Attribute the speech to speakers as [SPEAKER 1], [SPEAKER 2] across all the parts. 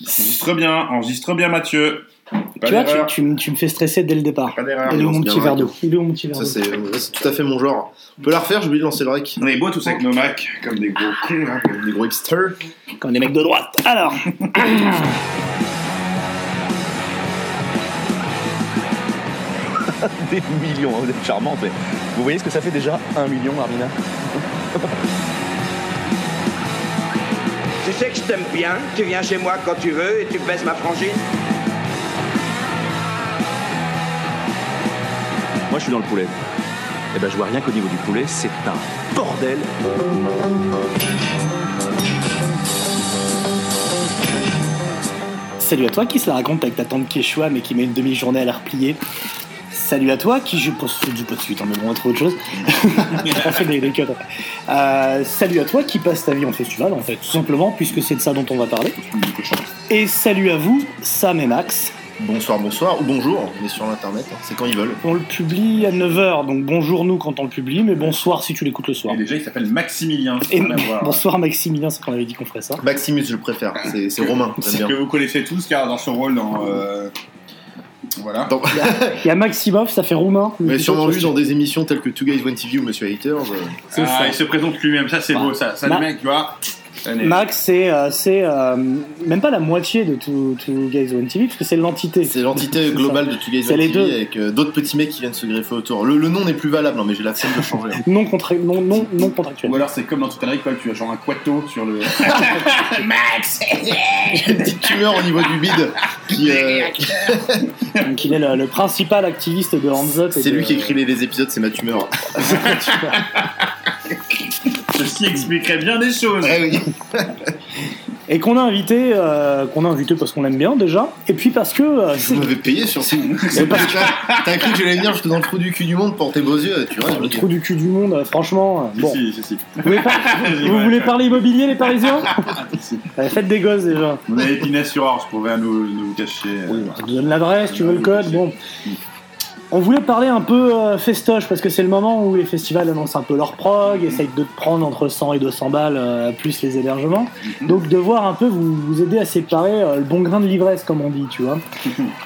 [SPEAKER 1] Enregistre bien, enregistre bien Mathieu. Pas
[SPEAKER 2] tu vois,
[SPEAKER 1] d'erreur,
[SPEAKER 2] tu, tu me- tu me fais stresser dès le départ.
[SPEAKER 1] pas d'erreur.
[SPEAKER 2] Il est où mon
[SPEAKER 3] lance
[SPEAKER 2] petit
[SPEAKER 3] bien
[SPEAKER 2] verre
[SPEAKER 3] la
[SPEAKER 2] d'eau Il est où mon petit verre
[SPEAKER 3] Ça,
[SPEAKER 2] d'eau
[SPEAKER 3] c'est ça, c'est tout à fait mon genre. On peut la refaire, j'ai oublié de lancer le rec.
[SPEAKER 1] On est beau tous avec nos Macs, comme des gros cons là.
[SPEAKER 3] Des gros hipsters.
[SPEAKER 2] Comme des mecs de droite. Alors,
[SPEAKER 4] des millions, hein, vous êtes charmante, mais vous voyez ce que ça fait déjà un million, Armina
[SPEAKER 5] Tu sais que je t'aime bien, tu viens chez moi quand tu veux et tu baisses ma frangine.
[SPEAKER 4] Moi, je suis dans le poulet. Et ben, je vois rien qu'au niveau du poulet, c'est un bordel.
[SPEAKER 2] salut à toi qui se la raconte avec ta tante Quechua mais qui met une demi-journée à la replier. Salut à toi qui, je pense, je dis pas de suite, hein, mais bon, on va trouver autre chose. on fait des, des cuts après. Euh, salut à toi qui passe ta vie en festival, en fait, tout simplement, puisque c'est de ça dont on va parler. Et salut à vous, Sam et Max.
[SPEAKER 3] Bonsoir, bonsoir, ou bonjour, on est sur l'internet, hein, c'est quand ils veulent.
[SPEAKER 2] On le publie à 9h, donc bonjour nous quand on le publie, mais bonsoir si tu l'écoutes le soir.
[SPEAKER 1] Et déjà, il s'appelle Maximilien.
[SPEAKER 2] Et
[SPEAKER 1] rien à voir.
[SPEAKER 2] bonsoir Maximilien, c'est qu'on avait dit qu'on ferait ça.
[SPEAKER 3] Maximus, je préfère, c'est c'est Romain,
[SPEAKER 1] C'est
[SPEAKER 3] j'aime
[SPEAKER 1] que
[SPEAKER 3] bien.
[SPEAKER 1] vous connaissez tous, car dans son rôle dans. euh, Voilà.
[SPEAKER 3] Donc,
[SPEAKER 2] Il y a Maximov, ça fait roumain.
[SPEAKER 3] mais sûrement vu dans des émissions telles que Two Guys One TV ou Monsieur Haters. euh,
[SPEAKER 2] C'est
[SPEAKER 1] Ah,
[SPEAKER 2] ça.
[SPEAKER 1] il se présente lui-même, ça c'est
[SPEAKER 2] Bah.
[SPEAKER 1] beau, ça, ça
[SPEAKER 2] Ma-
[SPEAKER 1] le mec, tu vois. Ça, les-
[SPEAKER 2] Max, c'est euh, c'est, euh, même pas la moitié de tout, tout Guys One TV, parce que c'est l'entité.
[SPEAKER 3] C'est l'entité globale de Two Guys
[SPEAKER 2] C'est
[SPEAKER 3] One
[SPEAKER 2] les
[SPEAKER 3] TV
[SPEAKER 2] deux.
[SPEAKER 3] avec euh, d'autres petits mecs qui viennent se greffer autour. Le, le nom n'est plus valable, hein, mais j'ai la flemme de changer. hein.
[SPEAKER 2] Non, contra- non, non, non contractuel.
[SPEAKER 1] Ou alors c'est comme dans tout à l'heure, quoi, tu as genre un quato sur le.
[SPEAKER 3] J'ai une petite tumeur au niveau du bide. qui, euh,
[SPEAKER 2] Donc il est le, le principal activiste de Hands Up. et
[SPEAKER 3] c'est
[SPEAKER 2] de-
[SPEAKER 3] lui qui écrit les, les épisodes, c'est ma tumeur.
[SPEAKER 1] Ceci expliquerait bien des choses.
[SPEAKER 3] Eh oui.
[SPEAKER 2] Et qu'on a invité, euh, qu'on a invité parce qu'on l'aime bien déjà, et puis parce que euh,
[SPEAKER 3] Vous m'avez payé surtout.
[SPEAKER 2] C'est pas-
[SPEAKER 3] T'as cru que j'allais venir jusque dans le trou du cul du monde pour tes beaux yeux, tu vois. je me
[SPEAKER 2] le
[SPEAKER 3] dis,
[SPEAKER 2] trou du cul du monde, euh, franchement. euh,
[SPEAKER 1] Si,
[SPEAKER 2] Bon,
[SPEAKER 1] si, si, si.
[SPEAKER 2] vous voulez, par-
[SPEAKER 1] Vas-y,
[SPEAKER 2] vous
[SPEAKER 1] ouais.
[SPEAKER 2] voulez parler immobilier les Parisiens
[SPEAKER 1] Ah, si, si.
[SPEAKER 2] Euh, Faites des gosses déjà.
[SPEAKER 1] On avait Pinès sur Orge pour rien nous, nous cacher. euh,
[SPEAKER 2] Je te donne l'adresse, tu veux le code, bon. On voulait parler un peu euh, festoche parce que c'est le moment où les festivals annoncent un peu leur prog, essayent de te prendre entre 100 et 200 balles euh, plus les hébergements. Donc de voir un peu vous, vous aider à séparer euh, le bon grain de l'ivresse comme on dit, tu vois.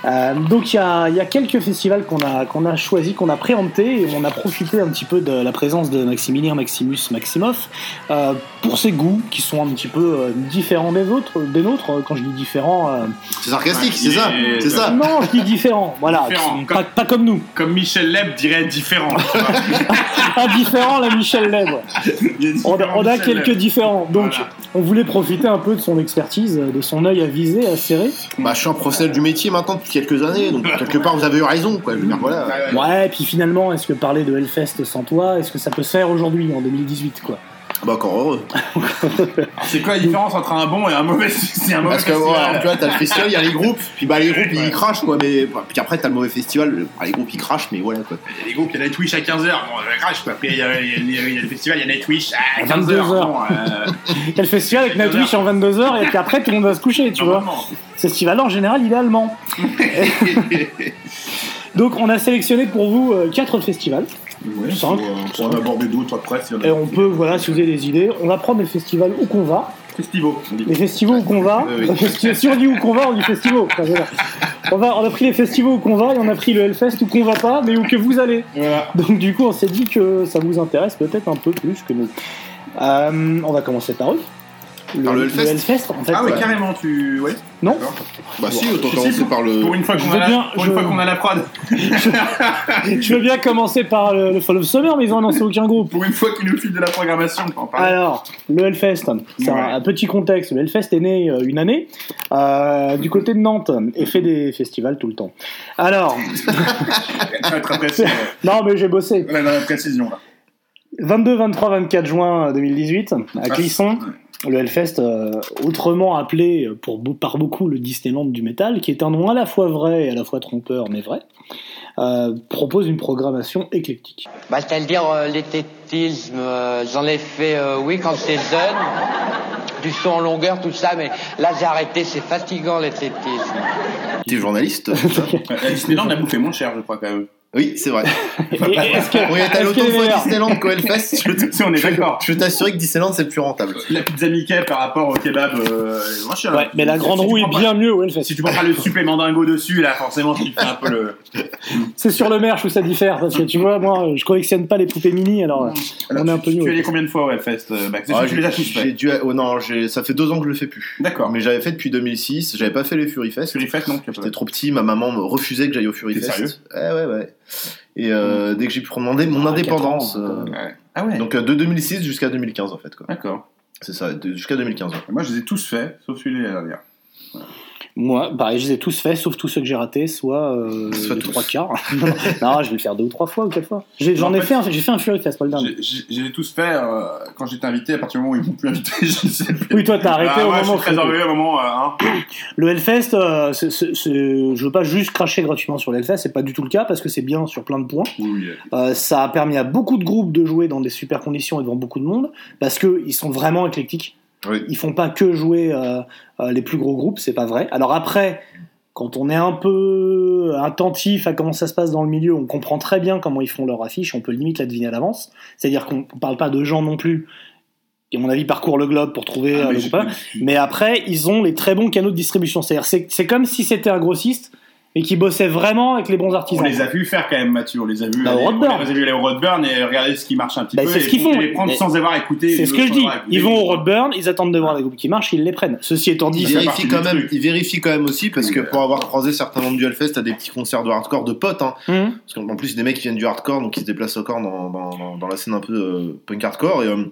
[SPEAKER 2] Euh, donc il y a, il y a quelques festivals qu'on a qu'on a choisi, qu'on a préempté et on a profité un petit peu de la présence de Maximilien Maximus Maximoff euh, pour ses goûts qui sont un petit peu euh, différents des autres, des nôtres. Quand je dis différents. euh,
[SPEAKER 3] C'est sarcastique,
[SPEAKER 1] Ouais,
[SPEAKER 3] c'est ça,
[SPEAKER 1] il est-
[SPEAKER 3] c'est ça.
[SPEAKER 2] non, je dis différent. Voilà,
[SPEAKER 1] Différent,
[SPEAKER 2] qui sont
[SPEAKER 1] comme-
[SPEAKER 2] Pas, pas comme nous.
[SPEAKER 1] Comme Michel Leb dirait différent. tu vois.
[SPEAKER 2] Pas différent, la Michel Lèvre.
[SPEAKER 1] Il y a
[SPEAKER 2] On,
[SPEAKER 1] différents
[SPEAKER 2] on a
[SPEAKER 1] Michel
[SPEAKER 2] quelques
[SPEAKER 1] Leb.
[SPEAKER 2] différents. Donc,
[SPEAKER 1] Voilà.
[SPEAKER 2] on voulait profiter un peu de son expertise, de son œil avisé, acéré.
[SPEAKER 3] Bah, je suis un professionnel du métier maintenant depuis quelques années, donc quelque part vous avez eu raison, quoi. Je veux dire, voilà.
[SPEAKER 1] Ouais, ouais.
[SPEAKER 2] Ouais, et puis finalement, est-ce que parler de Hellfest sans toi, est-ce que ça peut se faire aujourd'hui, en 2018, quoi
[SPEAKER 3] Bah, encore heureux.
[SPEAKER 1] C'est quoi la différence entre un bon et un mauvais C'est un mauvais
[SPEAKER 3] Parce que
[SPEAKER 1] festival.
[SPEAKER 3] voilà, tu vois, t'as le festival, il y a les groupes, puis bah les groupes ils crachent quoi, mais bah, puis après t'as le mauvais festival, bah, les groupes ils crachent, mais voilà quoi.
[SPEAKER 1] Il y a les groupes, il y a Nightwish à 15h. Bon, je crache quoi. Puis il y, a- il y a- il y a- il y a le festival, il y a Nightwish à 15h.
[SPEAKER 2] 22 heures.
[SPEAKER 1] Bon, euh,
[SPEAKER 2] Quel festival avec Nightwish en 22h, et puis après, tout le monde va se coucher, tu vois
[SPEAKER 1] normalement.
[SPEAKER 2] Ce festival, en général, il est allemand. Donc, on a sélectionné pour vous euh, quatre festivals.
[SPEAKER 1] Ouais,
[SPEAKER 2] Cinq.
[SPEAKER 1] pour, euh, pour en aborder deux ou trois de près, s'il y en a.
[SPEAKER 2] Et on peut, voilà, si vous avez des idées, on va prendre les festivals où qu'on va.
[SPEAKER 1] Festivo, on dit.
[SPEAKER 2] Les festivals où qu'on va,
[SPEAKER 3] Oui,
[SPEAKER 2] si on dit où qu'on va, on dit festivals. Enfin, voilà. on, va, on a pris les festivals où qu'on va et on a pris le Hellfest où qu'on va pas, mais où que vous allez.
[SPEAKER 1] Voilà.
[SPEAKER 2] Donc du coup, on s'est dit que ça vous intéresse peut-être un peu plus que nous. Euh, on va commencer par eux.
[SPEAKER 3] Par le Hellfest
[SPEAKER 2] en fait.
[SPEAKER 1] Ah ouais,
[SPEAKER 2] ouais.
[SPEAKER 1] carrément, tu. Ouais.
[SPEAKER 2] Non,
[SPEAKER 3] Bah si, autant
[SPEAKER 1] Si,
[SPEAKER 3] commencer par le.
[SPEAKER 1] Pour une fois qu'on
[SPEAKER 2] Je
[SPEAKER 1] a,
[SPEAKER 2] veux
[SPEAKER 1] la-
[SPEAKER 2] bien,
[SPEAKER 1] pour
[SPEAKER 2] je-
[SPEAKER 1] une fois qu'on a la prod.
[SPEAKER 2] je veux bien commencer par le, le Fall of Summer, mais ils ont annoncé aucun groupe.
[SPEAKER 1] Pour une fois qu'il nous file de la programmation, on peut en
[SPEAKER 3] Ah.
[SPEAKER 1] parler.
[SPEAKER 2] Alors, le Hellfest, c'est un-
[SPEAKER 1] Ouais.
[SPEAKER 2] un, petit contexte. Le Hellfest est né euh, une année euh, du côté de Nantes et fait des festivals tout le temps. Alors,
[SPEAKER 1] Ça va être apprécié. ouais.
[SPEAKER 2] non mais j'ai bossé.
[SPEAKER 1] Ouais, dans la précision là.
[SPEAKER 2] 22, 23, 24 juin euh, 2018 à
[SPEAKER 1] Ah,
[SPEAKER 2] Clisson,
[SPEAKER 1] ouais.
[SPEAKER 2] le Hellfest, euh, autrement appelé euh, pour, beau- par beaucoup le Disneyland du métal, qui est un nom à la fois vrai et à la fois trompeur, mais vrai, euh, propose une programmation éclectique.
[SPEAKER 6] Bah, c'est-à-dire euh, l'éclectisme, euh, j'en ai fait, euh, oui, quand j'étais jeune, du son en longueur, tout ça, mais là j'ai arrêté, c'est fatigant l'éclectisme.
[SPEAKER 3] T'es journaliste, c'est ça
[SPEAKER 1] Ouais, à Disneyland, on a bouffé moins cher, je crois, quand même.
[SPEAKER 3] Oui, c'est vrai.
[SPEAKER 2] Et- et Est-ce qu'elle
[SPEAKER 3] On est allé
[SPEAKER 2] est-ce
[SPEAKER 3] autant
[SPEAKER 2] qu'elle
[SPEAKER 3] de
[SPEAKER 2] est
[SPEAKER 3] fois à
[SPEAKER 2] meilleure
[SPEAKER 3] Disneyland qu'au Hellfest. Je t-
[SPEAKER 1] Si on est d'accord.
[SPEAKER 3] je t'assurer que Disneyland, c'est le plus rentable.
[SPEAKER 1] La pizza Mickey par rapport au kebab. euh, moi, je suis un-
[SPEAKER 2] Ouais, mais la grande
[SPEAKER 1] si tu
[SPEAKER 2] roue
[SPEAKER 1] prends
[SPEAKER 2] est
[SPEAKER 1] pas-
[SPEAKER 2] bien mieux au Hellfest.
[SPEAKER 1] Si tu prends pas le supplément dingo dessus, là, forcément, tu fais un peu le.
[SPEAKER 2] C'est sur le merch où ça diffère, parce que tu vois, moi, je collectionne pas les poupées mini, alors euh, on est un peu
[SPEAKER 1] Tu es
[SPEAKER 2] mieux.
[SPEAKER 1] allé combien de fois au Hellfest, euh, Max
[SPEAKER 3] Ah,
[SPEAKER 1] Je les
[SPEAKER 3] j'ai
[SPEAKER 1] as tous
[SPEAKER 3] j'ai
[SPEAKER 1] fait.
[SPEAKER 3] dû. oh non, j'ai- ça fait deux ans que je le fais plus.
[SPEAKER 1] D'accord. Mais
[SPEAKER 3] Mais j'avais fait depuis 2006. J'avais pas fait les Fury Fest.
[SPEAKER 1] sur les fêtes, non tu as pas-
[SPEAKER 3] J'étais trop petit. Ma maman me refusait que j'aille au Fury
[SPEAKER 1] T'es
[SPEAKER 3] Fest. Eh,
[SPEAKER 1] sérieux Mm.
[SPEAKER 3] ouais, ouais, ouais. Et euh, dès que j'ai pu demander mon
[SPEAKER 2] Ah,
[SPEAKER 3] indépendance.
[SPEAKER 2] quatre ans, quand
[SPEAKER 3] euh,
[SPEAKER 1] Ouais. Ah ouais.
[SPEAKER 3] donc euh, de 2006 jusqu'à 2015 en fait quoi.
[SPEAKER 1] D'accord.
[SPEAKER 3] C'est ça, de- jusqu'à 2015. ouais.
[SPEAKER 1] Moi, je les ai tous faits, sauf celui de l'année dernière.
[SPEAKER 2] Moi, bah, je les ai tous faits, sauf tous ceux que j'ai ratés, soit, euh,
[SPEAKER 3] Soit
[SPEAKER 2] les
[SPEAKER 3] tous.
[SPEAKER 2] trois quarts. non, je vais le faire deux ou trois fois ou quatre fois. J'ai- J'en ai fait, un- j'ai fait un Fury Fest, pas le dernier.
[SPEAKER 1] J'ai- j'ai- Je les ai tous faits euh, quand j'étais invité. À partir du moment où ils m'ont plus invité, je ne sais plus.
[SPEAKER 2] Oui, toi, t'as arrêté
[SPEAKER 1] Ah
[SPEAKER 2] au
[SPEAKER 1] ouais,
[SPEAKER 2] moment où
[SPEAKER 1] je suis très
[SPEAKER 2] c'était.
[SPEAKER 1] ennuyé au moment. euh, hein.
[SPEAKER 2] Le Hellfest, euh, c'est- c'est- c'est- je veux pas juste cracher gratuitement sur le Hellfest, c'est pas du tout le cas parce que c'est bien sur plein de points.
[SPEAKER 1] Oui.
[SPEAKER 2] Euh, ça a permis à beaucoup de groupes de jouer dans des super conditions et devant beaucoup de monde parce que ils sont vraiment éclectiques.
[SPEAKER 3] Oui.
[SPEAKER 2] Ils font pas que jouer euh, euh, les plus gros groupes, c'est pas vrai. Alors après, quand on est un peu attentif à comment ça se passe dans le milieu, on comprend très bien comment ils font leur affiche, on peut limite la deviner à l'avance. C'est-à-dire qu'on parle pas de gens non plus qui, à mon avis, parcourent le globe pour trouver
[SPEAKER 1] Ah,
[SPEAKER 2] euh,
[SPEAKER 1] mais
[SPEAKER 2] le
[SPEAKER 1] j'ai-
[SPEAKER 2] groupe. Mais après, ils ont les très bons canaux de distribution. C'est-à-dire, c'est c'est comme si c'était un grossiste et qui bossait vraiment avec les bons
[SPEAKER 1] On
[SPEAKER 2] artisans.
[SPEAKER 1] les a vus faire quand même, Mathieu. On les a vus.
[SPEAKER 2] Bah, au
[SPEAKER 1] aller- on
[SPEAKER 2] Roadburn.
[SPEAKER 1] les a vus aller au Roadburn et regarder ce qui marche un petit
[SPEAKER 2] Bah,
[SPEAKER 1] peu.
[SPEAKER 2] c'est
[SPEAKER 1] et
[SPEAKER 2] ce qu'ils
[SPEAKER 1] on peut
[SPEAKER 2] font.
[SPEAKER 1] Les prendre
[SPEAKER 2] Mais-
[SPEAKER 1] sans avoir écouté.
[SPEAKER 2] C'est
[SPEAKER 1] les
[SPEAKER 2] ce que je
[SPEAKER 1] autres
[SPEAKER 2] dis.
[SPEAKER 1] sans avoir écouté.
[SPEAKER 2] Ils vont au Roadburn, ils attendent de voir les groupes qui marchent, ils les prennent. Ceci étant dit,
[SPEAKER 3] Il
[SPEAKER 1] fait
[SPEAKER 3] vérifie,
[SPEAKER 1] partie
[SPEAKER 3] quand
[SPEAKER 1] du
[SPEAKER 3] même,
[SPEAKER 1] truc.
[SPEAKER 3] il vérifie quand même aussi parce que
[SPEAKER 1] Oui,
[SPEAKER 3] pour avoir croisé certains membres du Hellfest à des petits concerts de hardcore de potes, hein,
[SPEAKER 2] hmm,
[SPEAKER 3] parce qu'en en plus des mecs qui viennent du hardcore donc ils se déplacent encore dans, dans, dans- dans la scène un peu euh, punk hardcore et euh,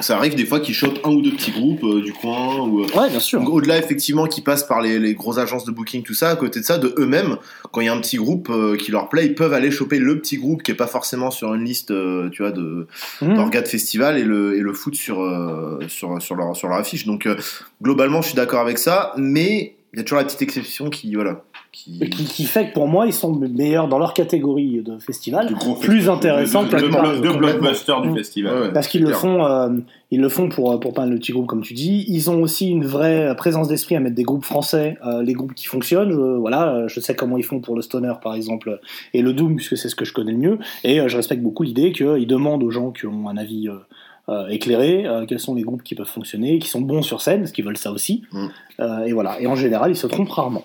[SPEAKER 3] ça arrive des fois qu'ils chopent un ou deux petits groupes euh, du coin ou euh,
[SPEAKER 2] ouais, bien sûr.
[SPEAKER 3] donc, Au-delà, effectivement, qui passent par les, les grosses agences de booking, tout ça, à côté de ça, de eux-mêmes, quand il y a un petit groupe euh, qui leur plaît, ils peuvent aller choper le petit groupe qui est pas forcément sur une liste, euh, tu vois, de
[SPEAKER 1] Mmh.
[SPEAKER 2] Hmm.
[SPEAKER 3] d'orgas de festival et le, et le foutre sur, euh, sur, sur, leur, sur leur affiche. Donc, euh, globalement, je suis d'accord avec ça, mais il y a toujours la petite exception qui, voilà, qui...
[SPEAKER 2] Et Qui, qui fait que pour moi, ils sont meilleurs dans leur catégorie de festival,
[SPEAKER 1] Du gros
[SPEAKER 2] plus intéressant que la
[SPEAKER 1] Deux
[SPEAKER 2] plupart.
[SPEAKER 1] blo- deux
[SPEAKER 3] complètement.
[SPEAKER 1] blockbusters du
[SPEAKER 2] Mm.
[SPEAKER 1] festival.
[SPEAKER 3] Ouais, ouais.
[SPEAKER 2] Parce qu'ils le
[SPEAKER 3] Clair.
[SPEAKER 2] font, euh, ils le font pour euh, pour peindre le petit groupe comme tu dis. Ils ont aussi une vraie euh, présence d'esprit à mettre des groupes français, euh, les groupes qui fonctionnent. Je, voilà, euh, je sais comment ils font pour le stoner par exemple euh, et le doom puisque c'est ce que je connais le mieux. Et euh, je respecte beaucoup l'idée qu'ils demandent aux gens qui ont un avis. euh, euh, éclairé, euh, quels sont les groupes qui peuvent fonctionner, qui sont bons sur scène, parce qu'ils veulent ça aussi.
[SPEAKER 3] Mm.
[SPEAKER 2] Euh, et voilà. Et en général, ils se trompent rarement.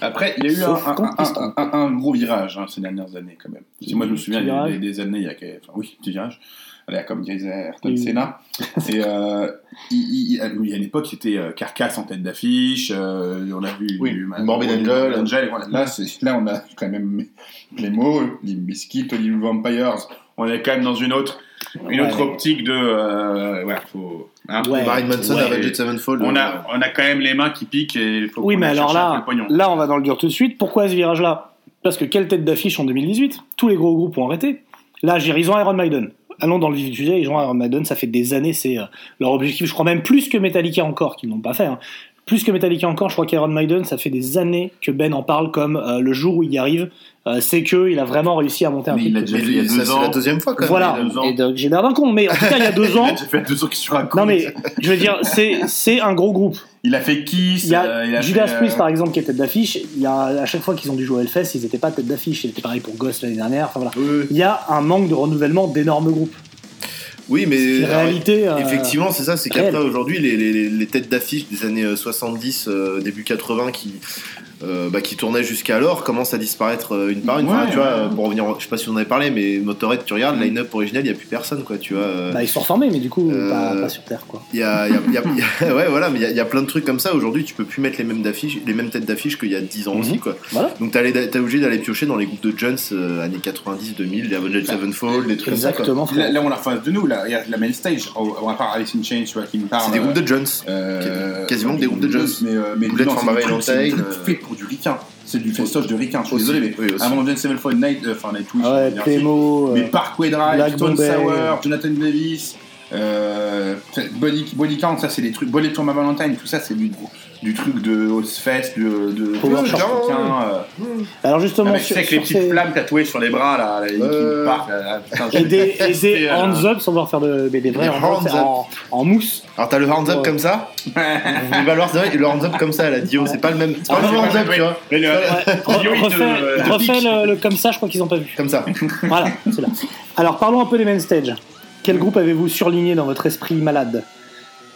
[SPEAKER 1] Après, il y a eu un,
[SPEAKER 2] Sauf quand
[SPEAKER 1] un-
[SPEAKER 2] ils
[SPEAKER 1] un-
[SPEAKER 2] se trompent.
[SPEAKER 1] un- un- un gros virage hein, ces dernières années, quand même. Parce que moi, je me souviens, il y a eu
[SPEAKER 2] Virage.
[SPEAKER 1] des, des années, il y a, que- enfin, oui, petit virage. Allez, comme disait Ayrton
[SPEAKER 2] Oui.
[SPEAKER 1] Senna. Et euh, il- il- il- oui, à l'époque, c'était euh, Carcasse en tête d'affiche. euh, on a vu
[SPEAKER 3] Oui,
[SPEAKER 1] du-
[SPEAKER 3] Morbid Angel.
[SPEAKER 1] Angel, voilà. Là, c'est- là, on a quand même les mots, les biscuits, Hollywood Vampires. On est quand même dans une autre, une
[SPEAKER 2] Ouais,
[SPEAKER 1] autre
[SPEAKER 2] mais-
[SPEAKER 1] optique de. euh, ouais, faut. hein,
[SPEAKER 2] Ouais.
[SPEAKER 3] Marilyn Manson,
[SPEAKER 1] Ouais.
[SPEAKER 3] Avenged Sevenfold,
[SPEAKER 1] on,
[SPEAKER 3] euh,
[SPEAKER 1] a, on a quand même les mains qui piquent et il faut
[SPEAKER 2] Oui,
[SPEAKER 1] qu'on
[SPEAKER 2] mais
[SPEAKER 1] aille
[SPEAKER 2] alors
[SPEAKER 1] chercher un peu
[SPEAKER 2] là,
[SPEAKER 1] le pognon.
[SPEAKER 2] là, on va dans le dur tout de suite. Pourquoi ce virage-là Parce que quelle tête d'affiche en 2018 Tous les gros groupes ont arrêté. Là, j'ai- ils ont Iron Maiden. Allons dans le vif du sujet, ils ont Iron Maiden, ça fait des années, c'est euh, leur objectif. Je crois même plus que Metallica encore, qu'ils n'ont pas fait. hein. Plus que Metallica encore, je crois qu'Iron Maiden, ça fait des années que Ben en parle comme euh, le jour où il y arrive, euh, c'est que il a vraiment réussi à monter un
[SPEAKER 1] Mais il
[SPEAKER 2] truc.
[SPEAKER 1] l'a
[SPEAKER 3] mais
[SPEAKER 1] déjà fait il y a
[SPEAKER 3] ça,
[SPEAKER 1] deux
[SPEAKER 3] c'est la
[SPEAKER 1] ans.
[SPEAKER 3] deuxième fois, quand même.
[SPEAKER 2] Voilà,
[SPEAKER 1] il y a deux ans.
[SPEAKER 2] Et donc, j'ai l'air d'un con, mais en tout cas, il y a deux ans.
[SPEAKER 1] Il a fait deux ans qu'il se raconte.
[SPEAKER 2] Non mais je veux dire, c'est c'est un gros groupe.
[SPEAKER 1] Il a fait Kiss.
[SPEAKER 2] Il y a
[SPEAKER 1] euh, il a
[SPEAKER 2] Judas
[SPEAKER 1] fait, euh,
[SPEAKER 2] Priest hein, par exemple qui est tête d'affiche. Il y a à chaque fois qu'ils ont dû jouer au Hellfest, ils n'étaient pas tête d'affiche. C'était pareil pour Ghost l'année dernière. Enfin, voilà.
[SPEAKER 3] Oui, oui.
[SPEAKER 2] Il y a un manque de renouvellement d'énormes groupes.
[SPEAKER 3] Oui, mais...
[SPEAKER 2] En
[SPEAKER 1] ah
[SPEAKER 2] réalité, euh,
[SPEAKER 3] Effectivement, c'est ça, c'est
[SPEAKER 2] réel.
[SPEAKER 3] qu'après aujourd'hui, les, les- les- les têtes d'affiche des années euh, 70, euh, début 80 qui, euh, bah, qui tournaient jusqu'alors commencent à disparaître euh, une par une. Enfin,
[SPEAKER 1] Ouais,
[SPEAKER 3] tu vois,
[SPEAKER 1] ouais.
[SPEAKER 3] euh, pour revenir, je sais pas si on en avait parlé, mais Motorhead, tu regardes, line-up original, il n'y a plus personne, quoi, tu vois. euh,
[SPEAKER 2] bah, ils sont reformés, mais du coup,
[SPEAKER 3] Euh,
[SPEAKER 2] pas, pas sur Terre quoi.
[SPEAKER 3] il y a, il y a- il y a- il y a- ouais, voilà, mais il y a, il y a plein de trucs comme ça. Aujourd'hui, tu peux plus mettre les mêmes, d'affiches- les mêmes têtes d'affiche qu'il y a 10 ans
[SPEAKER 2] Mhm.
[SPEAKER 3] aussi, quoi.
[SPEAKER 2] Voilà.
[SPEAKER 3] Donc, t'es allé- t'es obligé d'aller piocher dans les groupes de Jones euh, années 90, 2000, les Avenged Sevenfold, des trucs comme ça.
[SPEAKER 2] Exactement. frère.
[SPEAKER 1] Là, là, on a face de nous, là, il y a la main stage, au- au- à part Alice in Chains, tu vois, qui me
[SPEAKER 3] quoi.
[SPEAKER 1] parle.
[SPEAKER 3] C'est des groupes de Jones.
[SPEAKER 1] euh,
[SPEAKER 3] quasiment des groupes de Jones.
[SPEAKER 1] Mais, euh, mais
[SPEAKER 3] Bullet
[SPEAKER 1] non,
[SPEAKER 3] for
[SPEAKER 1] c'est
[SPEAKER 3] Marine
[SPEAKER 1] du truc- c'est du
[SPEAKER 3] Mountain,
[SPEAKER 1] truc
[SPEAKER 3] euh,
[SPEAKER 1] fait pour du ricain. C'est du festoche de ricain, je suis
[SPEAKER 3] Aussi,
[SPEAKER 1] désolé, mais
[SPEAKER 3] oui, aussi.
[SPEAKER 1] avant John Sevenfold Night, euh, enfin Nightwish,
[SPEAKER 2] Ah
[SPEAKER 1] on va
[SPEAKER 2] ouais,
[SPEAKER 1] dire,
[SPEAKER 2] Plémo,
[SPEAKER 1] mais Parkway Drive,
[SPEAKER 2] Black
[SPEAKER 1] Stone
[SPEAKER 2] Bombay,
[SPEAKER 1] Sour,
[SPEAKER 2] euh,
[SPEAKER 1] Jonathan Davis, Euh, Body, Body Count, ça c'est des trucs. Bonnet Tourma Valentine, tout ça c'est du, du truc de Hossfest, de, de, de
[SPEAKER 2] Power
[SPEAKER 1] Chant
[SPEAKER 3] Chant.
[SPEAKER 1] Chrétien, euh,
[SPEAKER 2] Alors justement,
[SPEAKER 1] avec, Ah, tu
[SPEAKER 2] sur,
[SPEAKER 1] sais, avec les
[SPEAKER 2] sur
[SPEAKER 1] petites
[SPEAKER 2] ces-
[SPEAKER 1] flammes tatouées sur les bras là, là, les
[SPEAKER 3] Euh,
[SPEAKER 1] qui partent, là, là, putain,
[SPEAKER 2] et
[SPEAKER 1] j'ai
[SPEAKER 2] des, et
[SPEAKER 1] détesté,
[SPEAKER 2] des
[SPEAKER 1] là.
[SPEAKER 2] hands up, sans devoir faire de, mais des vrais
[SPEAKER 3] Des
[SPEAKER 2] hands up
[SPEAKER 3] hands up.
[SPEAKER 2] en, en mousse.
[SPEAKER 3] Alors t'as le hands up
[SPEAKER 2] Ouais.
[SPEAKER 3] comme ça, vous pouvez pas le voir, c'est vrai, le hands up comme ça, la Dio, c'est pas le même, c'est
[SPEAKER 1] Ah,
[SPEAKER 3] pas le
[SPEAKER 1] c'est pas
[SPEAKER 3] même hands up,
[SPEAKER 1] le-
[SPEAKER 3] tu vois,
[SPEAKER 1] Mais le-
[SPEAKER 2] Ouais. Re-
[SPEAKER 1] Dio, il te- euh,
[SPEAKER 2] refais
[SPEAKER 1] te
[SPEAKER 2] refais
[SPEAKER 1] pique.
[SPEAKER 2] le, le comme ça, je crois qu'ils n'ont pas vu.
[SPEAKER 3] comme ça.
[SPEAKER 2] Voilà, c'est là. Alors parlons un peu des main stage. Quel groupe avez-vous surligné dans votre esprit malade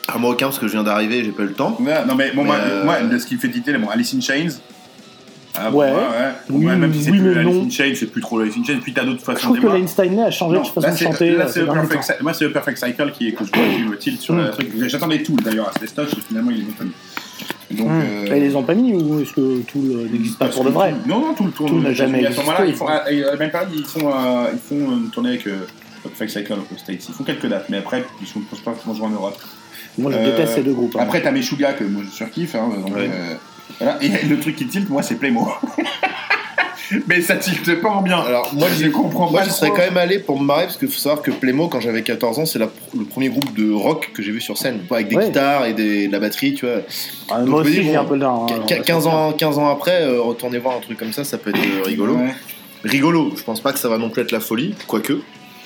[SPEAKER 3] Ah, moi aucun parce que je viens d'arriver, et j'ai pas eu le temps.
[SPEAKER 1] Ouais, non mais bon,
[SPEAKER 3] Mais,
[SPEAKER 1] moi,
[SPEAKER 3] euh,
[SPEAKER 1] moi, de ce qui me fait tilter, bon, Alice in Chains. Ah, pour
[SPEAKER 2] Ouais.
[SPEAKER 1] moi, Pour
[SPEAKER 2] Oui,
[SPEAKER 1] moi, même si c'est
[SPEAKER 2] oui,
[SPEAKER 1] plus
[SPEAKER 2] mais
[SPEAKER 1] Alice
[SPEAKER 2] non.
[SPEAKER 1] in Chains, c'est plus trop Alice in Chains. Puis t'as d'autres
[SPEAKER 2] Je
[SPEAKER 1] façons
[SPEAKER 2] trouve que
[SPEAKER 1] d'émoi.
[SPEAKER 2] Lane Steinley a changé de
[SPEAKER 1] Non,
[SPEAKER 2] façon
[SPEAKER 1] là,
[SPEAKER 2] de
[SPEAKER 1] c'est-
[SPEAKER 2] chanter.
[SPEAKER 1] là,
[SPEAKER 2] euh,
[SPEAKER 1] c'est
[SPEAKER 2] ces
[SPEAKER 1] le
[SPEAKER 2] derniers
[SPEAKER 1] Perfect
[SPEAKER 2] temps.
[SPEAKER 1] Cycle- Moi, c'est le Perfect Cycle qui est que je vois qui me tilt sur le
[SPEAKER 2] Mm.
[SPEAKER 1] truc. J'attendais tout d'ailleurs à cette stage, et finalement ils l'ont pas mis. Donc,
[SPEAKER 2] Hum.
[SPEAKER 1] euh, Mm.
[SPEAKER 2] Et Ils les ont pas mis ou est-ce que tout le- n'existe pas
[SPEAKER 1] parce
[SPEAKER 2] pour de
[SPEAKER 1] que
[SPEAKER 2] vrai
[SPEAKER 1] tout- Non, non, tout le tour.
[SPEAKER 2] Tout n'a jamais
[SPEAKER 1] À ce moment-là, ils
[SPEAKER 2] existé.
[SPEAKER 1] font, à à la même période, ils font, euh, ils font une tournée avec euh, Perfect Cycle aux States. Ils font quelques dates, mais après, ils sont, je pense pas qu'ils vont jouer en Europe.
[SPEAKER 2] Moi je
[SPEAKER 1] Euh,
[SPEAKER 2] déteste ces deux groupes. hein.
[SPEAKER 1] Après, t'as Meshuga que moi je surkiffe. Hein, donc,
[SPEAKER 3] Ouais.
[SPEAKER 1] euh, voilà. Et le truc qui tilte, moi, c'est Playmo. Mais ça tilte pas en bien.
[SPEAKER 3] Alors,
[SPEAKER 1] moi, je comprends
[SPEAKER 3] Moi,
[SPEAKER 1] pas.
[SPEAKER 3] je serais
[SPEAKER 1] trop.
[SPEAKER 3] quand même allé pour me marrer parce que faut savoir que Plémo, quand j'avais 14 ans, c'est la- le premier groupe de rock que j'ai vu sur scène, avec des
[SPEAKER 2] Ouais.
[SPEAKER 3] guitares et des- de la batterie, tu vois.
[SPEAKER 2] Ah,
[SPEAKER 3] donc,
[SPEAKER 2] moi
[SPEAKER 3] je me
[SPEAKER 2] aussi
[SPEAKER 3] dis,
[SPEAKER 2] j'ai
[SPEAKER 3] bon,
[SPEAKER 2] un peu le
[SPEAKER 1] Ah,
[SPEAKER 2] dard, hein,
[SPEAKER 3] Qu-
[SPEAKER 2] on va
[SPEAKER 3] qu-
[SPEAKER 1] bah,
[SPEAKER 2] se
[SPEAKER 3] 15
[SPEAKER 2] mentir.
[SPEAKER 3] ans, 15 ans après, euh, retourner voir un truc comme ça, ça peut être euh, rigolo.
[SPEAKER 1] Ouais.
[SPEAKER 3] Rigolo, je pense pas que ça va non plus être la folie, quoique.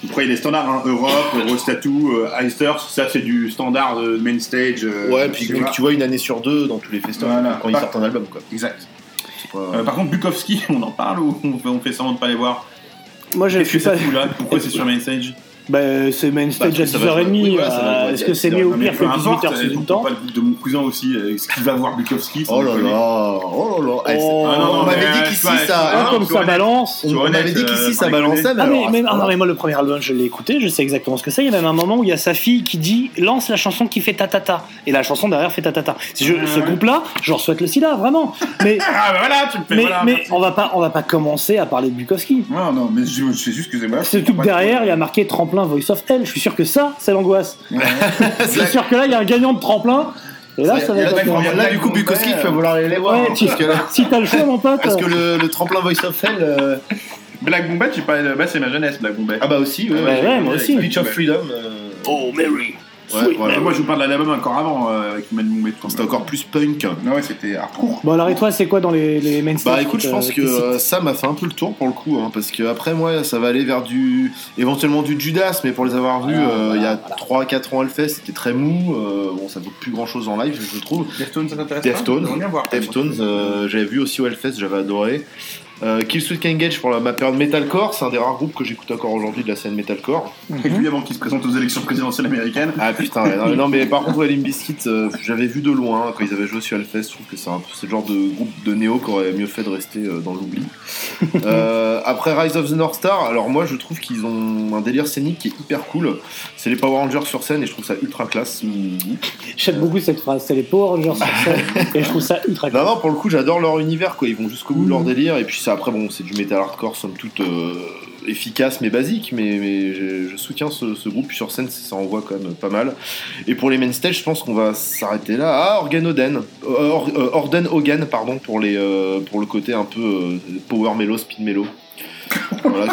[SPEAKER 1] Après, il est standard, hein, Europe, Rose Tattoo, euh, Eisters, ça c'est du standard euh, main stage. euh,
[SPEAKER 3] ouais, puis
[SPEAKER 1] tu
[SPEAKER 3] vu
[SPEAKER 1] vois.
[SPEAKER 3] que tu vois une année sur deux dans tous les festivals
[SPEAKER 1] Voilà.
[SPEAKER 3] quand ils
[SPEAKER 1] Par-
[SPEAKER 3] sortent un album, quoi.
[SPEAKER 1] Exact.
[SPEAKER 3] C'est pas-
[SPEAKER 1] Euh, par contre, Bukowski, on en parle ou on fait, on fait semblant de pas les voir
[SPEAKER 2] Moi je
[SPEAKER 1] Qu'est-ce
[SPEAKER 2] suis
[SPEAKER 1] que
[SPEAKER 2] pas.
[SPEAKER 1] ça fout là Pourquoi c'est sur main stage
[SPEAKER 2] Bah, c'est main stage
[SPEAKER 3] Bah,
[SPEAKER 2] à
[SPEAKER 3] ça va jouer-
[SPEAKER 2] 10h30.
[SPEAKER 3] oui, voilà, ça va jouer à
[SPEAKER 2] euh, Est-ce que c'est
[SPEAKER 3] 10h30,
[SPEAKER 2] mieux ou
[SPEAKER 1] Non, mais
[SPEAKER 2] pire que
[SPEAKER 1] peu importe, euh, on
[SPEAKER 2] 18h tout le
[SPEAKER 1] peut
[SPEAKER 2] temps
[SPEAKER 1] pas le groupe de mon cousin aussi, euh, est-ce qu'il va voir Bukowski ça
[SPEAKER 3] Oh
[SPEAKER 1] me
[SPEAKER 3] là
[SPEAKER 1] connaît.
[SPEAKER 3] là, oh là là. Eh, c'est-
[SPEAKER 2] Oh.
[SPEAKER 1] Ah, non, non,
[SPEAKER 3] on
[SPEAKER 1] mais,
[SPEAKER 3] m'avait
[SPEAKER 1] euh,
[SPEAKER 3] dit
[SPEAKER 1] je
[SPEAKER 3] qu'ici
[SPEAKER 1] sais pas,
[SPEAKER 3] ça.
[SPEAKER 2] Ah,
[SPEAKER 1] non,
[SPEAKER 2] comme
[SPEAKER 1] tu
[SPEAKER 2] ça
[SPEAKER 1] connais.
[SPEAKER 2] balance
[SPEAKER 1] Tu
[SPEAKER 3] On
[SPEAKER 1] vois,
[SPEAKER 3] m'avait
[SPEAKER 1] honnête,
[SPEAKER 3] dit
[SPEAKER 1] euh,
[SPEAKER 3] qu'ici ça
[SPEAKER 1] on
[SPEAKER 3] balançait, mais
[SPEAKER 2] Ah mais,
[SPEAKER 3] alors,
[SPEAKER 2] mais-
[SPEAKER 3] à ce
[SPEAKER 2] ah, non,
[SPEAKER 3] moment-là-
[SPEAKER 2] mais moi le premier album je l'ai écouté, je sais exactement ce que c'est. Il y a même un moment où il y a sa fille qui dit lance la chanson qui fait ta ta ta et la chanson derrière fait ta ta ta. Si je- ce
[SPEAKER 1] Ouais.
[SPEAKER 2] groupe-là, je leur souhaite le sida vraiment. Mais
[SPEAKER 1] Ah bah voilà, tu me fais
[SPEAKER 2] mais,
[SPEAKER 1] voilà.
[SPEAKER 2] mais on va pas on va pas commencer à parler de Bukowski.
[SPEAKER 1] Non, non, mais je, je sais juste que c'est voilà.
[SPEAKER 2] C'est tout que derrière, il y a marqué tremplin Voice of Hell. Je suis sûr que ça, c'est l'angoisse. Je suis sûr que là, il y a un gagnant de tremplin. Et là, ça va
[SPEAKER 3] Et
[SPEAKER 2] être.
[SPEAKER 3] là,
[SPEAKER 1] être-
[SPEAKER 3] tu-
[SPEAKER 1] incroyable.
[SPEAKER 3] là, du coup, Bukowski, tu vas vouloir aller les voir.
[SPEAKER 2] Ouais,
[SPEAKER 3] hein,
[SPEAKER 2] tu-
[SPEAKER 3] parce que là-
[SPEAKER 2] Si t'as le choix, mon pote.
[SPEAKER 3] Parce que le, le tremplin Voice of Hell. euh,
[SPEAKER 1] Black Bombay, tu parlais de. Bah, c'est ma jeunesse, Black Bombay.
[SPEAKER 3] Ah bah aussi, ouais,
[SPEAKER 1] Ouais,
[SPEAKER 3] ouais,
[SPEAKER 2] ouais, moi aussi.
[SPEAKER 3] Beach of Freedom. euh,
[SPEAKER 2] Oh Mary.
[SPEAKER 3] bah, ouais, voilà.
[SPEAKER 1] Mais moi, je vous parle de l'album encore avant euh, avec Black Bombay. tout
[SPEAKER 3] C'était encore plus punk.
[SPEAKER 1] Non, ouais, c'était hardcore.
[SPEAKER 2] Bon alors et toi, c'est quoi dans les les main
[SPEAKER 3] Bah
[SPEAKER 2] stage
[SPEAKER 3] écoute,
[SPEAKER 2] qui
[SPEAKER 3] je
[SPEAKER 2] te-
[SPEAKER 3] pense que
[SPEAKER 2] qui te-
[SPEAKER 3] euh, ça m'a fait un peu le tour pour le coup, hein, parce que après moi, ça va aller vers du, éventuellement du Judas, mais pour les avoir vus
[SPEAKER 2] Voilà,
[SPEAKER 3] euh, il y a
[SPEAKER 2] voilà, voilà.
[SPEAKER 3] 3-4 ans, Hellfest, c'était très mou. euh, bon, ça vaut plus grand chose en live, je trouve.
[SPEAKER 1] Deftones, ça t'intéresse
[SPEAKER 3] Deftones,
[SPEAKER 1] pas On vient voir.
[SPEAKER 3] Deftones, euh, j'avais vu aussi au Hellfest, j'avais adoré. Euh, Killswitch Engage pour la, ma période metalcore, c'est un des rares groupes que j'écoute encore aujourd'hui de la scène metalcore.
[SPEAKER 1] Et lui, avant qu'il se présente aux élections présidentielles américaines.
[SPEAKER 3] Ah putain, ouais, non, non, mais par contre, ouais, Limp Bizkit, euh, j'avais vu de loin quand ils avaient joué sur Hellfest. Je trouve que c'est un peu c'est le genre de groupe de néo qui aurait mieux fait de rester euh, dans l'oubli. Euh, après Rise of the North Star, alors moi je trouve qu'ils ont un délire scénique qui est hyper cool. C'est les Power Rangers sur scène et je trouve ça ultra classe.
[SPEAKER 2] J'aime beaucoup cette phrase, c'est les Power Rangers sur scène, et je trouve ça ultra
[SPEAKER 3] Non,
[SPEAKER 2] cool.
[SPEAKER 3] non, pour le coup, j'adore leur univers, quoi. Ils vont jusqu'au bout de leur
[SPEAKER 2] Mhm.
[SPEAKER 3] délire. Et puis, ça, après, bon, c'est du métal hardcore, somme toute euh, efficace, mais basique. Mais, mais je, je soutiens ce, ce groupe sur scène, ça envoie quand même pas mal. Et pour les main stage, je pense qu'on va s'arrêter là. Ah, Organ Oden. Euh, Or- euh, Orden Hogan, pardon, pour, les, euh, pour le côté un peu euh, power mellow, speed mellow. Voilà,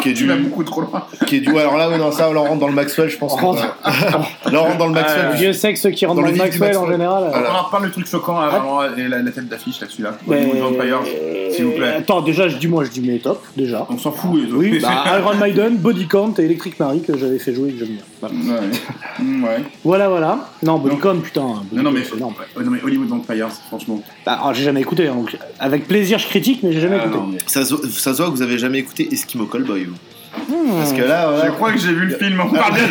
[SPEAKER 3] qui est
[SPEAKER 1] Tu
[SPEAKER 3] du,
[SPEAKER 1] vas beaucoup trop loin.
[SPEAKER 3] qui est du. ouais, Alors là, ouais, non, ça, là, on rentre dans le Maxwell, je pense.
[SPEAKER 2] On
[SPEAKER 3] qu'on va- Là, on rentre dans le Maxwell.
[SPEAKER 2] Dieu sait que ceux qui rentrent
[SPEAKER 3] Dans
[SPEAKER 2] dans,
[SPEAKER 3] le
[SPEAKER 2] le
[SPEAKER 3] vif du
[SPEAKER 2] Maxwell, en
[SPEAKER 3] Maxwell.
[SPEAKER 2] général.
[SPEAKER 1] On
[SPEAKER 3] Voilà.
[SPEAKER 1] en reparle le truc choquant
[SPEAKER 2] Ah.
[SPEAKER 1] avant et la, la tête d'affiche là-dessus là.
[SPEAKER 2] euh,
[SPEAKER 1] Hollywood Vampires,
[SPEAKER 2] euh,
[SPEAKER 1] s'il vous plaît.
[SPEAKER 2] Attends, déjà, je dis moi, je dis mes tops, déjà.
[SPEAKER 1] On s'en fout. les autres.
[SPEAKER 2] Oui, bah, Iron Maiden, Body Count et Electric Marie que j'avais fait jouer et que j'aime bien. Voilà.
[SPEAKER 1] Ouais. Mm, ouais.
[SPEAKER 2] Voilà, voilà. Non, Body Count, putain. Body
[SPEAKER 1] Non, non,
[SPEAKER 2] Count,
[SPEAKER 1] mais,
[SPEAKER 2] c'est énorme.
[SPEAKER 1] ouais, non, mais Hollywood Vampires, franchement.
[SPEAKER 2] Bah, alors, j'ai jamais écouté. hein, donc, avec plaisir, je critique, mais j'ai jamais
[SPEAKER 1] Ah,
[SPEAKER 2] écouté.
[SPEAKER 1] non, mais-
[SPEAKER 3] Ça se, ça se voit que vous avez jamais écouté Eskimo Callboy. vous.
[SPEAKER 2] Hmm.
[SPEAKER 3] Parce que là,
[SPEAKER 1] Je
[SPEAKER 3] voilà,
[SPEAKER 1] crois que j'ai vu le film, on parle bien,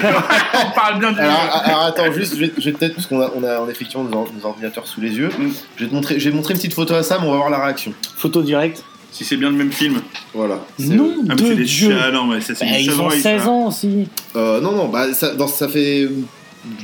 [SPEAKER 1] on parle bien du
[SPEAKER 3] Alors, alors, attends, juste, je vais, je vais peut-être, parce qu'on a, on a, on a effectivement nos, or- nos ordinateurs sous les yeux,
[SPEAKER 1] Mm.
[SPEAKER 3] je vais, te montrer, je vais montrer une petite photo à Sam, on va voir la réaction.
[SPEAKER 2] Photo directe.
[SPEAKER 1] Si c'est bien le même film.
[SPEAKER 3] Voilà. C'est-
[SPEAKER 2] Nom
[SPEAKER 1] Ah, mais
[SPEAKER 2] de
[SPEAKER 1] c'est des
[SPEAKER 2] Dieu.
[SPEAKER 1] chiens, non, mais ça, c'est
[SPEAKER 2] Bah,
[SPEAKER 1] une
[SPEAKER 2] ils ont
[SPEAKER 1] chevreille,
[SPEAKER 2] 16
[SPEAKER 1] ça.
[SPEAKER 2] ans aussi.
[SPEAKER 3] Euh, non, non, bah, ça, dans- ça fait,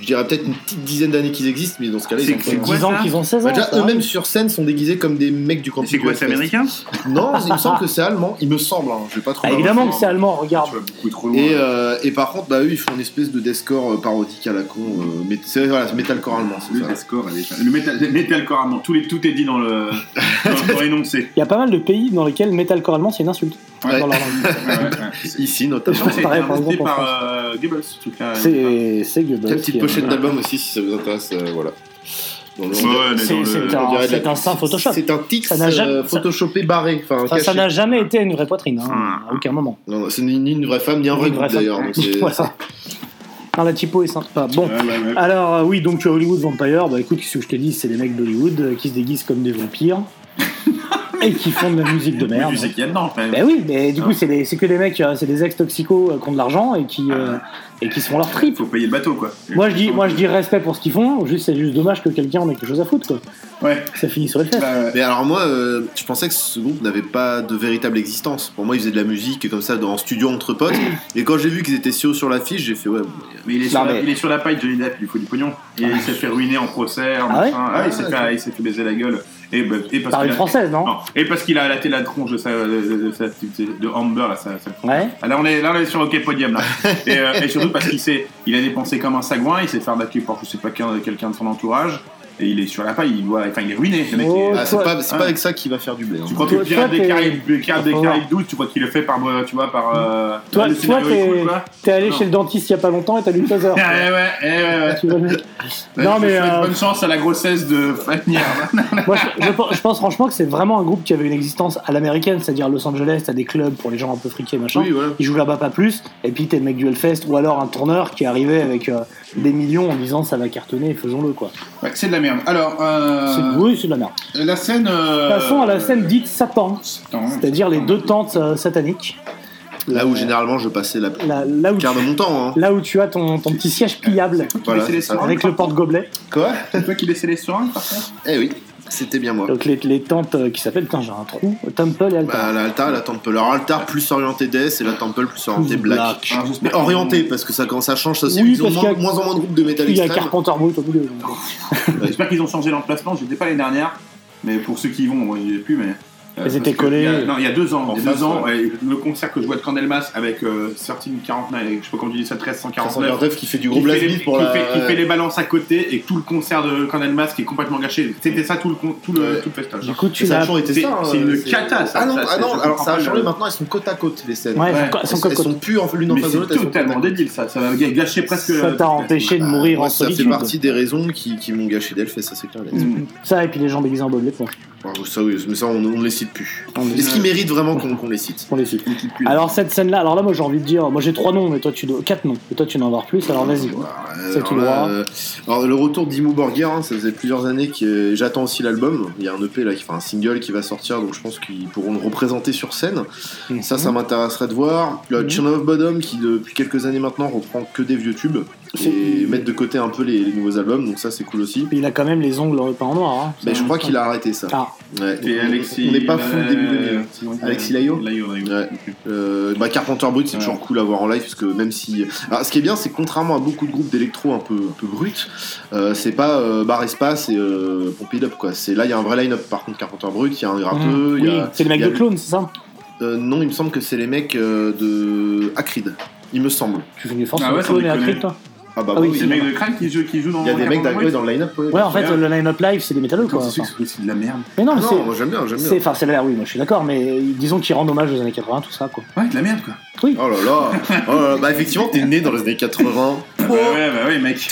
[SPEAKER 3] je dirais peut-être une petite dizaine d'années qu'ils existent, mais dans ce cas-là, ils
[SPEAKER 1] C'est-
[SPEAKER 3] ont
[SPEAKER 1] c'est
[SPEAKER 3] pas-
[SPEAKER 1] quoi
[SPEAKER 2] 10 ans
[SPEAKER 1] ça
[SPEAKER 2] qu'ils ont 16 ans.
[SPEAKER 3] Bah, déjà,
[SPEAKER 2] ça hein.
[SPEAKER 3] eux-mêmes
[SPEAKER 2] arrive.
[SPEAKER 3] sur scène sont déguisés comme des mecs du
[SPEAKER 1] Mais
[SPEAKER 3] camping.
[SPEAKER 1] C'est quoi,
[SPEAKER 3] du
[SPEAKER 1] c'est
[SPEAKER 3] Hellfest.
[SPEAKER 1] américain
[SPEAKER 3] Non, il me semble que c'est allemand, il me semble, hein, je vais pas trop
[SPEAKER 2] Ah,
[SPEAKER 3] m'avancer.
[SPEAKER 2] évidemment que c'est allemand,
[SPEAKER 1] Tu
[SPEAKER 2] regarde.
[SPEAKER 1] vas beaucoup trop loin.
[SPEAKER 3] Et, euh, et par contre, bah, eux, ils font une espèce de deathcore euh, parodique à la con, euh, mais c'est voilà, c'est metalcore allemand, c'est
[SPEAKER 1] Le
[SPEAKER 3] ça.
[SPEAKER 1] metalcore, elle est- le métal- le metalcore allemand, tout, les, tout est dit dans le dans, dans l'énoncé.
[SPEAKER 2] Il y a pas mal de pays dans lesquels metalcore allemand, c'est une insulte. dans leur langue.
[SPEAKER 3] Ici, notamment.
[SPEAKER 2] pense
[SPEAKER 1] C'est
[SPEAKER 2] pareil, par
[SPEAKER 1] inventé
[SPEAKER 2] exemple,
[SPEAKER 1] par euh,
[SPEAKER 2] en
[SPEAKER 1] Goebbels, ce truc-là.
[SPEAKER 2] C'est c'est Goebbels.
[SPEAKER 3] Quelle
[SPEAKER 2] qui
[SPEAKER 3] petite
[SPEAKER 2] a-
[SPEAKER 3] pochette d'album aussi, si ça vous intéresse, euh, voilà. Dans le- on dirait-
[SPEAKER 1] Ouais, mais
[SPEAKER 2] C'est-
[SPEAKER 1] dans
[SPEAKER 2] c'est
[SPEAKER 1] le-
[SPEAKER 2] un-
[SPEAKER 3] on dirait de la-
[SPEAKER 2] c'est un saint Photoshop.
[SPEAKER 3] C'est un titre
[SPEAKER 2] Ça n'a jamais- ça-
[SPEAKER 3] photoshopé, barré, enfin
[SPEAKER 2] Enfin, ça
[SPEAKER 3] caché.
[SPEAKER 2] n'a jamais été une vraie poitrine, hein,
[SPEAKER 1] Hmm.
[SPEAKER 2] à aucun moment.
[SPEAKER 3] Non, non, c'est ni ni une vraie femme, ni un vrai
[SPEAKER 2] Une vraie
[SPEAKER 3] groupe d'ailleurs.
[SPEAKER 2] femme.
[SPEAKER 3] donc c'est-
[SPEAKER 2] Voilà. Non, la typo est sympa. Bon.
[SPEAKER 1] Ouais, ouais, ouais.
[SPEAKER 2] Alors euh, oui, donc tu as Hollywood Vampire, bah écoute, ce que je te dis, c'est des mecs d'Hollywood euh, qui se déguisent comme des vampires et qui font de la musique de
[SPEAKER 1] Mais
[SPEAKER 2] Ah, merde.
[SPEAKER 1] tu sais qu'il y a dedans, en fait.
[SPEAKER 2] Ben oui, mais
[SPEAKER 3] Ah.
[SPEAKER 2] du coup, c'est des- c'est que des mecs, euh, c'est des ex-toxicos euh, qui ont de l'argent et qui, euh,
[SPEAKER 3] Ah.
[SPEAKER 2] et qui se font leur trip.
[SPEAKER 1] Faut payer le bateau, quoi.
[SPEAKER 2] Moi je, dis, moi je dis respect pour ce qu'ils font, juste c'est juste dommage que quelqu'un en ait quelque chose à foutre quoi.
[SPEAKER 1] Ouais.
[SPEAKER 2] Ça finit sur le fait.
[SPEAKER 1] Bah, ouais.
[SPEAKER 3] Mais alors moi, euh, je pensais que ce groupe n'avait pas de véritable existence. Pour moi, ils faisaient de la musique comme ça dans- en studio entre potes. Et quand j'ai vu qu'ils étaient si haut sur l'affiche, j'ai fait ouais.
[SPEAKER 1] Mais il est, sur
[SPEAKER 2] Non,
[SPEAKER 1] la,
[SPEAKER 2] mais-
[SPEAKER 1] il est sur la paille, Johnny Depp, il faut du pognon. Et il s'est fait ruiner en procès, en
[SPEAKER 2] Ah ouais
[SPEAKER 1] machin. Ah, il s'est
[SPEAKER 3] Ouais,
[SPEAKER 1] fait, il s'est fait baiser la gueule. Et, bah, et parce
[SPEAKER 2] Par
[SPEAKER 1] qu'il
[SPEAKER 2] une
[SPEAKER 1] a-
[SPEAKER 2] française, non,
[SPEAKER 1] Non. Et parce qu'il a laté la tronche de sa, de, de, sa petite- de Amber, là, sa, sa-
[SPEAKER 2] Ouais.
[SPEAKER 1] Ah, Là on, est, là, on est sur OK Podium, là. Et, euh, et surtout parce qu'il s'est, il a dépensé comme un sagouin, il s'est fait arnaquer par je sais pas quelqu'un quelqu'un de son entourage, et il est sur la paille, il, doit, enfin, il est ruiné. Le mec,
[SPEAKER 2] Oh,
[SPEAKER 1] il est-
[SPEAKER 3] Ah, c'est
[SPEAKER 2] toi-
[SPEAKER 3] pas, c'est
[SPEAKER 1] ouais.
[SPEAKER 3] pas avec ça qu'il va faire du blé. hein.
[SPEAKER 1] tu crois que le
[SPEAKER 2] toi-
[SPEAKER 1] pirate
[SPEAKER 2] toi,
[SPEAKER 1] des
[SPEAKER 2] t'es-
[SPEAKER 1] Caraïbes, le pirate des
[SPEAKER 2] Faut voir.
[SPEAKER 1] Caraïbes 12, tu crois qu'il le fait par, euh, tu vois, par. euh,
[SPEAKER 2] Toi,
[SPEAKER 1] le
[SPEAKER 2] toi
[SPEAKER 1] scénario est
[SPEAKER 2] t'es
[SPEAKER 1] cool, quoi.
[SPEAKER 2] t'es allé
[SPEAKER 1] Non.
[SPEAKER 2] chez le dentiste il y a pas longtemps et t'as lu Taser.
[SPEAKER 1] Eh ouais, eh ouais, ouais.
[SPEAKER 2] Tu vois le mec
[SPEAKER 1] Ouais,
[SPEAKER 2] Non,
[SPEAKER 1] je
[SPEAKER 2] mais,
[SPEAKER 1] souhaite
[SPEAKER 2] euh,
[SPEAKER 1] Bonne chance à la grossesse de Fanny Ardant.
[SPEAKER 2] Moi, je, je pense- je pense franchement que c'est vraiment un groupe qui avait une existence à l'américaine, c'est-à-dire Los Angeles, t'as des clubs pour les gens un peu friqués, machin.
[SPEAKER 3] Oui, voilà.
[SPEAKER 2] Ils jouent là-bas pas plus, et puis t'es le mec du Hellfest, ou alors un tourneur qui arrivait avec euh, des millions en disant ça va cartonner, faisons-le quoi.
[SPEAKER 7] Ouais, c'est de la merde. Alors, euh,
[SPEAKER 2] C'est- Oui, c'est de la merde.
[SPEAKER 7] la scène. euh,
[SPEAKER 2] Passons à la scène dite Satan,
[SPEAKER 7] Satan,
[SPEAKER 2] c'est-à-dire les deux tentes euh, sataniques.
[SPEAKER 3] Là où
[SPEAKER 2] Euh,
[SPEAKER 3] généralement je passais la
[SPEAKER 2] là, là où tu,
[SPEAKER 3] quart de mon temps. Hein.
[SPEAKER 2] là où tu as ton, ton petit siège pliable
[SPEAKER 3] Voilà,
[SPEAKER 1] laissais les
[SPEAKER 3] c'est ça.
[SPEAKER 1] seringues,
[SPEAKER 2] avec le porte-gobelet.
[SPEAKER 3] Quoi
[SPEAKER 1] C'est toi qui laissais les seringues, par contre
[SPEAKER 3] Eh oui, c'était bien moi.
[SPEAKER 2] Donc les, les tentes euh, qui s'appellent, putain j'ai un trou, Temple et Altar.
[SPEAKER 3] Bah, l'altar, la temple. Alors, altar plus orienté death et la temple plus orienté Bah, black.
[SPEAKER 2] Ah,
[SPEAKER 1] Alors, j'espère
[SPEAKER 3] Mais
[SPEAKER 1] qu'ils
[SPEAKER 3] orienté, parce que ça, quand ça change, ça, c'est
[SPEAKER 2] Oui,
[SPEAKER 3] ils ont
[SPEAKER 2] parce qu'il
[SPEAKER 3] moins,
[SPEAKER 2] y a-
[SPEAKER 3] moins en moins de groupes de métal
[SPEAKER 2] il y a
[SPEAKER 3] extrême. Oh,
[SPEAKER 2] Carpenter Brut au milieu. donc,
[SPEAKER 1] ont- J'espère qu'ils ont changé l'emplacement. J'étais pas l'année dernière, mais pour ceux qui y vont, moi, j'y vais plus. Mais euh,
[SPEAKER 2] Elles étaient
[SPEAKER 1] parce que il y a-
[SPEAKER 2] collées.
[SPEAKER 1] Non, il y a deux ans.
[SPEAKER 7] En
[SPEAKER 1] il y a deux
[SPEAKER 7] face,
[SPEAKER 1] ans, ouais, le concert que je vois de Candelmas avec euh, 1349, je sais pas comment tu dis ça, 1349.
[SPEAKER 3] 349 qui fait du gros
[SPEAKER 1] qui fait
[SPEAKER 3] blast
[SPEAKER 1] les-
[SPEAKER 3] beat pour
[SPEAKER 1] qui
[SPEAKER 3] la.
[SPEAKER 1] fait- qui fait les balances à côté et tout le concert de Candelmas qui est complètement gâché. C'était ça tout le con- tout le
[SPEAKER 3] Ouais.
[SPEAKER 1] tout le festage.
[SPEAKER 2] Du coup
[SPEAKER 3] Et
[SPEAKER 2] tu
[SPEAKER 3] ça a
[SPEAKER 2] l'as
[SPEAKER 3] toujours été
[SPEAKER 1] C'est-
[SPEAKER 3] ça. hein,
[SPEAKER 1] c'est une cata, ça.
[SPEAKER 3] Ah non,
[SPEAKER 1] Ça,
[SPEAKER 3] ah
[SPEAKER 1] c'est-
[SPEAKER 3] non
[SPEAKER 1] je
[SPEAKER 3] alors ça a
[SPEAKER 1] comprends
[SPEAKER 3] changé
[SPEAKER 1] pas le-
[SPEAKER 3] maintenant, elles sont côte à côte les scènes.
[SPEAKER 2] Ouais,
[SPEAKER 1] Ouais,
[SPEAKER 2] son- son
[SPEAKER 3] Elles
[SPEAKER 2] cocotte.
[SPEAKER 3] sont plus en- l'une en
[SPEAKER 1] Mais
[SPEAKER 3] face de
[SPEAKER 1] c'est
[SPEAKER 3] l'autre. elles sont côte à
[SPEAKER 1] totalement
[SPEAKER 3] côte.
[SPEAKER 1] débile ça. Ça va gâcher presque. euh,
[SPEAKER 2] Ça t'a empêché de
[SPEAKER 3] Bah,
[SPEAKER 2] mourir
[SPEAKER 3] moi,
[SPEAKER 2] en
[SPEAKER 3] Ça
[SPEAKER 2] solitude.
[SPEAKER 3] fait partie des raisons qui, qui m'ont gâché Delphes, ça c'est clair. là-dessus.
[SPEAKER 1] Mm.
[SPEAKER 2] Ça, et puis les gens déguisés en Bob l'éponge.
[SPEAKER 3] Bravo, ça oui, mais ça on, on les cite plus.
[SPEAKER 2] On les-
[SPEAKER 3] Est-ce qu'ils méritent vraiment qu'on qu'on les cite
[SPEAKER 2] On les suit.
[SPEAKER 3] Mm.
[SPEAKER 2] Alors cette scène-là, alors là moi j'ai envie de dire, moi j'ai trois noms, mais toi tu dois quatre noms, et toi tu dois en avoir plus, alors vas-y.
[SPEAKER 3] Euh,
[SPEAKER 2] C'est tout
[SPEAKER 3] alors là,
[SPEAKER 2] droit.
[SPEAKER 3] euh, alors, le retour d'Imo Borgir, hein, ça faisait plusieurs années que euh, j'attends aussi l'album. Il y a un EP là, qui- enfin un single qui va sortir, donc je pense qu'ils pourront le représenter sur scène. Ça, ça m'intéresserait de voir. Le
[SPEAKER 2] Mhm.
[SPEAKER 3] Children of Bottom qui depuis quelques années maintenant reprend que des vieux tubes
[SPEAKER 2] C'est-
[SPEAKER 3] et mettre de côté un peu les, les nouveaux albums, donc ça c'est cool aussi.
[SPEAKER 2] Il a quand même les ongles peints en noir. Hein.
[SPEAKER 3] Mais je crois qu'il a arrêté ça.
[SPEAKER 2] Ah,
[SPEAKER 3] Ouais, donc,
[SPEAKER 1] Et
[SPEAKER 3] on-
[SPEAKER 1] Alexis, euh,
[SPEAKER 3] on n'est pas full début 2000. Alexis Laillot Ouais. Euh, bah, Carpenter Brut, c'est
[SPEAKER 1] Ouais.
[SPEAKER 3] toujours cool à voir en live, parce que même si. Alors, ce qui est bien, c'est que contrairement à beaucoup de groupes d'électro un peu, un peu bruts, euh, c'est pas euh, Bar Espace et euh, Pompey Up, quoi. C'est, là, il y a un vrai line-up, par contre, Carpenter Brut, il y a un gratteux, il
[SPEAKER 2] Mm. Mmh. oui,
[SPEAKER 3] y a.
[SPEAKER 2] c'est les mecs
[SPEAKER 3] il y a-
[SPEAKER 2] de clones, c'est ça
[SPEAKER 3] Euh, non, il me semble que c'est les mecs euh, de Acrid, il me semble.
[SPEAKER 2] Tu fais une force
[SPEAKER 1] Ah ouais,
[SPEAKER 2] entre
[SPEAKER 1] ça
[SPEAKER 2] clones
[SPEAKER 1] me
[SPEAKER 2] et
[SPEAKER 1] connaît.
[SPEAKER 2] Acrid, toi
[SPEAKER 3] Ah bah
[SPEAKER 2] Ah oui,
[SPEAKER 3] oui,
[SPEAKER 1] C'est le mec de Crank qui joue, qui joue dans.
[SPEAKER 3] il y a des mecs d'Acrid dans hein. le line-up, ouais.
[SPEAKER 2] Ouais, en fait,
[SPEAKER 1] bien.
[SPEAKER 2] le line-up live, c'est des métallos, quoi.
[SPEAKER 1] C'est
[SPEAKER 2] enfin.
[SPEAKER 1] c'est de la merde.
[SPEAKER 2] Mais non,
[SPEAKER 3] Ah
[SPEAKER 2] mais
[SPEAKER 3] non, moi
[SPEAKER 2] c'est.
[SPEAKER 3] j'aime bien, j'aime
[SPEAKER 2] C'est,
[SPEAKER 3] bien.
[SPEAKER 2] enfin, c'est la oui, moi je suis d'accord, mais euh, disons qu'ils rendent hommage aux années 80, tout ça, quoi.
[SPEAKER 1] Ouais, de la merde quoi.
[SPEAKER 3] Oh là là, oh là là. bah effectivement, t'es né dans les années 80.
[SPEAKER 1] Ah bah ouais, bah ouais, mec.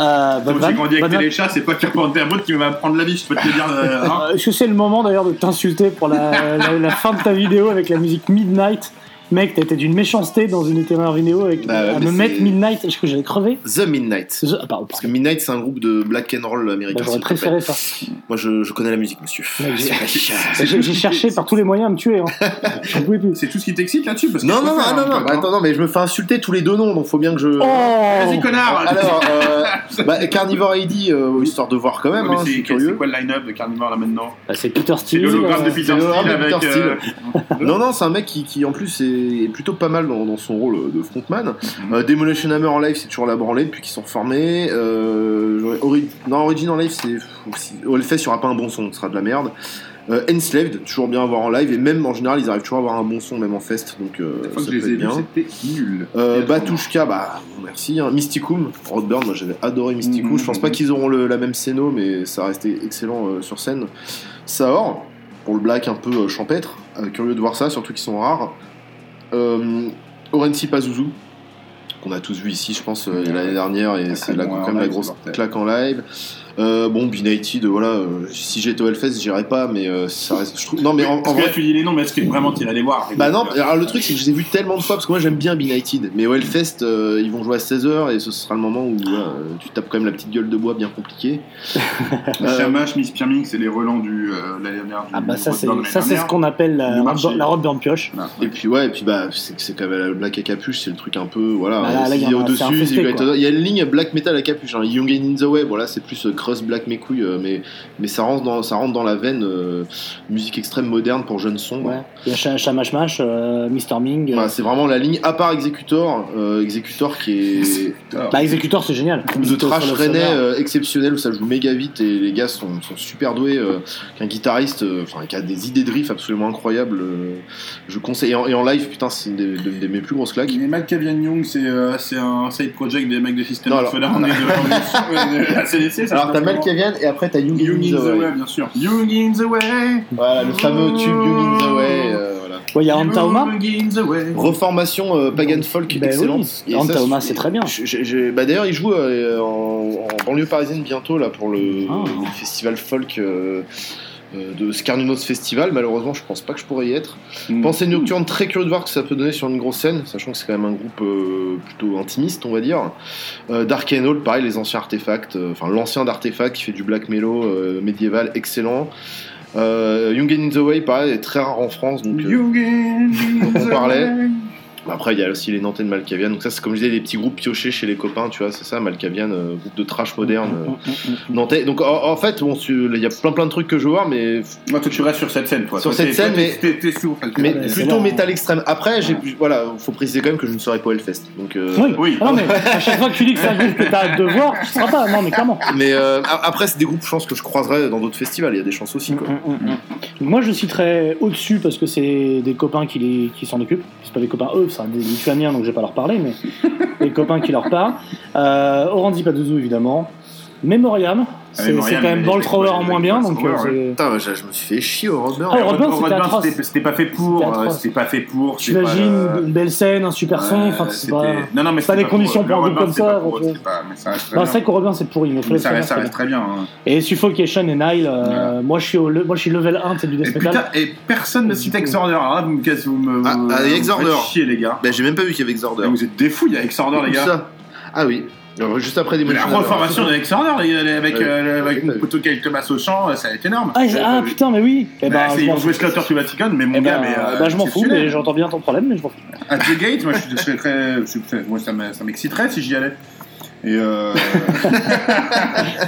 [SPEAKER 2] Euh,
[SPEAKER 1] Quand
[SPEAKER 2] Bob
[SPEAKER 1] j'ai
[SPEAKER 2] Van-
[SPEAKER 1] grandi
[SPEAKER 2] Bob
[SPEAKER 1] avec
[SPEAKER 2] Van-
[SPEAKER 1] Téléchat, c'est pas Carpenter Brut qui va me prendre la vie, je peux te le dire. euh, hein.
[SPEAKER 2] Euh, Est-ce que c'est le moment d'ailleurs de t'insulter pour la, la- la fin de ta vidéo avec la musique Midnight Mec, t'as été d'une méchanceté dans une dernière vidéo avec
[SPEAKER 3] Bah ouais,
[SPEAKER 2] à me
[SPEAKER 3] mais c'est-
[SPEAKER 2] mettre Midnight et je crois que j'allais crever.
[SPEAKER 3] The Midnight.
[SPEAKER 2] Je- ah, pardon,
[SPEAKER 3] Parce que Midnight, c'est un groupe de black and roll américain.
[SPEAKER 2] bah, j'aurais
[SPEAKER 3] s'il te plaît.
[SPEAKER 2] préféré ça.
[SPEAKER 3] Moi, je, je connais la musique, monsieur. Ah,
[SPEAKER 2] Mec, j'ai-
[SPEAKER 3] C'est vrai.
[SPEAKER 2] J'ai j'ai cherché par tous les moyens à me tuer. Hein. J'en pouvais plus.
[SPEAKER 1] C'est tout ce qui t'excite là-dessus parce que je
[SPEAKER 3] Non, non, non,
[SPEAKER 1] préfère,
[SPEAKER 3] non,
[SPEAKER 1] hein,
[SPEAKER 3] non, Bah,
[SPEAKER 1] toi,
[SPEAKER 3] attends, non, mais je me fais insulter tous les deux noms, donc faut bien que je.
[SPEAKER 1] Vas-y,
[SPEAKER 2] Oh
[SPEAKER 1] connard
[SPEAKER 3] Alors, euh, bah, Carnivore ID, euh, histoire de voir quand
[SPEAKER 1] Ouais,
[SPEAKER 3] même,
[SPEAKER 1] mais
[SPEAKER 3] hein,
[SPEAKER 1] c'est-
[SPEAKER 3] c'est
[SPEAKER 1] c'est
[SPEAKER 3] curieux.
[SPEAKER 1] quoi le line-up de Carnivore là maintenant
[SPEAKER 2] Bah, C'est Peter
[SPEAKER 1] C'est
[SPEAKER 2] Steele.
[SPEAKER 1] l'hologramme de
[SPEAKER 2] euh,
[SPEAKER 1] Peter
[SPEAKER 3] c'est l'hologramme
[SPEAKER 1] Steele
[SPEAKER 3] de Peter
[SPEAKER 1] avec. euh,
[SPEAKER 3] Non, non, c'est un mec qui, qui, en plus, est, est plutôt pas mal dans, dans son rôle de frontman.
[SPEAKER 1] Mhm.
[SPEAKER 3] Euh, Demolition Hammer en live, c'est toujours la branlée depuis qu'ils sont reformés. Euh, j'aurais- Ori- Non, Origin en live, c'est. pff, si- oh, Hellfest, il y aura pas un bon son, ce sera de la merde. Euh, Enslaved, toujours bien à voir en live, et même en général, ils arrivent toujours à avoir un bon son, même en fest, donc euh,
[SPEAKER 1] La fois
[SPEAKER 3] ça
[SPEAKER 1] que
[SPEAKER 3] peut
[SPEAKER 1] je les ai
[SPEAKER 3] être
[SPEAKER 1] vus,
[SPEAKER 3] bien.
[SPEAKER 1] c'était nul.
[SPEAKER 3] Euh,
[SPEAKER 1] C'était
[SPEAKER 3] Batushka, bah merci. hein. Mysticum, Rodburn, moi j'avais adoré Mysticum.
[SPEAKER 1] Mhm.
[SPEAKER 3] Je pense pas qu'ils auront le- la même scéno, mais ça a resté excellent euh, sur scène. Saor, pour le black un peu euh, champêtre. Euh, curieux de voir ça, surtout qu'ils sont rares. Euh, Orensi Pazuzu, qu'on a tous vu ici, je pense, euh,
[SPEAKER 1] Ouais.
[SPEAKER 3] l'année dernière, et
[SPEAKER 1] Ouais,
[SPEAKER 3] c'est
[SPEAKER 1] ouais,
[SPEAKER 3] la,
[SPEAKER 1] ouais,
[SPEAKER 3] quand
[SPEAKER 1] en
[SPEAKER 3] même la
[SPEAKER 1] live,
[SPEAKER 3] grosse
[SPEAKER 1] c'est mortel.
[SPEAKER 3] claque en live. Euh, bon, Benighted, voilà, euh, si j'étais au Hellfest, j'irais pas, mais euh, ça reste. Je trouve... Non, mais en, en
[SPEAKER 1] Parce que là,
[SPEAKER 3] vrai.
[SPEAKER 1] tu dis les noms, mais est-ce que vraiment tu irais les voir
[SPEAKER 3] Bah non, alors le truc c'est que je les ai vus tellement de fois parce que moi j'aime bien Benighted, mais au Hellfest euh, ils vont jouer à 16h et ce sera le moment où voilà, euh, tu tapes quand même la petite gueule de bois bien compliquée.
[SPEAKER 1] La
[SPEAKER 3] Euh,
[SPEAKER 1] Shamash, Miss Pyramid, c'est les relents du, euh, l'année dernière. Du
[SPEAKER 2] Ah bah ça
[SPEAKER 1] Rotterdam
[SPEAKER 2] c'est
[SPEAKER 1] l'année
[SPEAKER 2] ça c'est ce
[SPEAKER 1] dernière.
[SPEAKER 2] qu'on appelle la,
[SPEAKER 1] Le marché.
[SPEAKER 2] la robe en pioche.
[SPEAKER 1] Voilà.
[SPEAKER 3] Et puis ouais, et puis bah c'est que c'est quand même la black à capuche, c'est le truc un peu voilà,
[SPEAKER 2] Bah là, là,
[SPEAKER 3] c'est
[SPEAKER 2] il y en a- c'est
[SPEAKER 3] au-dessus,
[SPEAKER 2] infesté,
[SPEAKER 3] c'est Great
[SPEAKER 2] quoi.
[SPEAKER 3] Other. il y a une ligne black metal à capuche, hein, Young and in the Way, voilà, c'est plus euh, crust black mes couilles euh, mais mais ça rentre dans ça rentre dans la veine euh, musique extrême moderne pour jeunes sombres.
[SPEAKER 2] Ouais. Il y a Cha- Shamash Mash, euh, Mr. Ming. euh.
[SPEAKER 3] Voilà, c'est vraiment la ligne à part Executor, euh, Executor qui est
[SPEAKER 2] Bah Executor c'est génial.
[SPEAKER 3] de
[SPEAKER 2] Executor
[SPEAKER 3] trash
[SPEAKER 2] sur le
[SPEAKER 3] rennais
[SPEAKER 2] sonore.
[SPEAKER 3] euh, exceptionnel où ça joue méga vite et les gars sont, sont super doués. euh, qu'un guitariste, euh, enfin qui a des idées de riff absolument incroyables, euh, je conseille. Et en, et en live, putain, c'est une des, de- de mes plus grosses claques.
[SPEAKER 1] Mais Matt Cavian Young, c'est euh, c'est un side project des mecs de System
[SPEAKER 3] Non,
[SPEAKER 1] of a Down et de de la CDC. ça
[SPEAKER 3] Alors t'as
[SPEAKER 1] s'appelle
[SPEAKER 3] Mal Kavian et après t'as Young,
[SPEAKER 1] Young
[SPEAKER 3] in the Way.
[SPEAKER 1] bien sûr. Young in the Way.
[SPEAKER 3] Voilà, le fameux tube Young in the Way. euh, voilà.
[SPEAKER 2] Ouais, il y a Antaoma.
[SPEAKER 1] Young in the Way.
[SPEAKER 3] Reformation euh, Pagan Folk
[SPEAKER 2] Ben
[SPEAKER 3] excellente.
[SPEAKER 2] oui,
[SPEAKER 3] Et
[SPEAKER 2] Anta
[SPEAKER 3] ça,
[SPEAKER 2] Oma, c'est très bien.
[SPEAKER 3] je- je- je- bah, D'ailleurs, il joue euh, en, en banlieue parisienne bientôt là pour le,
[SPEAKER 2] Ah.
[SPEAKER 3] le festival folk euh, euh, de Scarnunos Festival. Malheureusement, je pense pas que je pourrais y être.
[SPEAKER 2] Mm.
[SPEAKER 3] Pensée nocturne, très curieux de voir que ça peut donner sur une grosse scène, sachant que c'est quand même un groupe euh, plutôt intimiste, on va dire. Euh, Dark and All, pareil, les anciens artefacts, euh, enfin l'ancien d'artefact qui fait du black mellow euh, médiéval, excellent. Euh, Young and in the Way, pareil, est très rare en France, donc euh,
[SPEAKER 1] Young in
[SPEAKER 3] dont on
[SPEAKER 1] the
[SPEAKER 3] parlait.
[SPEAKER 1] Way.
[SPEAKER 3] Bah, après il y a aussi les Nantais de Malkavian, donc ça c'est comme je disais, des petits groupes piochés chez les copains, tu vois, c'est ça, Malkavian, euh, groupe de trash moderne. euh, Nantais, donc en, en fait, bon, tu- il y a plein plein de trucs que je vois, mais
[SPEAKER 1] Moi, toi, tu restes sur cette scène, toi.
[SPEAKER 3] Sur
[SPEAKER 1] Toi,
[SPEAKER 3] cette
[SPEAKER 1] t'es-
[SPEAKER 3] scène,
[SPEAKER 1] toi,
[SPEAKER 3] mais-
[SPEAKER 1] t'es- T'es t'es sourd. parce que-
[SPEAKER 3] mais
[SPEAKER 2] bah, c'est
[SPEAKER 3] plutôt
[SPEAKER 2] là,
[SPEAKER 3] métal extrême. Après, j'ai,
[SPEAKER 1] Voilà.
[SPEAKER 3] voilà, faut préciser quand même que je ne serai pas au Hellfest, donc. euh,
[SPEAKER 2] Oui.
[SPEAKER 1] Oui.
[SPEAKER 2] Ah non, mais à chaque fois que tu dis que c'est un groupe que t'as hâte de voir, tu seras pas. Non mais clairement.
[SPEAKER 3] Mais euh, a- après, c'est des groupes, je pense, que je croiserais dans d'autres festivals. Il y a des chances aussi,
[SPEAKER 2] Mm-hmm.
[SPEAKER 3] quoi.
[SPEAKER 1] Mm,
[SPEAKER 2] Donc moi je citerai au-dessus parce que c'est des copains qui, les- qui s'en occupent. C'est pas des copains eux, c'est des Lituaniens donc je vais pas leur parler, mais des copains qui leur parlent. Euh, Orandi Padouzou évidemment. Memoriam, c'est
[SPEAKER 1] Memoriam,
[SPEAKER 2] c'est quand même
[SPEAKER 1] mais
[SPEAKER 2] Ball
[SPEAKER 1] les-
[SPEAKER 2] Thrower en
[SPEAKER 1] les-
[SPEAKER 2] moins
[SPEAKER 1] les-
[SPEAKER 2] bien
[SPEAKER 1] les-
[SPEAKER 2] donc
[SPEAKER 1] les-
[SPEAKER 2] euh,
[SPEAKER 1] les-
[SPEAKER 2] c'est-
[SPEAKER 3] Putain, je, je me suis fait chier au Robert.
[SPEAKER 2] Ah, Robin,
[SPEAKER 1] Au
[SPEAKER 2] c'était
[SPEAKER 1] Rodin,
[SPEAKER 2] atroce.
[SPEAKER 1] c'était- C'était pas fait
[SPEAKER 2] C'était
[SPEAKER 1] pour. euh,
[SPEAKER 2] atroce.
[SPEAKER 1] C'était pas fait pour. c'est pas,
[SPEAKER 2] J'imagine
[SPEAKER 1] euh,
[SPEAKER 2] une belle scène, un super son,
[SPEAKER 1] euh,
[SPEAKER 2] enfin c'est
[SPEAKER 1] c'était-
[SPEAKER 2] pas.
[SPEAKER 1] Non, non, mais
[SPEAKER 2] c'est pas
[SPEAKER 1] c'était
[SPEAKER 2] des conditions pour un
[SPEAKER 1] eux.
[SPEAKER 2] groupe comme
[SPEAKER 1] C'est
[SPEAKER 2] ça,
[SPEAKER 1] pas pour eux,
[SPEAKER 2] donc,
[SPEAKER 1] c'est pas- Mais ça reste très
[SPEAKER 2] Non, c'est vrai
[SPEAKER 1] bien.
[SPEAKER 2] qu'au Bah, Robin c'est pourri, mais faut
[SPEAKER 1] Mais
[SPEAKER 2] le
[SPEAKER 1] Ça
[SPEAKER 2] faire,
[SPEAKER 1] reste- ça
[SPEAKER 2] c'est
[SPEAKER 1] reste
[SPEAKER 2] bien.
[SPEAKER 1] très bien. hein.
[SPEAKER 2] Et Suffocation et Nile, euh, moi je suis au le- moi je suis level 1 c'est du
[SPEAKER 1] Et
[SPEAKER 2] death metal.
[SPEAKER 1] putain, et personne ne cite Exorder. Alors là, vous me cassez, vous me.
[SPEAKER 3] Ah, ah,
[SPEAKER 1] vous me
[SPEAKER 3] Exorder.
[SPEAKER 1] faites chier, les gars.
[SPEAKER 3] Ben, j'ai même pas vu qu'il y avait Exorder.
[SPEAKER 1] Vous êtes des fous, il y a Exorder, les
[SPEAKER 3] Où
[SPEAKER 1] gars.
[SPEAKER 3] ça Ah oui. Alors, juste après des
[SPEAKER 1] La reformation de Exorder, les gars, avec
[SPEAKER 3] Ouais.
[SPEAKER 1] euh, avec
[SPEAKER 3] Ouais.
[SPEAKER 1] mon couteau Kyle Thomas au champ, ça va être énorme.
[SPEAKER 2] Ah, j'ai- ah, putain mais oui. Eh
[SPEAKER 1] Bah,
[SPEAKER 2] ben,
[SPEAKER 1] c'est-
[SPEAKER 2] je
[SPEAKER 1] ils
[SPEAKER 2] m'en
[SPEAKER 1] vont jouer
[SPEAKER 2] fous.
[SPEAKER 1] Slaughter to Vatican, mais
[SPEAKER 2] Eh
[SPEAKER 1] mon gars,
[SPEAKER 2] ben,
[SPEAKER 1] mais. euh,
[SPEAKER 2] bah, je m'en
[SPEAKER 1] c'est
[SPEAKER 2] fous,
[SPEAKER 1] exceptionnel.
[SPEAKER 2] mais j'entends bien ton problème, mais je m'en fous.
[SPEAKER 1] At the Gate, moi, je serais très. je suis- Moi, ça me- ça m'exciterait si j'y allais. Et, euh...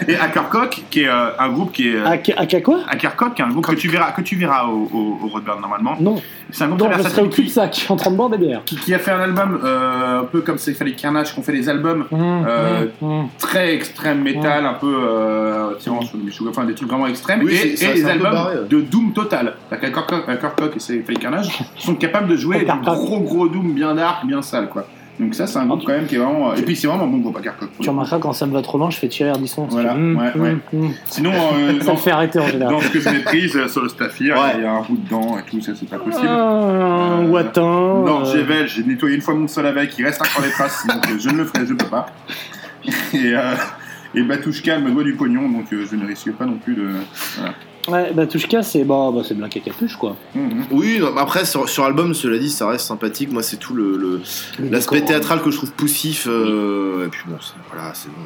[SPEAKER 1] et Ackercock, qui est euh, un groupe qui est. euh,
[SPEAKER 2] À, à à quoi
[SPEAKER 1] Ackercock, qui est un groupe que tu verras, que tu verras au, au, au Roadburn normalement.
[SPEAKER 2] Non,
[SPEAKER 1] C'est un groupe
[SPEAKER 2] non,
[SPEAKER 1] très
[SPEAKER 2] je serais
[SPEAKER 1] versatile
[SPEAKER 2] au cul-de-sac en train de boire des bières.
[SPEAKER 1] qui, qui a fait un album euh, un peu comme Cephalic Carnage, qu'on fait des albums Euh, très extrême métal, un peu euh, tirant sur le Meshuggah, enfin des trucs vraiment extrêmes,
[SPEAKER 3] Oui,
[SPEAKER 1] et,
[SPEAKER 3] c'est-
[SPEAKER 1] et
[SPEAKER 3] ça,
[SPEAKER 1] les
[SPEAKER 3] c'est un peu
[SPEAKER 1] albums
[SPEAKER 3] barré, ouais.
[SPEAKER 1] de doom total. C'est-à-dire qu'Alcorcock- Alcorcock et ses Fake Carnage sont capables de jouer du
[SPEAKER 2] Alcorcock.
[SPEAKER 1] gros gros doom bien dark, bien sale quoi. Donc ça c'est un groupe quand même qui est vraiment... Et puis c'est vraiment un bon groupe Alcorcock.
[SPEAKER 2] Tu remarqueras quand ça me va trop loin, je fais tirer Ardisson. parce
[SPEAKER 1] Voilà,
[SPEAKER 2] que, hum,
[SPEAKER 1] ouais,
[SPEAKER 2] hum,
[SPEAKER 1] ouais.
[SPEAKER 2] hum.
[SPEAKER 1] Sinon, euh,
[SPEAKER 2] Ça
[SPEAKER 1] dans,
[SPEAKER 2] me fait arrêter en général.
[SPEAKER 1] dans ce que je maîtrise, euh, sur le staffir,
[SPEAKER 3] Ouais.
[SPEAKER 1] il y a un bout dedans et tout, ça c'est pas possible.
[SPEAKER 2] Oh.
[SPEAKER 1] Euh,
[SPEAKER 2] Un Ouatin.
[SPEAKER 1] Non,
[SPEAKER 2] euh,
[SPEAKER 1] j'ai vel, j'ai nettoyé une fois mon sol avec, il reste encore des traces, donc euh, je ne le ferai, je ne peux pas. Et, euh, et Batouchka me doit du pognon, donc euh, je ne risque pas non plus de.
[SPEAKER 2] Ouais, bah, Touchka, c'est bon, bah, c'est Black à capuche, quoi.
[SPEAKER 1] Mhm.
[SPEAKER 3] Oui, non, mais après, sur, sur album, cela dit, ça reste sympathique. Moi, c'est tout le- le- l'aspect
[SPEAKER 2] décor, hein.
[SPEAKER 3] théâtral que je trouve poussif. euh, et puis bon, c'est- voilà, c'est bon.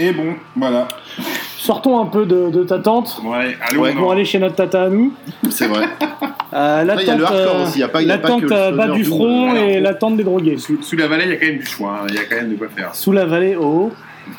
[SPEAKER 1] Et bon, voilà.
[SPEAKER 2] hein. Sortons un peu de, de ta tente.
[SPEAKER 1] Bon, allez, allez,
[SPEAKER 3] Ouais.
[SPEAKER 1] on
[SPEAKER 2] Pour
[SPEAKER 1] en-
[SPEAKER 2] aller chez notre tata à nous.
[SPEAKER 3] C'est vrai.
[SPEAKER 2] Euh, la
[SPEAKER 3] Après, il y a le
[SPEAKER 2] tente,
[SPEAKER 3] hardcore
[SPEAKER 2] euh,
[SPEAKER 3] aussi. Il y a pas, il y a
[SPEAKER 2] la
[SPEAKER 3] pas que
[SPEAKER 2] tente
[SPEAKER 3] le
[SPEAKER 2] euh, bas
[SPEAKER 3] stoner
[SPEAKER 2] du
[SPEAKER 3] doom,
[SPEAKER 2] front
[SPEAKER 3] euh,
[SPEAKER 2] et la tente des drogués.
[SPEAKER 1] sous, sous la vallée, il y a quand même du choix, hein, il y a quand même de quoi faire.
[SPEAKER 2] Sous la vallée, oh.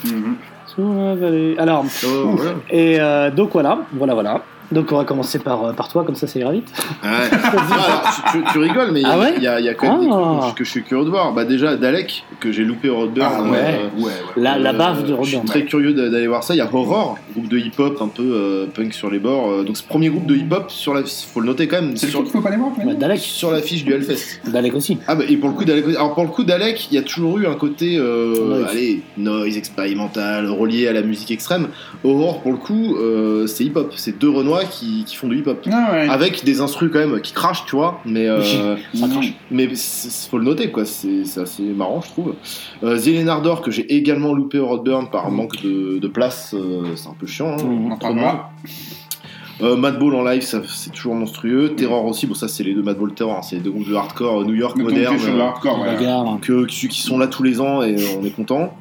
[SPEAKER 1] Mhm.
[SPEAKER 2] Sous la vallée. Alors,
[SPEAKER 3] oh, voilà.
[SPEAKER 2] et euh, donc voilà, voilà, voilà. Donc on va commencer par, euh, par toi, comme ça ça ira vite.
[SPEAKER 3] Ouais. Ah, alors, tu, tu- tu rigoles, mais il y a-
[SPEAKER 2] Ah ouais
[SPEAKER 3] il y, a- il y a quand même des
[SPEAKER 2] Ah.
[SPEAKER 3] trucs que je- que je suis curieux de voir. Bah déjà, Dalek, que j'ai loupé au Roadburn.
[SPEAKER 7] Ah,
[SPEAKER 2] ouais.
[SPEAKER 3] euh,
[SPEAKER 1] Ouais, ouais.
[SPEAKER 2] La, la
[SPEAKER 3] euh,
[SPEAKER 2] baffe de
[SPEAKER 3] Je suis
[SPEAKER 2] Rodin.
[SPEAKER 3] très curieux d'a- d'aller voir ça. Il y a Horror, groupe de hip-hop un peu euh, punk sur les bords. euh, donc, ce premier groupe de hip-hop, sur la, faut le noter quand même,
[SPEAKER 7] C'est le
[SPEAKER 3] sur,
[SPEAKER 7] truc qu'il faut pas les voir,
[SPEAKER 2] Bah,
[SPEAKER 7] finalement
[SPEAKER 2] Dalek,
[SPEAKER 3] sur l'affiche du Hellfest.
[SPEAKER 2] Dalek aussi.
[SPEAKER 3] Ah, bah, et pour le coup d'Alec, alors pour le coup d'Alec, il y a toujours eu un côté, euh,
[SPEAKER 2] Noise.
[SPEAKER 3] allez, noise expérimental, relié à la musique extrême. Horror, pour le coup, euh, c'est hip-hop. C'est deux Renois qui, qui font du hip-hop.
[SPEAKER 7] Ah ouais.
[SPEAKER 3] Avec des instrus quand même qui crachent, tu vois, mais euh,
[SPEAKER 2] Ça crache.
[SPEAKER 3] mais c'est- c'est- faut le noter quoi, c'est c'est assez marrant je trouve. Euh, The Alien Ardor, que j'ai également loupé au Roadburn par manque de, de place, euh, c'est un peu chiant. hein,
[SPEAKER 7] On en
[SPEAKER 3] autrement.
[SPEAKER 7] parlera.
[SPEAKER 3] Euh, Madball en live, ça, c'est toujours monstrueux. Terror aussi, bon ça c'est les deux Madball Terror, hein, c'est les deux groupes de hardcore euh, New York
[SPEAKER 7] Ne tombe
[SPEAKER 3] moderne, euh,
[SPEAKER 7] plus sur le hardcore, ouais.
[SPEAKER 2] Bagarre.
[SPEAKER 3] que ceux qui sont là tous les ans et on est content.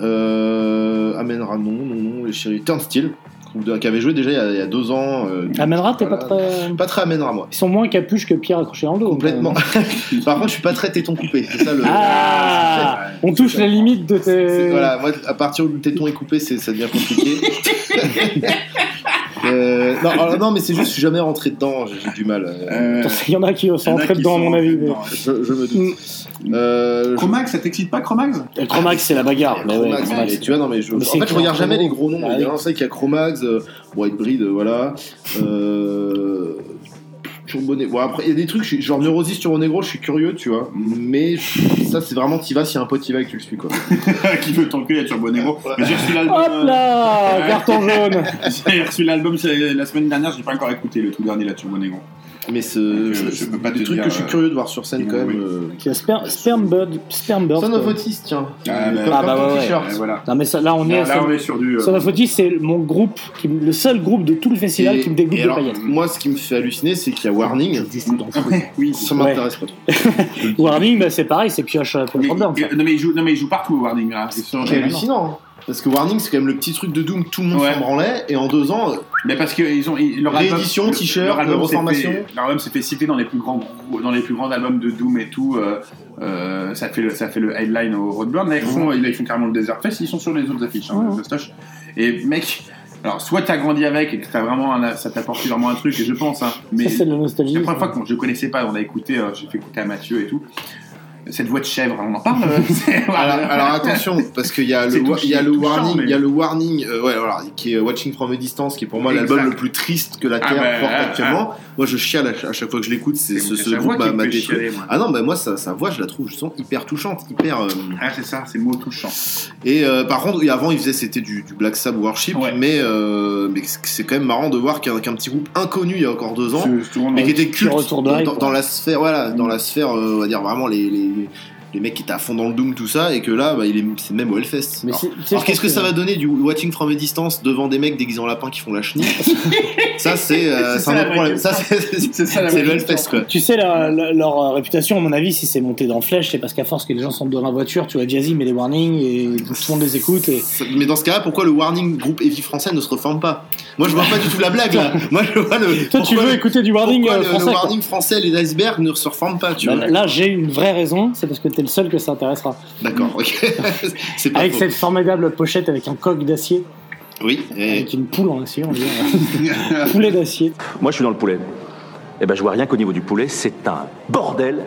[SPEAKER 3] Euh, Amen Ranon, non non, les chéris Turnstile, groupe de- qui avait joué déjà il y a, il y a deux ans. euh,
[SPEAKER 2] Amenra, t'es pas
[SPEAKER 3] Voilà.
[SPEAKER 2] très.
[SPEAKER 3] Pas très Amen Ra, moi.
[SPEAKER 2] Ils sont moins capuches que Pierre accroché dans le dos.
[SPEAKER 3] Complètement.
[SPEAKER 2] quand même.
[SPEAKER 3] Par contre, je suis pas très téton coupé. C'est ça le.
[SPEAKER 2] Ah euh. On touche la limite de
[SPEAKER 3] C'est- c'est-
[SPEAKER 2] tes.
[SPEAKER 3] Voilà, moi, à partir où le téton est coupé, c'est, ça devient compliqué. Euh, non, alors, non, mais c'est juste, je suis jamais rentré dedans, j'ai, j'ai du mal. euh,
[SPEAKER 7] Euh,
[SPEAKER 2] Il y en a qui sont
[SPEAKER 1] Il y en a
[SPEAKER 2] entrés
[SPEAKER 1] qui
[SPEAKER 2] dedans,
[SPEAKER 1] sont
[SPEAKER 2] à mon
[SPEAKER 1] rentrés
[SPEAKER 2] avis.
[SPEAKER 1] dedans.
[SPEAKER 3] je, je me doute.
[SPEAKER 2] Mm.
[SPEAKER 3] Euh, je-
[SPEAKER 1] Chromax, ça t'excite pas, Chromax
[SPEAKER 2] mais- Chromax, c'est la bagarre. Mais ouais,
[SPEAKER 3] Chromax,
[SPEAKER 2] Chromax,
[SPEAKER 3] mais tu vois, non, mais je,
[SPEAKER 2] Mais
[SPEAKER 3] en
[SPEAKER 2] c'est
[SPEAKER 3] fait, je regarde
[SPEAKER 2] clair,
[SPEAKER 3] jamais
[SPEAKER 2] c'est
[SPEAKER 3] les gros noms.
[SPEAKER 2] bon.
[SPEAKER 3] mais Il y en a un, c'est qu'il y a Chromax, euh, White Breed, euh, voilà. Euh, Turbo Negro. Bon, après, il y a des trucs, je suis- genre Neurosis, Turbo Negro, je suis curieux, tu vois. Mais je- ça, c'est vraiment, t'y vas s'il y a un pote qui va et que tu le suis, quoi.
[SPEAKER 1] Qui veut ton cul, il y a Turbo Negro. Mais J'ai reçu l'album.
[SPEAKER 2] Hop
[SPEAKER 1] euh,
[SPEAKER 2] là
[SPEAKER 1] Ouais.
[SPEAKER 2] Carton jaune
[SPEAKER 1] J'ai reçu l'album c'est la la semaine dernière, j'ai pas encore écouté le tout dernier là, Turbo Negro.
[SPEAKER 3] Mais ce,
[SPEAKER 1] Je- je peux pas
[SPEAKER 3] des
[SPEAKER 1] te
[SPEAKER 3] trucs
[SPEAKER 1] dire,
[SPEAKER 3] que je suis
[SPEAKER 1] euh,
[SPEAKER 3] curieux de voir sur scène quand
[SPEAKER 1] oui.
[SPEAKER 3] même. euh,
[SPEAKER 2] Il y a Sper- Sperm Bird. Sperm Bird,
[SPEAKER 3] Son
[SPEAKER 2] quoi.
[SPEAKER 3] of Otis, tiens.
[SPEAKER 1] Ah, bah,
[SPEAKER 3] Comme-
[SPEAKER 2] ah, bah,
[SPEAKER 3] comme ton
[SPEAKER 2] ouais, ouais.
[SPEAKER 3] t-shirt.
[SPEAKER 1] Euh, voilà.
[SPEAKER 2] Non mais ça, là on est.
[SPEAKER 1] Là,
[SPEAKER 2] à Son-
[SPEAKER 1] on est sur du. euh,
[SPEAKER 2] Son of Otis, c'est mon groupe, qui, me- le seul groupe de tout le festival
[SPEAKER 3] Et-
[SPEAKER 2] qui me dégoûte
[SPEAKER 3] et
[SPEAKER 2] de
[SPEAKER 3] alors,
[SPEAKER 2] paillettes.
[SPEAKER 3] Moi, ce qui me fait halluciner, c'est qu'il y a Warning.
[SPEAKER 2] J'ai du fou dans le fou.
[SPEAKER 1] Oui.
[SPEAKER 3] Ça m'intéresse pas trop.
[SPEAKER 2] Warning, bah, c'est pareil, c'est pioche euh, pioche
[SPEAKER 1] Mais-
[SPEAKER 2] Rodin, ça.
[SPEAKER 1] euh, non, mais il joue, non, mais il joue partout, Warning. là. Ils sont-
[SPEAKER 3] C'est hallucinant. hein. Parce que Warning, c'est quand même le petit truc de Doom, que tout le monde
[SPEAKER 1] Ouais.
[SPEAKER 3] s'en branlait, et en deux ans, euh,
[SPEAKER 1] Mais parce que ils ont ils- leur album,
[SPEAKER 3] Réédition,
[SPEAKER 1] le-
[SPEAKER 3] t-shirt, euh,
[SPEAKER 1] leur album s'est
[SPEAKER 3] reformation.
[SPEAKER 1] fait- Leur album s'est fait citer dans les plus grands grou- dans les plus grands albums de Doom et tout. euh, euh, ça fait le ça fait le headline au Roadburn. Là ils font là, ils font carrément le Desert Fest. Ils sont sur les autres affiches. hein,
[SPEAKER 2] Mhm.
[SPEAKER 1] le Stoche. Et mec, alors soit t'as grandi avec et que t'as vraiment un- ça t'a apporté vraiment un truc. Et je pense. hein, mais
[SPEAKER 2] Ça, c'est de la nostalgie.
[SPEAKER 1] la première fois que je connaissais pas, on a écouté, euh, j'ai fait écouter à Mathieu et tout. Cette voix de chèvre, on en parle. euh, c'est- voilà.
[SPEAKER 3] alors, alors attention, parce qu'il y a le,
[SPEAKER 1] C'est touchant,
[SPEAKER 3] il y a le
[SPEAKER 1] touchant,
[SPEAKER 3] warning,
[SPEAKER 1] mais-
[SPEAKER 3] il y a le warning, euh, ouais, voilà, qui est Watching from a Distance, qui est pour moi
[SPEAKER 1] Exact.
[SPEAKER 3] l'album le plus triste que la
[SPEAKER 1] Ah
[SPEAKER 3] Terre
[SPEAKER 1] bah,
[SPEAKER 3] porte
[SPEAKER 1] ah,
[SPEAKER 3] actuellement. Moi, je chiale à, à chaque fois que je l'écoute. C'est
[SPEAKER 1] C'est
[SPEAKER 3] ce, ce
[SPEAKER 1] sa voix
[SPEAKER 3] groupe
[SPEAKER 1] qui
[SPEAKER 3] m'a
[SPEAKER 1] me
[SPEAKER 3] m'a
[SPEAKER 1] fait
[SPEAKER 3] détruit.
[SPEAKER 1] chialer, moi.
[SPEAKER 3] Ah non, bah moi, sa, sa voix, je la trouve justement hyper touchante, hyper. euh,
[SPEAKER 1] Ah, c'est ça, c'est le mot touchant.
[SPEAKER 3] Et euh, par contre, oui, avant, il faisait c'était du, du Black Sabbath Worship,
[SPEAKER 1] Ouais.
[SPEAKER 3] mais, euh, mais c'est- c'est quand même marrant de voir qu'un qu'un petit groupe inconnu il y a encore deux ans,
[SPEAKER 1] Ce- ce tournant-
[SPEAKER 3] mais qui était
[SPEAKER 2] Qui
[SPEAKER 3] culte
[SPEAKER 2] retourne
[SPEAKER 3] dans,
[SPEAKER 2] hype,
[SPEAKER 3] dans-
[SPEAKER 2] ouais.
[SPEAKER 3] dans la sphère, voilà, dans la sphère, euh, on va dire vraiment les, les, les mecs qui étaient à fond dans le doom tout ça, et que là, bah, il est c'est même au Hellfest.
[SPEAKER 2] Mais
[SPEAKER 3] Alors,
[SPEAKER 2] c'est- tu sais,
[SPEAKER 3] alors
[SPEAKER 2] je
[SPEAKER 3] qu'est-ce que
[SPEAKER 2] pense
[SPEAKER 3] ça va donner du Watching from a Distance devant des mecs déguisés en lapin qui font la chenille Ça c'est euh,
[SPEAKER 1] C'est
[SPEAKER 3] c'est un
[SPEAKER 1] ça,
[SPEAKER 3] autre
[SPEAKER 1] la
[SPEAKER 3] problème.
[SPEAKER 1] vraie
[SPEAKER 3] Ça c'est c'est-
[SPEAKER 1] C'est ça la
[SPEAKER 3] c'est le
[SPEAKER 1] vraie
[SPEAKER 3] Hellfest quoi.
[SPEAKER 2] Tu sais, la- la- leur euh, réputation, à mon avis, si c'est monté dans flèche, c'est parce qu'à force que les gens sont dans la voiture, tu vois, Jazzy met les warnings et tout le monde les écoute. Et...
[SPEAKER 3] Mais dans ce cas-là, pourquoi le warning groupe Heavy français ne se reforme pas Moi, je vois pas du tout la blague là. Moi, je vois le.
[SPEAKER 2] Toi, tu
[SPEAKER 3] pourquoi
[SPEAKER 2] veux
[SPEAKER 3] le-
[SPEAKER 2] écouter du warning
[SPEAKER 3] pourquoi
[SPEAKER 2] euh,
[SPEAKER 3] le, le
[SPEAKER 2] français quoi.
[SPEAKER 3] warning français, les icebergs ne se reforment pas, tu
[SPEAKER 2] Bah,
[SPEAKER 3] vois
[SPEAKER 2] Là, j'ai une vraie raison, c'est parce que t'es le seul que ça intéressera.
[SPEAKER 3] D'accord, ok. c'est pas
[SPEAKER 2] Avec
[SPEAKER 3] faux.
[SPEAKER 2] cette formidable pochette avec un coq d'acier,
[SPEAKER 3] Oui, et-
[SPEAKER 2] avec une poule en acier, on dirait. Poulet d'acier.
[SPEAKER 4] Moi, je suis dans le poulet. Eh ben, je vois rien qu'au niveau du poulet, c'est un bordel.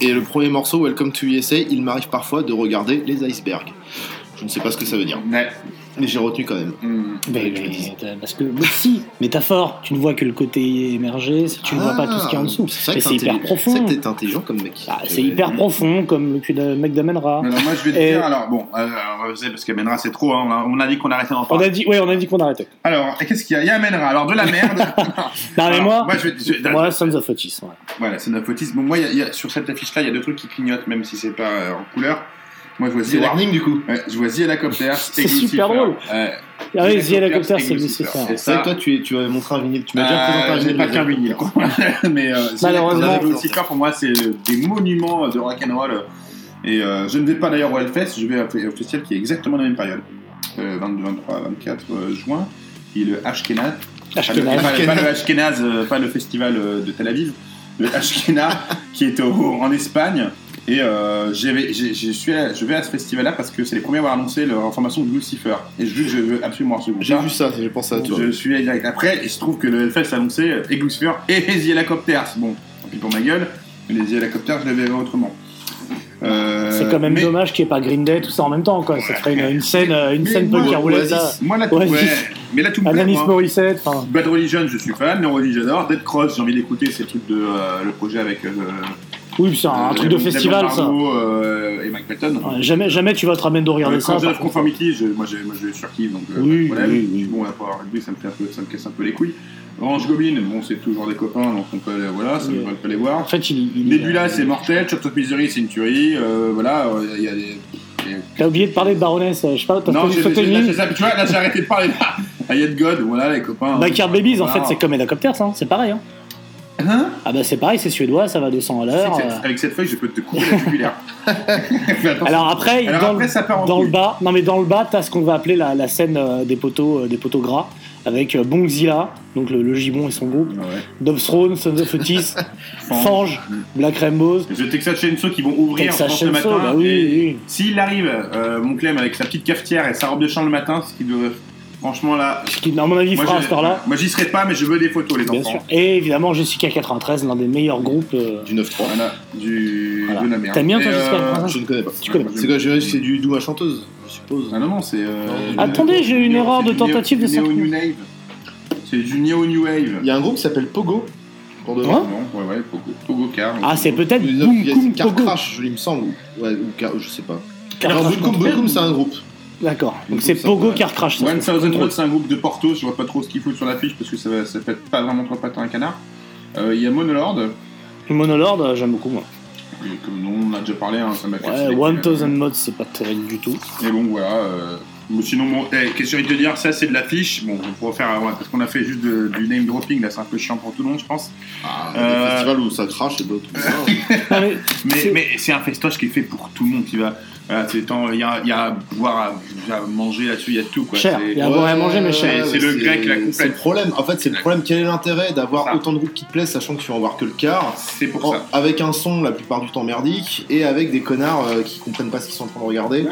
[SPEAKER 3] Et le premier morceau, Welcome to USA, il m'arrive parfois de regarder les icebergs. Je ne sais pas ce que ça veut dire,
[SPEAKER 1] Ouais.
[SPEAKER 3] mais j'ai retenu quand même.
[SPEAKER 1] Mm.
[SPEAKER 2] Mais,
[SPEAKER 3] Je
[SPEAKER 2] mais,
[SPEAKER 3] le dis.
[SPEAKER 2] t'as- parce que mais si, métaphore, tu ne vois que le côté émergé, si tu ne vois pas tout ce qu'il y a en dessous.
[SPEAKER 3] Ah, C'est vrai
[SPEAKER 2] Mais
[SPEAKER 3] que
[SPEAKER 2] c'est hyper
[SPEAKER 3] intelli-
[SPEAKER 2] profond.
[SPEAKER 3] C'est vrai que t'es intelligent comme mec.
[SPEAKER 2] Ah, c'est hyper profond, comme le cul de mec d'Amenra.
[SPEAKER 1] Alors moi je vais te
[SPEAKER 2] Et-
[SPEAKER 1] dire, alors bon, euh, alors, c'est parce qu'Amenra c'est trop, hein, on, a, on a dit qu'on arrêtait d'en
[SPEAKER 2] On
[SPEAKER 1] parler.
[SPEAKER 2] a dit, ouais, on a dit qu'on arrêtait.
[SPEAKER 1] Alors qu'est-ce qu'il y a Il y a Amenra, alors de la merde.
[SPEAKER 2] Non, mais
[SPEAKER 1] Alors,
[SPEAKER 2] moi,
[SPEAKER 1] je vais, je vais-
[SPEAKER 2] moi, Sons of Otis. ouais.
[SPEAKER 1] Voilà, c'est notre autisme. Bon, moi, il y a- il y a- sur cette affiche-là, il y a deux trucs qui clignotent, même si c'est pas euh, en couleur. Moi je vois
[SPEAKER 3] C'est
[SPEAKER 1] Zia,
[SPEAKER 3] warning du coup.
[SPEAKER 1] ouais, je vois Zia Lacopter.
[SPEAKER 2] C'est super drôle.
[SPEAKER 1] Euh,
[SPEAKER 2] Ah oui, The Helicopter, c'est nécessaire.
[SPEAKER 1] C'est
[SPEAKER 3] C'est vrai
[SPEAKER 1] ça.
[SPEAKER 3] que toi, tu, es- tu m'avais montré un vinyle. Tu m'as déjà présenté un
[SPEAKER 1] Euh, j'ai
[SPEAKER 3] vinyle.
[SPEAKER 1] pas
[SPEAKER 3] les
[SPEAKER 1] qu'un
[SPEAKER 3] amis.
[SPEAKER 1] vinyle, quoi. Mais euh, Zia
[SPEAKER 2] Malheureusement.
[SPEAKER 1] Lacopter, Velocity Car, pour moi, c'est des monuments de rock'n'roll. Et euh, je ne vais pas d'ailleurs au Hellfest, je vais au au festival qui est exactement la même période. Euh, 22, 23, 24 euh, juin. Et le Ashkenaz.
[SPEAKER 2] Ashkenaz.
[SPEAKER 1] Pas Ah, le, pas le Ashkenaz, euh, pas le festival euh, de Tel Aviv. Le Ashkenaz qui est au- en Espagne. Et euh, j'y vais- j'y- j'y suis allé- je vais à ce festival-là parce que c'est les premiers à avoir annoncé leur formation de Lucifer. Et vu que je veux absolument voir ce groupe
[SPEAKER 3] J'ai vu ça, j'ai pensé à toi.
[SPEAKER 1] Euh, je suis allé direct après, et il se trouve que le Hellfest annonçait et Glucifer et les Helicopters. Bon, tant pis pour ma gueule, mais les Helicopters, je les verrai autrement. Euh,
[SPEAKER 2] C'est c'est quand même
[SPEAKER 1] mais-
[SPEAKER 2] dommage qu'il n'y ait pas Green Day, tout ça en même temps, quoi. Ça ferait une, une scène, euh, une
[SPEAKER 1] Mais
[SPEAKER 2] scène
[SPEAKER 1] moi,
[SPEAKER 2] punk à roulette, là.
[SPEAKER 1] Oasis, Moi, la
[SPEAKER 2] Oasis.
[SPEAKER 1] ouais, mais là, tout me plaît,
[SPEAKER 2] Alanis
[SPEAKER 1] moi.
[SPEAKER 2] Morissette, enfin.
[SPEAKER 1] Bad Religion, je suis fan. Neurosis, j'adore. Dead Cross, j'ai envie d'écouter. C'est le truc de euh, le projet avec euh,
[SPEAKER 2] Oui, puis c'est Ah, un, un
[SPEAKER 1] euh,
[SPEAKER 2] truc de
[SPEAKER 1] Damon
[SPEAKER 2] festival, ça.
[SPEAKER 1] Margot, euh, et Mike Patton.
[SPEAKER 2] Ouais, jamais, jamais tu vas te ramener de regarder
[SPEAKER 1] Euh,
[SPEAKER 2] ça.
[SPEAKER 1] Quand
[SPEAKER 2] par
[SPEAKER 1] of
[SPEAKER 2] contre.
[SPEAKER 1] Conformity, je, moi je, moi je surkiffe, donc euh,
[SPEAKER 2] Oui,
[SPEAKER 1] pas de problème.
[SPEAKER 2] oui, oui.
[SPEAKER 1] Bon, à part lui, ça me, fait un peu, ça me casse un peu les couilles. Orange Goblin, bon, c'est toujours des copains, donc on peut aller, voilà, ça
[SPEAKER 2] Oui.
[SPEAKER 1] ne va pas les
[SPEAKER 2] En
[SPEAKER 1] voir.
[SPEAKER 2] fait, il, euh, il-
[SPEAKER 1] Nebula, c'est mortel. Shot of Misery, c'est une tuerie. euh, voilà, euh, il y a des.
[SPEAKER 2] T'as oublié de parler de Baroness, euh, je sais pas, t'as
[SPEAKER 1] Non,
[SPEAKER 2] entendu
[SPEAKER 1] j'ai
[SPEAKER 2] sauter
[SPEAKER 1] j'ai-
[SPEAKER 2] une
[SPEAKER 1] là,
[SPEAKER 2] ligne.
[SPEAKER 1] j'ai- tu vois, là j'ai arrêté de parler. Ah, il y a de God, voilà, les copains. hein.
[SPEAKER 2] Backyard Babies, en
[SPEAKER 1] Voilà.
[SPEAKER 2] fait, c'est comme Helicopter, ça, hein, c'est pareil. Hein.
[SPEAKER 1] Hein
[SPEAKER 2] Ah bah c'est pareil, c'est suédois, ça va 200 à
[SPEAKER 1] Tu sais que
[SPEAKER 2] l'heure.
[SPEAKER 1] c'est-
[SPEAKER 2] euh.
[SPEAKER 1] Avec cette feuille, je peux te couper la jugulaire. Fais attention.
[SPEAKER 2] Alors après,
[SPEAKER 1] Alors
[SPEAKER 2] dans,
[SPEAKER 1] après,
[SPEAKER 2] le-
[SPEAKER 1] ça part en
[SPEAKER 2] dans le
[SPEAKER 1] couille.
[SPEAKER 2] bas, non mais dans le bas, t'as ce qu'on va appeler la, la scène euh, des poteaux, euh, des poteaux gras, avec euh, Bongzilla, donc le, le gibon et son groupe,
[SPEAKER 1] Ah Ouais.
[SPEAKER 2] Dove Throne, Sons of Otis, Fange, Black Rainbows,
[SPEAKER 1] The Texas Chainsaw qui vont ouvrir je
[SPEAKER 2] Texas
[SPEAKER 1] pense, le
[SPEAKER 2] Chainsaw,
[SPEAKER 1] matin.
[SPEAKER 2] bah oui,
[SPEAKER 1] et
[SPEAKER 2] oui.
[SPEAKER 1] S'il arrive, euh, mon Clem, avec sa petite cafetière et sa robe de champ le matin, ce qui devrait. Franchement, là.
[SPEAKER 2] ce qui à mon avis fera à
[SPEAKER 1] je-
[SPEAKER 2] cette heure-là,
[SPEAKER 1] moi, j'y serai pas, mais je veux des photos, les
[SPEAKER 2] bien
[SPEAKER 1] enfants.
[SPEAKER 2] sûr. Et évidemment Jessica 93, l'un des meilleurs groupes. euh,
[SPEAKER 3] Du 9-3.
[SPEAKER 1] Voilà, du.
[SPEAKER 2] Voilà.
[SPEAKER 1] de la merde.
[SPEAKER 2] T'aimes bien, toi,
[SPEAKER 1] Et, euh,
[SPEAKER 2] Jessica Lange
[SPEAKER 3] Je ne connais pas.
[SPEAKER 2] Tu connais pas.
[SPEAKER 3] C'est quoi, je- c'est du Doua chanteuse, je suppose.
[SPEAKER 1] Ah non, non, c'est. euh,
[SPEAKER 2] Attendez, j'ai eu une
[SPEAKER 1] Néo-
[SPEAKER 2] erreur
[SPEAKER 1] c'est
[SPEAKER 2] de
[SPEAKER 1] du Néo-
[SPEAKER 2] tentative de
[SPEAKER 1] Néo
[SPEAKER 2] sortie.
[SPEAKER 1] New Wave. C'est du Neo New Wave.
[SPEAKER 3] Il y a un groupe qui s'appelle Pogo. Pour de vrai.
[SPEAKER 2] Hein
[SPEAKER 1] Non, ouais, ouais, Pogo, Pogo Car.
[SPEAKER 2] Ah c'est peut-être
[SPEAKER 3] Il y a-
[SPEAKER 2] Boom
[SPEAKER 3] il y a-
[SPEAKER 2] Boom
[SPEAKER 3] c'est Car
[SPEAKER 2] Pogo.
[SPEAKER 3] Crash, il me semble. ou- Ouais, ou Car- je sais pas.
[SPEAKER 2] Car
[SPEAKER 3] non,
[SPEAKER 2] Crash,
[SPEAKER 3] Boom Boom,
[SPEAKER 2] contre-
[SPEAKER 3] Boom, c'est un groupe.
[SPEAKER 2] D'accord.
[SPEAKER 3] Boom
[SPEAKER 2] Donc c'est
[SPEAKER 3] Boom,
[SPEAKER 2] Pogo
[SPEAKER 3] ça,
[SPEAKER 2] Car Crash. ça,
[SPEAKER 1] One
[SPEAKER 2] c'est-
[SPEAKER 1] Thousand Road, c'est un groupe de Porto, je vois pas trop ce qu'ils foutent sur l'affiche parce que ça, va- ça pète pas vraiment trois pattes à un canard. Euh, Il y a Monolord,
[SPEAKER 2] Monolord, euh, j'aime beaucoup moi.
[SPEAKER 1] comme nous on a déjà parlé, hein, ça m'a fait
[SPEAKER 2] Ouais,
[SPEAKER 1] tiquer.
[SPEAKER 2] One Thousand Mods, c'est pas terrible du tout.
[SPEAKER 1] Mais bon, voilà. euh, mais Sinon, bon, eh, qu'est-ce que je vais te dire Ça, c'est de l'affiche. Bon, on pourra faire. ouais, parce qu'on a fait juste de- du name dropping, là, c'est un peu chiant pour tout le monde, je pense.
[SPEAKER 3] Ah,
[SPEAKER 1] Euh,
[SPEAKER 3] des festivals où ça crache et d'autres. où ça-
[SPEAKER 2] Non, mais
[SPEAKER 1] Mais
[SPEAKER 2] C'est-
[SPEAKER 1] mais c'est un festoche qui est fait pour tout le monde qui va. Voilà, c'est tant- Il y a, il y a à boire, à, à manger là-dessus, il y a tout, quoi.
[SPEAKER 2] cher,
[SPEAKER 1] C'est-
[SPEAKER 2] il y a à boire et à manger, mais
[SPEAKER 1] C'est-
[SPEAKER 2] cher.
[SPEAKER 1] c'est le grec, la complète.
[SPEAKER 3] C'est le problème. En fait, c'est le problème. Quel est l'intérêt d'avoir
[SPEAKER 1] Ça.
[SPEAKER 3] autant de groupes qui te plaisent, sachant que tu vas en voir que le quart
[SPEAKER 1] C'est pour
[SPEAKER 3] en-
[SPEAKER 2] Oh.
[SPEAKER 1] ça.
[SPEAKER 3] Avec un son la plupart du temps merdique et avec des connards euh, qui comprennent pas ce qu'ils sont en train de regarder.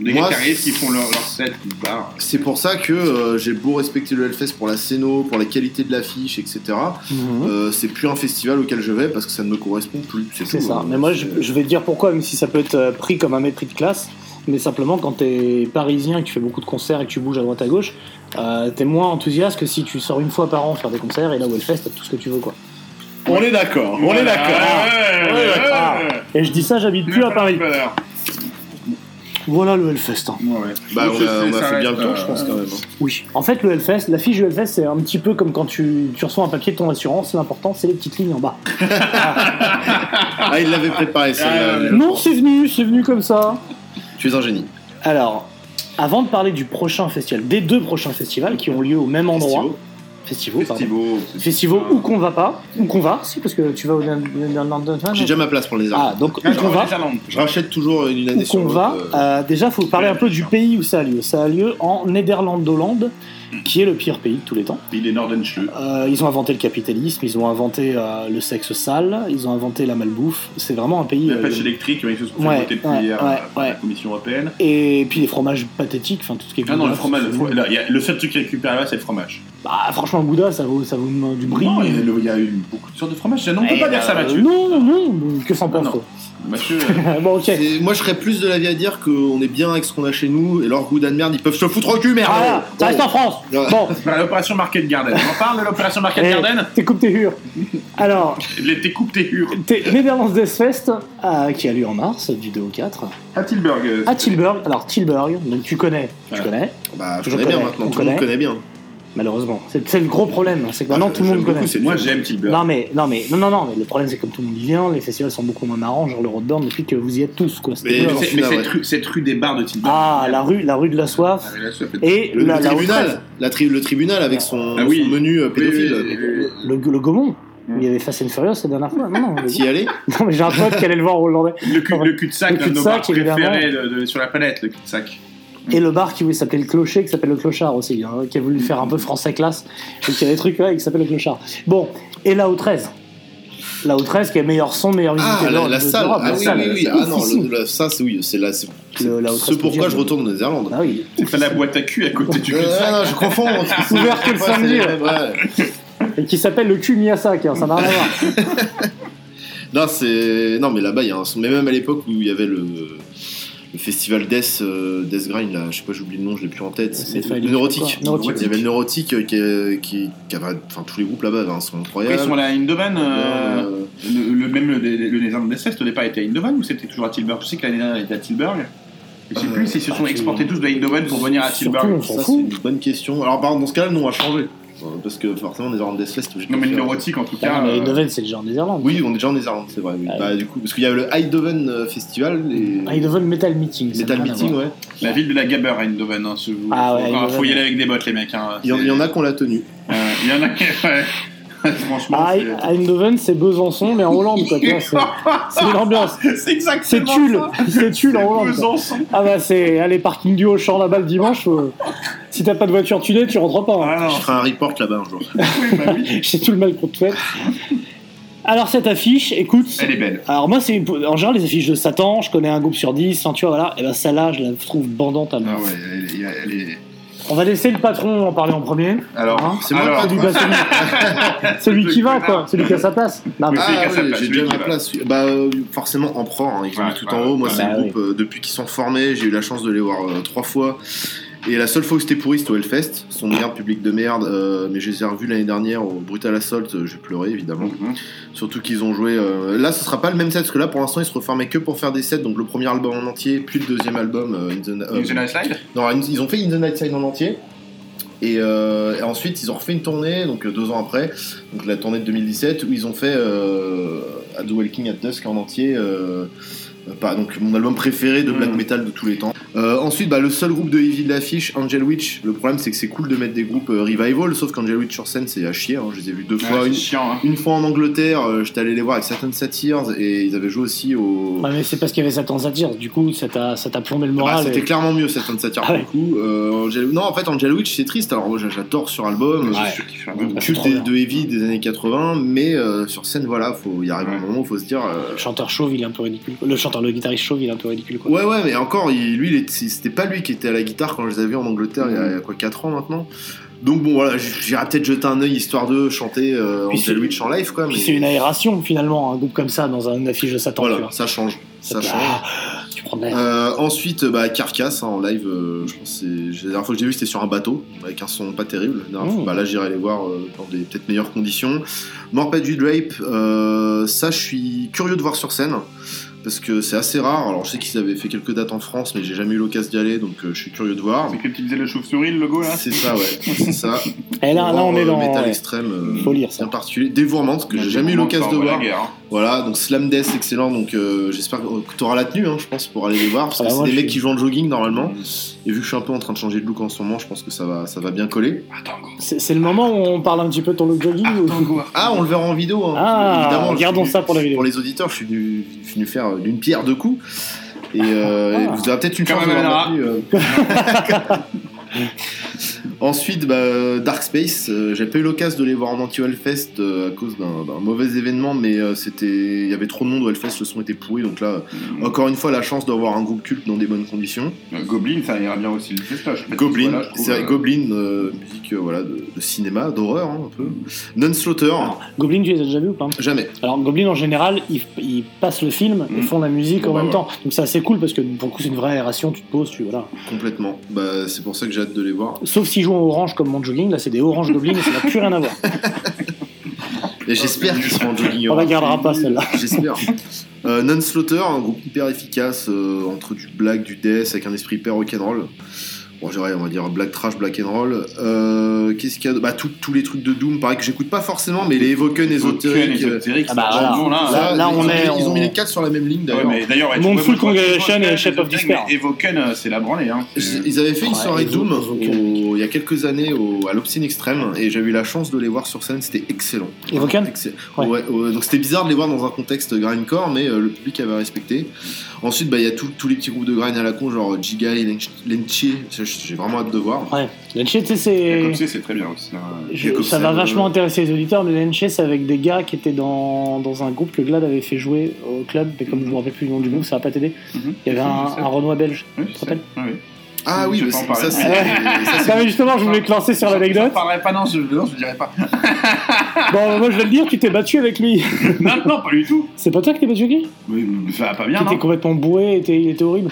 [SPEAKER 1] Les
[SPEAKER 3] Moi,
[SPEAKER 1] guitaristes qui font leur, leur set, ils barrent.
[SPEAKER 3] C'est pour ça que euh, j'ai beau respecter le Hellfest pour la scéno, pour la qualité de l'affiche, etc.
[SPEAKER 2] Mhm.
[SPEAKER 3] euh, c'est plus un festival auquel je vais parce que ça ne me correspond plus. C'est
[SPEAKER 2] C'est
[SPEAKER 3] tout,
[SPEAKER 2] ça.
[SPEAKER 3] euh,
[SPEAKER 2] Mais moi,
[SPEAKER 3] c'est-
[SPEAKER 2] je, je vais te dire pourquoi, même si ça peut être euh, pris comme un mépris de classe. Mais simplement, quand t'es parisien et que tu fais beaucoup de concerts et que tu bouges à droite à gauche, euh, t'es moins enthousiaste que si tu sors une fois par an faire des concerts et là, Hellfest, t'as tout ce que tu veux, quoi.
[SPEAKER 3] On est d'accord. On est d'accord.
[SPEAKER 1] Ouais, ouais, ouais.
[SPEAKER 2] Et je dis ça, j'habite plus à Paris. Voilà le Hellfest. hein.
[SPEAKER 1] Ouais, ouais.
[SPEAKER 3] Bah,
[SPEAKER 1] Donc,
[SPEAKER 3] on
[SPEAKER 1] c'est-
[SPEAKER 3] a, on a
[SPEAKER 1] ça
[SPEAKER 3] fait bien le
[SPEAKER 1] reste,
[SPEAKER 3] tour, je
[SPEAKER 1] euh,
[SPEAKER 3] pense quand même. hein.
[SPEAKER 2] Oui. En fait, le Hellfest, la fiche du Hellfest, c'est un petit peu comme quand tu, tu reçois un papier de ton assurance. L'important, c'est les petites lignes en bas.
[SPEAKER 3] Ah, il l'avait préparé
[SPEAKER 1] Ah,
[SPEAKER 3] celle-là.
[SPEAKER 1] ouais.
[SPEAKER 2] Non, c'est venu, c'est venu comme ça.
[SPEAKER 3] Tu es un génie.
[SPEAKER 2] Alors, avant de parler du prochain festival, des deux prochains festivals qui ont lieu au même endroit, festivaux, pardon.
[SPEAKER 1] Festivo.
[SPEAKER 2] Festivals où qu'on va pas, où qu'on va, si, parce que tu vas au
[SPEAKER 3] J'ai déjà ma place pour les
[SPEAKER 2] Ah,
[SPEAKER 3] arts.
[SPEAKER 2] donc où
[SPEAKER 1] Ah,
[SPEAKER 2] qu'on va,
[SPEAKER 3] Je rachète toujours une
[SPEAKER 2] où
[SPEAKER 3] année sur
[SPEAKER 2] qu'on va,
[SPEAKER 3] l'autre, euh,
[SPEAKER 2] euh, déjà, faut parler un peu du pays où ça a lieu. Ça a lieu en Néderlandoland, qui est le pire pays de tous les temps.
[SPEAKER 1] Il est Nordenschleu.
[SPEAKER 2] Euh, ils ont inventé le capitalisme, ils ont inventé euh, le sexe sale, ils ont inventé la malbouffe. C'est vraiment un pays.
[SPEAKER 1] La
[SPEAKER 2] euh,
[SPEAKER 1] pêche électrique, ils se sont
[SPEAKER 2] Ouais,
[SPEAKER 1] fait voter depuis
[SPEAKER 2] ouais,
[SPEAKER 1] hier
[SPEAKER 2] ouais,
[SPEAKER 1] euh, par la
[SPEAKER 2] ouais.
[SPEAKER 1] Commission européenne.
[SPEAKER 2] Et puis les fromages pathétiques, enfin tout ce qui est.
[SPEAKER 1] Ah non,
[SPEAKER 2] Gouda,
[SPEAKER 1] le fromage.
[SPEAKER 2] c'est-
[SPEAKER 1] Le, fro- là, il y a- le seul truc qui récupère là, c'est le fromage.
[SPEAKER 2] Bah, franchement, Gouda, ça vaut, ça vaut euh, du bris.
[SPEAKER 1] Non, il y a, le- il y a eu beaucoup de sortes de fromages. Non, on peut
[SPEAKER 2] Eh
[SPEAKER 1] pas dire
[SPEAKER 2] ben,
[SPEAKER 1] ça, Mathieu.
[SPEAKER 2] Non, non, non, que s'en
[SPEAKER 1] Non,
[SPEAKER 2] pense
[SPEAKER 1] non.
[SPEAKER 2] toi
[SPEAKER 1] Mathieu, euh,
[SPEAKER 2] Bon, ok.
[SPEAKER 3] c'est- Moi, je serais plus de la vie à dire qu'on est bien avec ce qu'on a chez nous et leur goût de merde, ils peuvent se foutre au cul, merde.
[SPEAKER 2] Ah, là,
[SPEAKER 1] Oh,
[SPEAKER 2] ça reste en France
[SPEAKER 3] Ouais.
[SPEAKER 2] Bon,
[SPEAKER 1] euh, l'opération Market Garden. On en parle de l'opération Market
[SPEAKER 2] Eh.
[SPEAKER 1] Garden
[SPEAKER 2] t'es coupe, t'es hur. Alors,
[SPEAKER 1] Les- Tes coupes, tes hures.
[SPEAKER 2] t'es Netherlands Death Fest, euh, qui a lieu en mars, du 2 au 4,
[SPEAKER 1] À Tilburg. euh,
[SPEAKER 2] à Tilburg. Alors, Tilburg, donc tu connais, tu
[SPEAKER 1] Ouais.
[SPEAKER 2] connais,
[SPEAKER 3] Bah, je
[SPEAKER 2] Je
[SPEAKER 3] connais bien
[SPEAKER 2] connais,
[SPEAKER 3] maintenant.
[SPEAKER 2] on
[SPEAKER 3] Tout le monde
[SPEAKER 2] connaît.
[SPEAKER 3] connaît bien.
[SPEAKER 2] malheureusement. C'est c'est le gros problème, c'est que maintenant
[SPEAKER 3] Ah,
[SPEAKER 2] tout le
[SPEAKER 3] j'aime
[SPEAKER 2] monde
[SPEAKER 3] beaucoup
[SPEAKER 2] connaît.
[SPEAKER 3] ces-
[SPEAKER 1] Moi, j'aime Tilburg.
[SPEAKER 2] Non mais, non mais, non non non mais le problème c'est que comme tout le monde y vient, les festivals sont beaucoup moins marrants, genre le Rotterdam depuis que vous y êtes tous quoi. C'était
[SPEAKER 3] Mais
[SPEAKER 1] Mais
[SPEAKER 2] nul.
[SPEAKER 3] j'en
[SPEAKER 1] c'est-
[SPEAKER 3] suis
[SPEAKER 1] mais
[SPEAKER 3] là,
[SPEAKER 1] cette
[SPEAKER 3] ouais.
[SPEAKER 1] rue- cette rue des bars de Tilburg.
[SPEAKER 2] Ah la rue, la rue de la soif
[SPEAKER 1] Ah, là, ça fait-
[SPEAKER 2] et la,
[SPEAKER 3] Le, le
[SPEAKER 2] la retraite.
[SPEAKER 3] tribunal, la tri- le tribunal avec son,
[SPEAKER 1] Ah oui.
[SPEAKER 3] son menu euh,
[SPEAKER 1] Oui, oui,
[SPEAKER 3] pédophile.
[SPEAKER 1] oui, oui.
[SPEAKER 2] Le, le Gaumont,
[SPEAKER 1] Mm.
[SPEAKER 2] il y avait Fast and Furious la dernière fois. Non, non,
[SPEAKER 3] T'y
[SPEAKER 2] le-
[SPEAKER 3] allais
[SPEAKER 2] non, mais j'ai un pote qui allait le voir au Hollandais.
[SPEAKER 1] Le, cul, le cul-de-sac,
[SPEAKER 2] Le
[SPEAKER 1] l'un de nos bars
[SPEAKER 2] cul-de-sac, évidemment.
[SPEAKER 1] préférés de- de- sur la planète, le cul-de-sac.
[SPEAKER 2] Et le bar qui voulait s'appeler le Clocher, qui s'appelle le Clochard aussi, hein, qui a voulu faire un peu français classe, et qui a des trucs là, et qui s'appelle le Clochard. Bon, et la O13. La O13 qui a meilleur son, meilleur musique.
[SPEAKER 3] Ah, la, la salle. Ah oui, oui, oui. Ah non,
[SPEAKER 2] oufissime.
[SPEAKER 3] le- le- ça, c'est oui, c'est là. C'est
[SPEAKER 2] Le- la haute
[SPEAKER 3] ce pourquoi
[SPEAKER 2] responsabilité.
[SPEAKER 3] je retourne aux Néerlandes.
[SPEAKER 2] Ah oui.
[SPEAKER 1] C'est pas la boîte à cul à côté du
[SPEAKER 3] Euh,
[SPEAKER 1] cul-de-sac.
[SPEAKER 3] non, je confonds.
[SPEAKER 2] Ouvert que le
[SPEAKER 3] Ouais, c'est
[SPEAKER 2] samedi,
[SPEAKER 3] les mêmes, ouais.
[SPEAKER 2] Et qui s'appelle le cul Miyazaki, hein, ça n'a rien à voir.
[SPEAKER 3] Non, c'est non, mais là-bas, il y a un son. Mais même à l'époque où il y avait le, le festival Death, euh, Death Grind, là, je sais pas, j'oublie le nom, je l'ai plus en tête.
[SPEAKER 2] C'est
[SPEAKER 3] mais
[SPEAKER 2] pas
[SPEAKER 3] le
[SPEAKER 2] du-
[SPEAKER 3] Neurotique.
[SPEAKER 2] quoi Neurotique.
[SPEAKER 3] Il y avait le Neurotique euh, qui, euh, qui, qui avait, enfin, tous les groupes là-bas avaient un son
[SPEAKER 1] Après,
[SPEAKER 3] incroyable.
[SPEAKER 1] ils sont allés à Eindhoven. euh,
[SPEAKER 3] Euh,
[SPEAKER 1] Le, le- même le, le, le Netherlands Death Fest au départ était à Eindhoven ou c'était toujours à Tilburg Je sais que l'année dernière il était à Tilburg. Je sais
[SPEAKER 3] Euh,
[SPEAKER 1] plus s'ils se sont
[SPEAKER 2] ah,
[SPEAKER 1] exportés tous de Eindhoven pour venir à
[SPEAKER 2] Surtout,
[SPEAKER 1] Tilburg.
[SPEAKER 2] on
[SPEAKER 3] ça,
[SPEAKER 2] s'en
[SPEAKER 3] c'est
[SPEAKER 2] fout.
[SPEAKER 3] une bonne question. Alors, par contre, dans ce cas-là, le nom a changé. Euh, Parce que forcément, on est en Death Fest. obligé de
[SPEAKER 1] Non mais
[SPEAKER 3] le
[SPEAKER 1] le
[SPEAKER 3] faire.
[SPEAKER 1] neurotique en tout
[SPEAKER 2] Ah,
[SPEAKER 1] cas.
[SPEAKER 2] mais
[SPEAKER 1] euh,
[SPEAKER 2] Eindhoven, c'est le genre des Irlandes.
[SPEAKER 3] Oui, on est déjà en Islande, c'est vrai. oui.
[SPEAKER 2] Ah,
[SPEAKER 3] Bah, du coup, parce qu'il y a le Eindhoven euh, Festival et
[SPEAKER 2] Eindhoven Metal Meeting. ça
[SPEAKER 3] Metal
[SPEAKER 2] n'a rien à
[SPEAKER 3] Meeting,
[SPEAKER 2] voir.
[SPEAKER 3] ouais.
[SPEAKER 1] La ville de la Gabber à Eindhoven. Hein, si vous- faut,
[SPEAKER 2] Ah ouais,
[SPEAKER 1] enfin,
[SPEAKER 2] Eindhoven.
[SPEAKER 1] faut y aller avec des bottes les mecs. Hein,
[SPEAKER 3] Il y, en, il y en a qu'on l'a tenu.
[SPEAKER 1] Euh, Il y en a qui. ouais. Franchement.
[SPEAKER 2] Ah,
[SPEAKER 1] c'est-
[SPEAKER 2] Eindhoven, c'est Besançon, mais en Hollande, quoi. tu vois, C'est c'est une ambiance.
[SPEAKER 1] C'est exactement
[SPEAKER 2] C'est Tulle.
[SPEAKER 1] ça.
[SPEAKER 2] C'est Tulle en
[SPEAKER 1] C'est
[SPEAKER 2] Hollande. quoi.
[SPEAKER 1] Besançon.
[SPEAKER 2] Ah bah, c'est. Allez, parking du Auchan là-bas le dimanche. faut- Si t'as pas de voiture tunée, tu rentres pas. hein.
[SPEAKER 1] Ah,
[SPEAKER 3] Je
[SPEAKER 1] non.
[SPEAKER 3] ferai un report là-bas un jour.
[SPEAKER 1] Oui, bah oui.
[SPEAKER 2] J'ai tout le mal qu'on te souhaite. Alors, cette affiche, écoute.
[SPEAKER 1] Elle est belle.
[SPEAKER 2] Alors, moi, c'est. une- En général, les affiches de Satan, je connais un groupe sur 10, enfin, tu vois, voilà. Et ben, celle-là, je la trouve bandante à
[SPEAKER 1] Ah
[SPEAKER 2] mort.
[SPEAKER 1] ouais, elle, est- elle est.
[SPEAKER 2] On va laisser le patron en parler en premier.
[SPEAKER 1] Alors,
[SPEAKER 3] C'est moi
[SPEAKER 1] alors,
[SPEAKER 3] pas
[SPEAKER 2] Celui, bah, celui- celui qui va, quoi. Celui qui a sa place. Non, mais-
[SPEAKER 1] Oui, celui qui a
[SPEAKER 3] Ah,
[SPEAKER 1] sa
[SPEAKER 3] oui,
[SPEAKER 1] place,
[SPEAKER 3] j'ai
[SPEAKER 1] celui
[SPEAKER 3] déjà
[SPEAKER 1] qui
[SPEAKER 3] ma
[SPEAKER 1] va.
[SPEAKER 3] place. Bah, euh, forcément, Emperor, hein, ils ont
[SPEAKER 1] Ouais,
[SPEAKER 3] mis tout
[SPEAKER 1] ouais,
[SPEAKER 3] en haut. Moi,
[SPEAKER 1] ouais.
[SPEAKER 3] c'est
[SPEAKER 2] Bah,
[SPEAKER 3] le groupe, euh, depuis qu'ils sont formés, j'ai eu la chance de les voir euh, trois fois. Et la seule fois où c'était pourri, c'était au Hellfest. Ils sont de merde, public de merde. euh, mais je les ai revus l'année dernière au Brutal Assault. euh, J'ai pleuré, évidemment.
[SPEAKER 1] Mhm.
[SPEAKER 3] Surtout qu'ils ont joué. euh, Là, ce sera pas le même set, parce que là, pour l'instant, ils se reformaient que pour faire des sets. Donc, le premier album en entier, puis le deuxième album. euh, In the- euh,
[SPEAKER 1] Une Zelda Slide
[SPEAKER 3] non, ils ils ont fait In the Night Side en entier. Et, euh, et ensuite, ils ont refait une tournée, donc euh, deux ans après, donc la tournée de 2017, où ils ont fait euh, At the Walking at Dusk en entier. euh, euh, pas, donc mon album préféré de black
[SPEAKER 1] Mhm.
[SPEAKER 3] metal de tous les temps. Euh, ensuite, bah, le seul groupe de heavy de l'affiche, Angel Witch. Le problème, c'est que c'est cool de mettre des groupes euh, revival, sauf qu'Angel Witch sur scène, c'est à chier. hein. Je les ai vus deux fois.
[SPEAKER 1] Ouais, C'est
[SPEAKER 3] une,
[SPEAKER 1] chiant. hein.
[SPEAKER 3] une fois en Angleterre, euh, j'étais allé les voir avec certaines Satires et ils avaient joué aussi au.
[SPEAKER 2] Ouais, mais c'est parce qu'il y avait Satan Satire. Du coup, ça t'a ça t'a plombé le
[SPEAKER 3] Bah,
[SPEAKER 2] moral.
[SPEAKER 3] c'était
[SPEAKER 2] et-
[SPEAKER 3] clairement mieux cette fin de satire
[SPEAKER 2] Ah
[SPEAKER 3] pour
[SPEAKER 2] ouais.
[SPEAKER 3] le coup. Euh, Angel- Non, en fait, Angel Witch, c'est triste. Alors, moi, j'adore sur album.
[SPEAKER 2] Ouais.
[SPEAKER 1] Je kiffe, hein.
[SPEAKER 3] Je
[SPEAKER 2] Ah, c'est
[SPEAKER 3] tue
[SPEAKER 2] trop
[SPEAKER 3] des,
[SPEAKER 2] bien.
[SPEAKER 3] de Heavy des années 80, mais euh, sur scène, voilà, faut y arrive
[SPEAKER 1] Ouais.
[SPEAKER 3] un moment où faut se dire. euh,
[SPEAKER 2] Le chanteur chauve, il est un peu ridicule. Le chanteur, le guitariste chauve, il est un peu ridicule, quoi.
[SPEAKER 3] Ouais, ouais, mais encore, il- lui, il est- c'était pas lui qui était à la guitare quand je les avais en Angleterre il y a, il y a quoi, 4 ans maintenant. Donc, bon, voilà, j- j'irai peut-être jeter un œil histoire de chanter euh,
[SPEAKER 2] Puis
[SPEAKER 3] Angel
[SPEAKER 2] c'est-
[SPEAKER 3] Witch en live, quoi.
[SPEAKER 2] Puis
[SPEAKER 3] Mais
[SPEAKER 2] c'est une aération, finalement, un groupe comme ça, dans une affiche de Satan. tu
[SPEAKER 3] voilà,
[SPEAKER 2] vois.
[SPEAKER 3] ça change. Ça
[SPEAKER 2] te-
[SPEAKER 3] change.
[SPEAKER 2] Ah, tu prends de l'air.
[SPEAKER 3] Euh, ensuite, bah, Carcass hein, en live, euh, je pense que c'est- la dernière fois que j'ai vu c'était sur un bateau avec un son pas terrible. La dernière
[SPEAKER 2] Mm.
[SPEAKER 3] fois, bah, là, j'irai les voir euh, dans des peut-être meilleures conditions. Morpad du Drape, euh, ça, je suis curieux de voir sur scène parce que c'est assez rare. Alors, je sais qu'ils avaient fait quelques dates en France, mais j'ai jamais eu l'occasion d'y aller, donc euh, je suis curieux de voir.
[SPEAKER 1] C'est que tu disais le chauve-souris, le logo là
[SPEAKER 3] C'est ça, ouais, c'est ça. euh,
[SPEAKER 2] Et hein. Eh, là, là, on est dans.
[SPEAKER 3] métal
[SPEAKER 2] ouais.
[SPEAKER 3] extrême, euh,
[SPEAKER 2] Faut lire ça.
[SPEAKER 3] bien particulier. Dévourante que j'ai jamais eu l'occasion de voir.
[SPEAKER 1] hein.
[SPEAKER 3] Voilà, donc Slam Death, excellent. Donc euh, j'espère que tu auras la tenue, hein, je pense, pour aller les voir. Parce
[SPEAKER 2] Ah
[SPEAKER 3] que
[SPEAKER 2] bah
[SPEAKER 3] c'est
[SPEAKER 2] moi,
[SPEAKER 3] des
[SPEAKER 2] je
[SPEAKER 3] mecs
[SPEAKER 2] suis-
[SPEAKER 3] qui jouent en jogging normalement.
[SPEAKER 1] Mmh.
[SPEAKER 3] Et vu que je suis un peu en train de changer de look en ce moment, je pense que ça va, ça va bien coller.
[SPEAKER 2] C'est c'est le moment où on parle un petit peu de ton look jogging ou-
[SPEAKER 3] Ah, on le verra en vidéo. Hein.
[SPEAKER 2] Ah,
[SPEAKER 3] je suis
[SPEAKER 2] regardons
[SPEAKER 3] venu-
[SPEAKER 2] ça pour la vidéo.
[SPEAKER 3] Pour les auditeurs, je suis venu, je suis venu faire euh, d'une pierre deux coups. Et euh,
[SPEAKER 2] Ah.
[SPEAKER 3] vous aurez peut-être une
[SPEAKER 1] Quand
[SPEAKER 3] chance de
[SPEAKER 1] même,
[SPEAKER 3] voir ma tenue, euh. Ensuite, bah, euh, Dark Space, euh, j'ai pas eu l'occasion de les voir en anti Hellfest euh, à cause d'un d'un mauvais événement, mais euh, c'était, il y avait trop de monde au Hellfest, le son était pourri, donc là,
[SPEAKER 1] Mm.
[SPEAKER 3] Encore une fois, la chance d'avoir un groupe culte dans des bonnes conditions.
[SPEAKER 1] Euh, Goblin, ça ira bien aussi le festoche.
[SPEAKER 3] Goblin,
[SPEAKER 1] Voilà, je trouve,
[SPEAKER 3] c'est vrai,
[SPEAKER 1] euh,
[SPEAKER 3] Goblin, euh, musique euh, voilà, de, de cinéma, d'horreur hein, un peu. Non-Slaughter,
[SPEAKER 1] Ah.
[SPEAKER 2] Alors, Goblin, tu les as déjà vus ou pas
[SPEAKER 3] jamais.
[SPEAKER 2] Alors, Goblin, en général, ils, ils passent le film et
[SPEAKER 1] Mm.
[SPEAKER 2] font la musique en
[SPEAKER 1] Bah,
[SPEAKER 2] même
[SPEAKER 1] ouais.
[SPEAKER 2] temps. Donc, c'est assez cool parce que pour le coup, c'est une vraie aération. Tu te poses, tu. Voilà.
[SPEAKER 3] Complètement. Bah, c'est pour ça que j'ai hâte de les voir.
[SPEAKER 2] Sauf s'ils jouent en orange comme mon jogging, là, c'est des oranges Goblin et ça n'a plus rien à voir.
[SPEAKER 3] Et Euh, j'espère qu'ils seront en jogging.
[SPEAKER 2] On la
[SPEAKER 3] orange.
[SPEAKER 2] gardera pas, celle-là.
[SPEAKER 3] J'espère. Euh, Non-Slaughter, un groupe hyper efficace euh, entre du black, du death, avec un esprit hyper rock'n'roll. Bon, j'irai, on va dire black trash, black and roll. Euh, Qu'est-ce qu'il y a de- Bah, tout- tous les trucs de Doom, pareil que j'écoute pas forcément, mais les Evoken
[SPEAKER 1] Ken
[SPEAKER 3] ésotériques. euh,
[SPEAKER 1] ésotérique,
[SPEAKER 2] Ah bah,
[SPEAKER 1] c'est
[SPEAKER 2] voilà.
[SPEAKER 1] un bon, là.
[SPEAKER 2] Là,
[SPEAKER 3] Là,
[SPEAKER 2] on
[SPEAKER 3] ils ont
[SPEAKER 2] est-
[SPEAKER 3] mis- Ils ont
[SPEAKER 2] on-
[SPEAKER 3] mis les quatre sur la même ligne
[SPEAKER 1] Ouais,
[SPEAKER 3] d'ailleurs.
[SPEAKER 1] mais d'ailleurs, ouais, tu
[SPEAKER 2] Moonful
[SPEAKER 1] vois, moi, je vois
[SPEAKER 2] Congregation
[SPEAKER 1] Evoken,
[SPEAKER 2] et Shape of Despair.
[SPEAKER 1] mais Evoken, euh, c'est la branlée. Hein.
[SPEAKER 3] Ils ils avaient fait une
[SPEAKER 2] Ouais,
[SPEAKER 3] soirée
[SPEAKER 2] ils
[SPEAKER 3] Doom
[SPEAKER 2] ont- ils
[SPEAKER 3] au- il y a quelques années au- à l'Obscene Extrême et j'ai eu la chance de les voir sur scène, c'était excellent.
[SPEAKER 2] Evoken
[SPEAKER 3] Excell-
[SPEAKER 2] Ouais.
[SPEAKER 3] ouais. ouais, donc c'était bizarre de les voir dans un contexte grindcore, mais euh, le public avait respecté. Ensuite, bah, il y a tout- tous les petits groupes de grind à la con, genre Giga et Lench- Lenchi, Ça, j'ai vraiment hâte de voir.
[SPEAKER 2] Ouais. Lenché, tu sais,
[SPEAKER 1] Comme
[SPEAKER 2] c'est.
[SPEAKER 1] c'est, c'est très bien aussi. hein.
[SPEAKER 2] Je-
[SPEAKER 3] Jacobsen,
[SPEAKER 2] ça va vachement
[SPEAKER 3] euh,
[SPEAKER 2] intéresser les auditeurs, mais Lenché, c'est avec des gars qui étaient dans, dans un groupe que Glad avait fait jouer au club, mais comme je me rappelle plus le nom du groupe, ça va pas t'aider.
[SPEAKER 1] Mhm.
[SPEAKER 2] Il y avait
[SPEAKER 1] Oui,
[SPEAKER 2] un,
[SPEAKER 1] je sais.
[SPEAKER 2] un Renoir belge.
[SPEAKER 1] Oui, je sais.
[SPEAKER 2] rappelles
[SPEAKER 1] Ah oui.
[SPEAKER 3] Ah oui,
[SPEAKER 1] Je
[SPEAKER 3] mais
[SPEAKER 1] peux en
[SPEAKER 3] c'est-
[SPEAKER 1] parler.
[SPEAKER 3] ça c'est. ça, c'est-
[SPEAKER 2] Non, mais justement, je voulais te lancer sur
[SPEAKER 1] Je
[SPEAKER 2] l'anecdote.
[SPEAKER 1] parlerai pas, non, je, non, je dirais pas.
[SPEAKER 2] Bon, moi je vais le dire, tu t'es battu avec lui.
[SPEAKER 1] non, non, pas du tout.
[SPEAKER 2] C'est pas toi qui t'es battu avec lui
[SPEAKER 1] Mais, mais ça va pas bien,
[SPEAKER 2] Qui était
[SPEAKER 1] non
[SPEAKER 2] complètement bourré, était- il était horrible.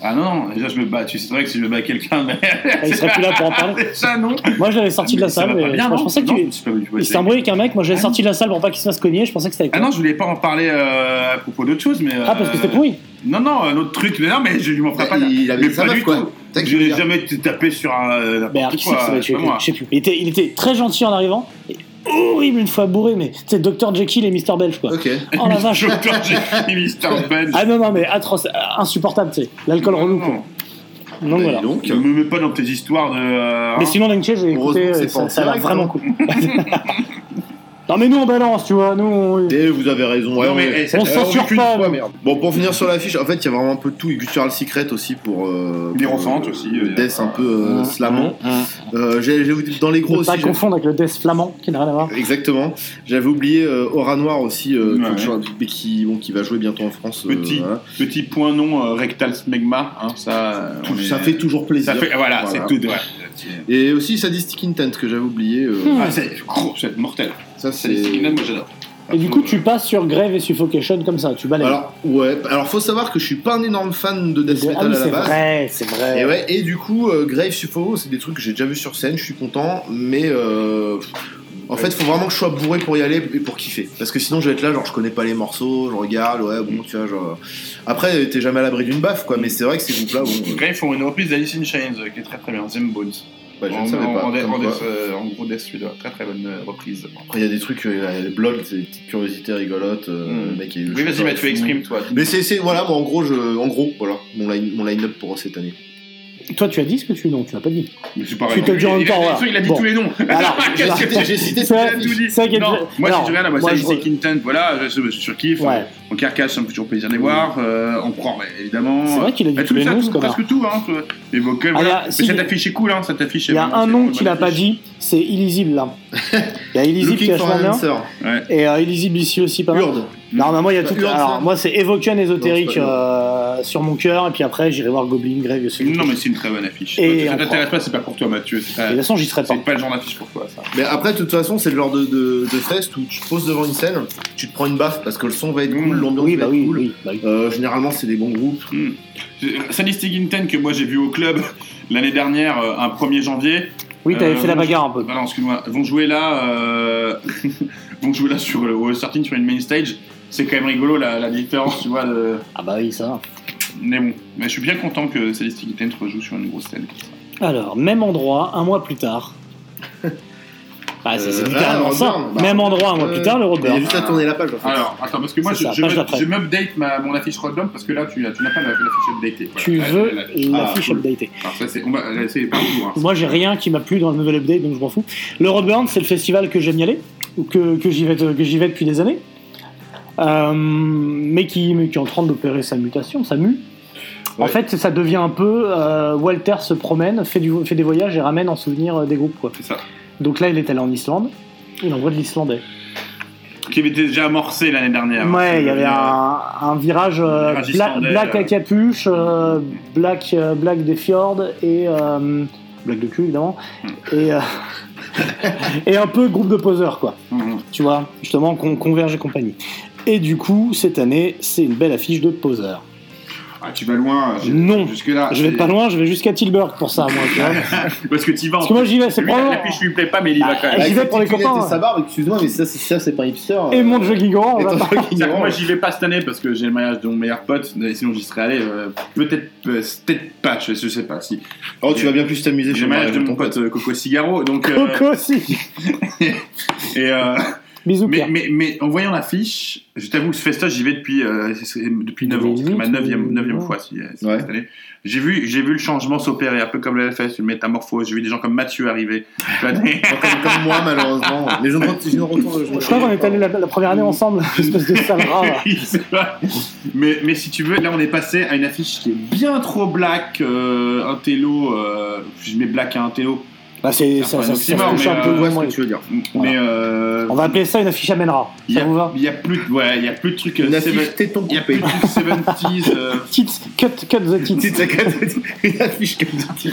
[SPEAKER 1] Ah non, non, déjà, je me bats. Tu sais, c'est vrai que si je bats quelqu'un, mais.
[SPEAKER 2] Ah, il serait plus là pour en parler.
[SPEAKER 1] Déjà, non.
[SPEAKER 2] Moi je l'avais sorti de la salle, mais je pensais que tu. Il s'est embrouillé avec un mec, moi j'avais
[SPEAKER 1] Ah
[SPEAKER 2] sorti de la salle pour pas qu'il se fasse cogner, je pensais que c'était avec
[SPEAKER 1] Ah
[SPEAKER 2] toi.
[SPEAKER 1] non, je voulais pas en parler euh, à propos d'autre chose, mais.
[SPEAKER 2] Ah, parce que
[SPEAKER 1] euh,
[SPEAKER 2] c'était pourri.
[SPEAKER 1] Non, non, un autre truc, mais non, mais je lui m'en ferai pas.
[SPEAKER 3] Il
[SPEAKER 1] mais
[SPEAKER 3] avait sa
[SPEAKER 1] pas
[SPEAKER 3] meuf
[SPEAKER 1] du
[SPEAKER 3] quoi.
[SPEAKER 1] tout.
[SPEAKER 3] T'as que
[SPEAKER 1] Je
[SPEAKER 3] je veux
[SPEAKER 1] n'ai
[SPEAKER 3] dire.
[SPEAKER 1] jamais t- tapé sur un. euh,
[SPEAKER 2] Mais alors,
[SPEAKER 1] n'importe
[SPEAKER 2] qui c'est qui
[SPEAKER 1] quoi,
[SPEAKER 2] s'est battu
[SPEAKER 1] c'est pas
[SPEAKER 2] avec lui
[SPEAKER 1] moi.
[SPEAKER 2] Je sais plus. Il était, il était très gentil en arrivant, et horrible une fois bourré, mais tu sais, Dr. Jekyll et Mr. Belge quoi.
[SPEAKER 3] Ok.
[SPEAKER 2] Oh la vache
[SPEAKER 1] Docteur Jekyll et Mr. Benz.
[SPEAKER 2] Ah non, non, mais atroce, euh, insupportable, tu sais. L'alcool
[SPEAKER 1] Non,
[SPEAKER 2] relou.
[SPEAKER 1] non,
[SPEAKER 2] quoi.
[SPEAKER 1] non.
[SPEAKER 2] Donc
[SPEAKER 3] Bah,
[SPEAKER 2] voilà.
[SPEAKER 3] dis donc.
[SPEAKER 1] Ne me mets pas dans tes histoires de. euh,
[SPEAKER 2] Mais
[SPEAKER 1] hein.
[SPEAKER 2] sinon, Lenche, j'ai écouté,
[SPEAKER 3] Heureusement que c'est
[SPEAKER 2] euh,
[SPEAKER 3] pas
[SPEAKER 2] ça,
[SPEAKER 3] en
[SPEAKER 2] ça a l'air
[SPEAKER 3] direct,
[SPEAKER 2] vraiment
[SPEAKER 3] hein.
[SPEAKER 2] cool. non, mais nous on balance, tu vois, nous on.
[SPEAKER 3] Et vous avez raison. ouais,
[SPEAKER 1] Non,
[SPEAKER 3] on est-
[SPEAKER 1] mais. eh,
[SPEAKER 2] On
[SPEAKER 1] c'est-
[SPEAKER 2] s'en
[SPEAKER 3] Alors,
[SPEAKER 2] censure
[SPEAKER 3] qu'une
[SPEAKER 2] pas,
[SPEAKER 3] fois,
[SPEAKER 2] nous.
[SPEAKER 3] merde. Bon, pour finir sur l'affiche, en fait, il y a vraiment un peu de tout. Et Cultural Secret aussi pour. Euh,
[SPEAKER 1] Des
[SPEAKER 3] pour,
[SPEAKER 1] ressentes
[SPEAKER 3] euh,
[SPEAKER 1] aussi,
[SPEAKER 3] le
[SPEAKER 1] euh,
[SPEAKER 3] Death un peu euh,
[SPEAKER 2] Mmh,
[SPEAKER 3] slamant. Euh, j'ai- j'ai vous dit dans les gros
[SPEAKER 2] Ne
[SPEAKER 3] aussi.
[SPEAKER 2] pas
[SPEAKER 3] j'ai-
[SPEAKER 2] confondre avec le death flamand qui n'a rien à voir.
[SPEAKER 3] Exactement. J'avais oublié euh, Aura Noir aussi, euh,
[SPEAKER 1] Ouais.
[SPEAKER 3] Cultural- mais qui, bon, qui va jouer bientôt en France. euh,
[SPEAKER 1] Petit.
[SPEAKER 3] voilà.
[SPEAKER 1] Petit point non euh, rectal smegma, hein, ça. euh, on est-
[SPEAKER 3] Ça fait toujours plaisir.
[SPEAKER 1] Ça fait, voilà, c'est tout. ouais.
[SPEAKER 3] Et aussi Sadistic Intent que j'avais oublié. euh,
[SPEAKER 2] Hmm.
[SPEAKER 1] Ah, c'est gros, c'est mortel.
[SPEAKER 3] Ça
[SPEAKER 1] C'est des
[SPEAKER 3] c'est.
[SPEAKER 1] skinheads, moi j'adore.
[SPEAKER 2] Et du coup, tu passes sur Grave et Suffocation comme ça, tu balayes.
[SPEAKER 3] Alors ouais. Alors faut savoir que je suis pas un énorme fan de death
[SPEAKER 2] ah
[SPEAKER 3] metal
[SPEAKER 2] oui,
[SPEAKER 3] à la
[SPEAKER 2] c'est
[SPEAKER 3] base.
[SPEAKER 2] vrai, c'est vrai.
[SPEAKER 3] Et ouais, et du coup, euh, Grave Suffo, c'est des trucs que j'ai déjà vu sur scène, je suis content, mais euh, en fait, faut vraiment que je sois bourré pour y aller et pour kiffer. Parce que sinon, je vais être là, genre, je connais pas les morceaux, je regarde, ouais, bon, tu vois, genre. Après, t'es jamais à l'abri d'une baffe, quoi, mais c'est vrai que ces groupes-là, bon, euh,
[SPEAKER 1] Grave font une reprise d'Alice in Chains euh, qui est très très bien, Zem Bones.
[SPEAKER 3] bah, je
[SPEAKER 1] en,
[SPEAKER 3] ne savais
[SPEAKER 1] en-
[SPEAKER 3] pas.
[SPEAKER 1] en-
[SPEAKER 3] comme
[SPEAKER 1] en-
[SPEAKER 3] quoi.
[SPEAKER 1] euh, en gros, Death Suite, ouais, très très bonne euh, reprise.
[SPEAKER 3] Après, il y a des trucs, euh, il y a les blogs, c'est des petites curiosités rigolotes, euh,
[SPEAKER 1] Mm.
[SPEAKER 3] le mec, il y a eu le
[SPEAKER 1] Oui, vas-y,
[SPEAKER 3] chanteur,
[SPEAKER 1] Mathieu,
[SPEAKER 3] il-
[SPEAKER 1] exprime-toi.
[SPEAKER 3] Mais c'est, c'est- voilà, moi, en gros, je, en gros, voilà, mon line- mon line-up pour cette année.
[SPEAKER 2] Toi, tu as dit ce que tu. Non, tu l'as pas dit.
[SPEAKER 1] Mais c'est
[SPEAKER 2] Tu te le dis
[SPEAKER 1] Il-
[SPEAKER 2] en même
[SPEAKER 1] il a-
[SPEAKER 2] temps, voilà.
[SPEAKER 1] Il a dit
[SPEAKER 2] Bon.
[SPEAKER 1] tous les noms.
[SPEAKER 2] Alors,
[SPEAKER 1] Qu'est-ce que
[SPEAKER 3] J'ai cité
[SPEAKER 2] Ah, C'est vrai-
[SPEAKER 1] t'as tout dit
[SPEAKER 2] c'est vrai qu'il y a
[SPEAKER 1] Non,
[SPEAKER 2] déjà-
[SPEAKER 1] moi
[SPEAKER 2] Alors,
[SPEAKER 1] j'ai rien là-bas,
[SPEAKER 2] moi,
[SPEAKER 1] c'est
[SPEAKER 2] je re-
[SPEAKER 1] Isaac Hinton, voilà, je, je surkiffe.
[SPEAKER 2] Ouais. Mm.
[SPEAKER 1] En carcasse, ça me fait toujours plaisir de les voir. euh, on prend, évidemment.
[SPEAKER 2] C'est vrai qu'il a dit
[SPEAKER 1] Bah,
[SPEAKER 2] tous
[SPEAKER 1] tout
[SPEAKER 2] les
[SPEAKER 1] ça,
[SPEAKER 2] noms,
[SPEAKER 1] tout-
[SPEAKER 2] ce connard.
[SPEAKER 1] presque tout, hein, ce- les vocals,
[SPEAKER 2] Ah,
[SPEAKER 1] voilà.
[SPEAKER 2] il y a-
[SPEAKER 1] Mais
[SPEAKER 2] si, il
[SPEAKER 1] cette
[SPEAKER 2] y a-
[SPEAKER 1] affiche est cool, hein, cette affiche. est
[SPEAKER 2] Il y a
[SPEAKER 1] vraiment-
[SPEAKER 2] un
[SPEAKER 1] c'est
[SPEAKER 2] nom
[SPEAKER 1] une
[SPEAKER 2] qu'il a
[SPEAKER 1] bonne
[SPEAKER 2] pas
[SPEAKER 1] affiche.
[SPEAKER 2] dit, c'est Illisible là. Il y a Illisible qui est
[SPEAKER 3] Looking for
[SPEAKER 2] vachement
[SPEAKER 3] an
[SPEAKER 2] bien.
[SPEAKER 3] answer.
[SPEAKER 2] Et euh, Illisible ici aussi pas mal.
[SPEAKER 3] Urde.
[SPEAKER 2] Non, non, moi il y a
[SPEAKER 3] Pas
[SPEAKER 2] tout.
[SPEAKER 3] Urde,
[SPEAKER 2] Alors
[SPEAKER 3] ça
[SPEAKER 2] moi c'est Evoken
[SPEAKER 3] hein. Non,
[SPEAKER 2] ésotérique
[SPEAKER 3] c'est pas
[SPEAKER 2] euh, sur mon cœur et puis après j'irai voir Goblin Grave. et ce genre de
[SPEAKER 1] Non,
[SPEAKER 2] trucs.
[SPEAKER 1] mais c'est une très bonne affiche.
[SPEAKER 2] Et
[SPEAKER 1] Si ça
[SPEAKER 2] on
[SPEAKER 1] t'intéresse
[SPEAKER 2] prend.
[SPEAKER 1] pas, c'est pas pour toi, Mathieu. c'est
[SPEAKER 2] De
[SPEAKER 1] pas-
[SPEAKER 2] toute façon j'y serai pas.
[SPEAKER 1] C'est pas le genre d'affiche pour toi, ça.
[SPEAKER 3] Mais après, de toute façon, c'est le genre de, de, de fest où tu te poses devant une scène, tu te prends une baffe parce que le son va être cool,
[SPEAKER 1] Mmh.
[SPEAKER 3] l'ambiance
[SPEAKER 2] Oui bah
[SPEAKER 3] va être
[SPEAKER 2] oui,
[SPEAKER 3] cool.
[SPEAKER 2] oui, bah oui.
[SPEAKER 3] Euh, généralement, c'est des bons groupes.
[SPEAKER 1] Hmm. Sadistic Intent que moi j'ai vu au club l'année dernière, euh, un 1er janvier.
[SPEAKER 2] Oui, t'avais
[SPEAKER 1] Euh,
[SPEAKER 2] fait la
[SPEAKER 1] moi,
[SPEAKER 2] bagarre un peu.
[SPEAKER 1] Ah non, excuse-moi. Vont jouer là, euh, vont jouer là sur le au starting sur une main stage. C'est quand même rigolo la, la différence, tu vois. de-
[SPEAKER 2] Ah bah oui, ça.
[SPEAKER 1] Mais bon, mais je suis bien content que Sadistic Intent rejoue sur une grosse scène.
[SPEAKER 2] Alors, même endroit, un mois plus tard. Ah, c'est c'est
[SPEAKER 3] Euh,
[SPEAKER 2] littéralement
[SPEAKER 3] ah,
[SPEAKER 2] ça.
[SPEAKER 3] Roadburn, bah.
[SPEAKER 2] même endroit, un mois
[SPEAKER 3] Euh,
[SPEAKER 2] plus tard, le
[SPEAKER 3] Il y a
[SPEAKER 2] Roadburn.
[SPEAKER 3] juste à tourner la page. En fait.
[SPEAKER 1] Alors, attends, parce que moi
[SPEAKER 2] C'est
[SPEAKER 1] je,
[SPEAKER 2] ça,
[SPEAKER 1] je
[SPEAKER 2] page
[SPEAKER 1] me-
[SPEAKER 2] d'après.
[SPEAKER 1] je m'update ma- mon affiche Roadbump parce que là tu, tu n'as pas la- l'affiche updatée. Voilà.
[SPEAKER 2] Tu
[SPEAKER 1] Ah,
[SPEAKER 2] veux
[SPEAKER 1] la-
[SPEAKER 2] l'affiche
[SPEAKER 1] Ah, cool.
[SPEAKER 2] updatée.
[SPEAKER 1] Alors ça c'est, on va, là, c'est pas tout, hein.
[SPEAKER 2] Moi, j'ai rien qui m'a plu dans le nouvel update, donc je m'en fous. Le Roadburn, c'est le festival que j'aime y aller, ou que, que j'y vais, de- que j'y vais depuis des années, Euh, mais, qui, mais qui est en train d'opérer sa mutation, sa mue. En
[SPEAKER 3] Ouais.
[SPEAKER 2] fait, ça devient un peu euh, Walter se promène, fait, du, fait des voyages et ramène en souvenir euh, des groupes. Quoi.
[SPEAKER 1] C'est ça.
[SPEAKER 2] Donc là, il est allé en Islande, il envoie de l'islandais.
[SPEAKER 1] Qui avait été déjà amorcé l'année dernière.
[SPEAKER 2] Ouais, il y avait
[SPEAKER 1] Euh,
[SPEAKER 2] un, un virage, euh,
[SPEAKER 1] virage
[SPEAKER 2] bla-
[SPEAKER 1] islandais,
[SPEAKER 2] black
[SPEAKER 1] là.
[SPEAKER 2] à capuche, euh, black, euh, black des fjords et euh, black de cul évidemment
[SPEAKER 1] Hmm.
[SPEAKER 2] et euh, et un peu groupe de poseurs quoi.
[SPEAKER 1] Mhm.
[SPEAKER 2] Tu vois, justement qu'on converge et compagnie. Et du coup, cette année, c'est une belle affiche de poseurs.
[SPEAKER 1] Ah, tu vas loin. j'ai-
[SPEAKER 2] Non.
[SPEAKER 1] Jusque-là.
[SPEAKER 2] je vais
[SPEAKER 1] Ah, c'est-
[SPEAKER 2] pas loin, je vais jusqu'à Tilburg pour ça, moi. tu vois.
[SPEAKER 1] Parce que tu vas. en
[SPEAKER 2] Parce que moi, j'y vais, c'est
[SPEAKER 1] Lui,
[SPEAKER 2] probablement.
[SPEAKER 1] L'affiche lui plaît pas, mais il y va
[SPEAKER 2] Ah,
[SPEAKER 1] quand même.
[SPEAKER 2] J'y vais
[SPEAKER 3] Avec
[SPEAKER 2] pour
[SPEAKER 3] sa
[SPEAKER 2] les
[SPEAKER 3] petite
[SPEAKER 2] copains,
[SPEAKER 3] lunette
[SPEAKER 2] hein.
[SPEAKER 3] et sa barbe, excuse-moi, mais ça, c'est ça, c'est pas hipster.
[SPEAKER 2] Et
[SPEAKER 3] euh,
[SPEAKER 2] mon jeu Guigoran, on
[SPEAKER 3] et
[SPEAKER 2] va
[SPEAKER 3] ton
[SPEAKER 2] pas.
[SPEAKER 3] jeu
[SPEAKER 1] C'est-à-dire que
[SPEAKER 3] ignorant.
[SPEAKER 1] Moi, j'y vais pas cette année parce que j'ai le mariage de mon meilleur pote, mais sinon j'y serais allé. euh, peut-être, euh, peut-être pas, je, je sais pas. Si.
[SPEAKER 3] Oh, tu vas bien plus t'amuser
[SPEAKER 1] J'ai
[SPEAKER 3] chez
[SPEAKER 1] le
[SPEAKER 3] moi.
[SPEAKER 1] mariage de mon pote euh, Coco Cigaro, donc. euh,
[SPEAKER 2] Coco aussi.
[SPEAKER 1] et, euh,
[SPEAKER 2] Bisous,
[SPEAKER 1] mais,
[SPEAKER 2] Pierre.
[SPEAKER 1] mais, mais en voyant l'affiche, je t'avoue, ce festoche, j'y vais depuis, euh, c'est- c'est- depuis 9 ans. C'est ma
[SPEAKER 2] 2008,
[SPEAKER 1] 9
[SPEAKER 2] ou-
[SPEAKER 1] fois si, euh, si
[SPEAKER 3] Ouais.
[SPEAKER 1] cette année. J'ai vu, j'ai vu le changement s'opérer, un peu comme le LFS, une métamorphose. J'ai vu des gens comme Mathieu arriver. Tu vois, des-
[SPEAKER 3] Moi, Comme, comme moi, malheureusement. Mais je ne retourne. Je ne retourne je ne
[SPEAKER 2] Je crois qu'on est allé la, la première année ensemble, espèce de sale rat, là.
[SPEAKER 1] Oui, c'est vrai. mais, mais si tu veux, là on est passé à une affiche qui est bien trop black, euh, un télo, euh, je mets black à un télo,
[SPEAKER 2] Bah, c'est,
[SPEAKER 1] C'est
[SPEAKER 2] ça,
[SPEAKER 1] un
[SPEAKER 2] ça, ça,
[SPEAKER 1] oxymore,
[SPEAKER 2] se touche
[SPEAKER 1] mais,
[SPEAKER 2] un
[SPEAKER 1] euh,
[SPEAKER 2] peu
[SPEAKER 3] Je vois
[SPEAKER 2] le
[SPEAKER 3] ce que
[SPEAKER 2] nombril.
[SPEAKER 3] tu veux dire.
[SPEAKER 1] Mais euh,
[SPEAKER 2] On va appeler ça une affiche à Menra.
[SPEAKER 1] il y
[SPEAKER 2] Ça
[SPEAKER 1] a-
[SPEAKER 2] vous va
[SPEAKER 1] il y a plus de ouais, il y a plus de trucs euh,
[SPEAKER 3] Une
[SPEAKER 1] seven-
[SPEAKER 3] affiche téton
[SPEAKER 1] il y a plus
[SPEAKER 3] coupé.
[SPEAKER 1] de trucs 70s euh,
[SPEAKER 2] Tips, cut, cut the
[SPEAKER 3] Une
[SPEAKER 2] tips.
[SPEAKER 3] petite saccade- Une affiche comme ça.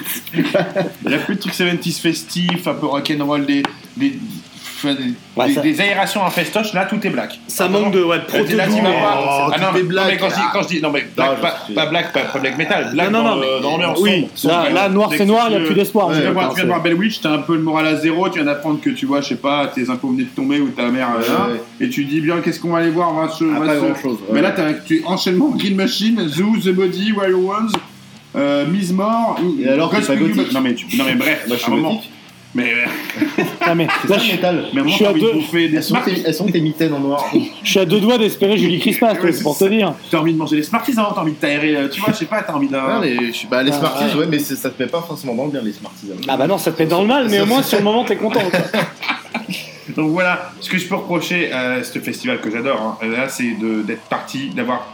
[SPEAKER 1] Il n'y a plus de trucs 70s festifs, un peu rock'n'roll, des, des, enfin, des,
[SPEAKER 2] Ouais,
[SPEAKER 1] des-
[SPEAKER 2] ça-
[SPEAKER 1] des aérations en festoche. Là, tout est black.
[SPEAKER 8] Ça manque de ouais, de
[SPEAKER 1] Euh, là, tu vas
[SPEAKER 8] proto-blanc.
[SPEAKER 1] voir.
[SPEAKER 3] Oh,
[SPEAKER 1] Ah
[SPEAKER 3] tout
[SPEAKER 1] non, mais,
[SPEAKER 3] est black,
[SPEAKER 1] non, mais quand, je dis,
[SPEAKER 3] ah.
[SPEAKER 1] quand je dis- non, mais black,
[SPEAKER 3] je
[SPEAKER 1] pas,
[SPEAKER 3] suis-
[SPEAKER 1] pas black, pas, pas black metal, black
[SPEAKER 8] Non, non,
[SPEAKER 1] dans
[SPEAKER 8] non,
[SPEAKER 1] le-
[SPEAKER 8] mais-
[SPEAKER 1] dans l'ambiance
[SPEAKER 2] Oui,
[SPEAKER 1] sombre.
[SPEAKER 2] là,
[SPEAKER 1] Sombre,
[SPEAKER 2] là,
[SPEAKER 1] euh,
[SPEAKER 2] noir
[SPEAKER 1] dès
[SPEAKER 2] c'est
[SPEAKER 1] que
[SPEAKER 2] noir, il
[SPEAKER 1] tu
[SPEAKER 2] n'y a
[SPEAKER 1] veux-
[SPEAKER 2] plus d'espoir.
[SPEAKER 1] Tu
[SPEAKER 2] je
[SPEAKER 1] viens
[SPEAKER 2] pense,
[SPEAKER 1] voir- tu viens de voir
[SPEAKER 2] ouais.
[SPEAKER 1] Bell Witch, t'as un peu le moral à zéro, tu viens d'apprendre que tu vois, je sais pas, tes impôts venaient de tomber ou ta mère, euh, là,
[SPEAKER 3] Ouais.
[SPEAKER 1] et tu dis bien qu'est-ce qu'on va aller voir, on va se-
[SPEAKER 3] Ah,
[SPEAKER 1] on va
[SPEAKER 3] pas
[SPEAKER 1] se-
[SPEAKER 3] grand chose.
[SPEAKER 1] Mais là, t'as tu enchaînement Green Machine, Zoo, The Body, Wild Ones, euh, Mise Mort,
[SPEAKER 3] Et alors,
[SPEAKER 1] Ghost
[SPEAKER 3] c'est pas
[SPEAKER 1] Human-
[SPEAKER 3] gothique
[SPEAKER 1] Non mais, tu- non, mais bref,
[SPEAKER 3] Moi, je
[SPEAKER 1] un
[SPEAKER 3] suis
[SPEAKER 1] moment.
[SPEAKER 3] gothique.
[SPEAKER 1] Mais
[SPEAKER 2] Ah, mais
[SPEAKER 3] C'est
[SPEAKER 2] là,
[SPEAKER 3] ça, le
[SPEAKER 2] je,
[SPEAKER 3] métal.
[SPEAKER 1] mais Ah, à un
[SPEAKER 2] Je
[SPEAKER 1] moment,
[SPEAKER 2] suis
[SPEAKER 1] t'as
[SPEAKER 2] à
[SPEAKER 1] envie de
[SPEAKER 2] deux-
[SPEAKER 1] bouffer des
[SPEAKER 3] Elles sont
[SPEAKER 1] Smarties.
[SPEAKER 3] tes- elles sont tes mitaines en noir.
[SPEAKER 2] je suis à deux doigts d'espérer Julie Christmas,
[SPEAKER 1] Ouais,
[SPEAKER 3] Ah
[SPEAKER 2] quoi,
[SPEAKER 1] c'est
[SPEAKER 2] pour te
[SPEAKER 1] ça.
[SPEAKER 2] dire.
[SPEAKER 1] T'as envie de manger des Smarties, hein, t'as envie de t'aérer, euh, tu vois, je sais pas, t'as envie
[SPEAKER 3] Ah,
[SPEAKER 1] d'un.
[SPEAKER 3] les, je- bah, les
[SPEAKER 2] Ah,
[SPEAKER 3] Smarties,
[SPEAKER 2] ouais.
[SPEAKER 3] ouais, mais c'est- ça te met pas forcément dans le bien, les Smarties. hein.
[SPEAKER 2] Ah bah non, ça te met dans le mal, mais au moins sur le moment t'es content. quoi.
[SPEAKER 1] Donc voilà, ce que je peux reprocher à ce festival que j'adore, hein, là, c'est de- d'être parti, d'avoir.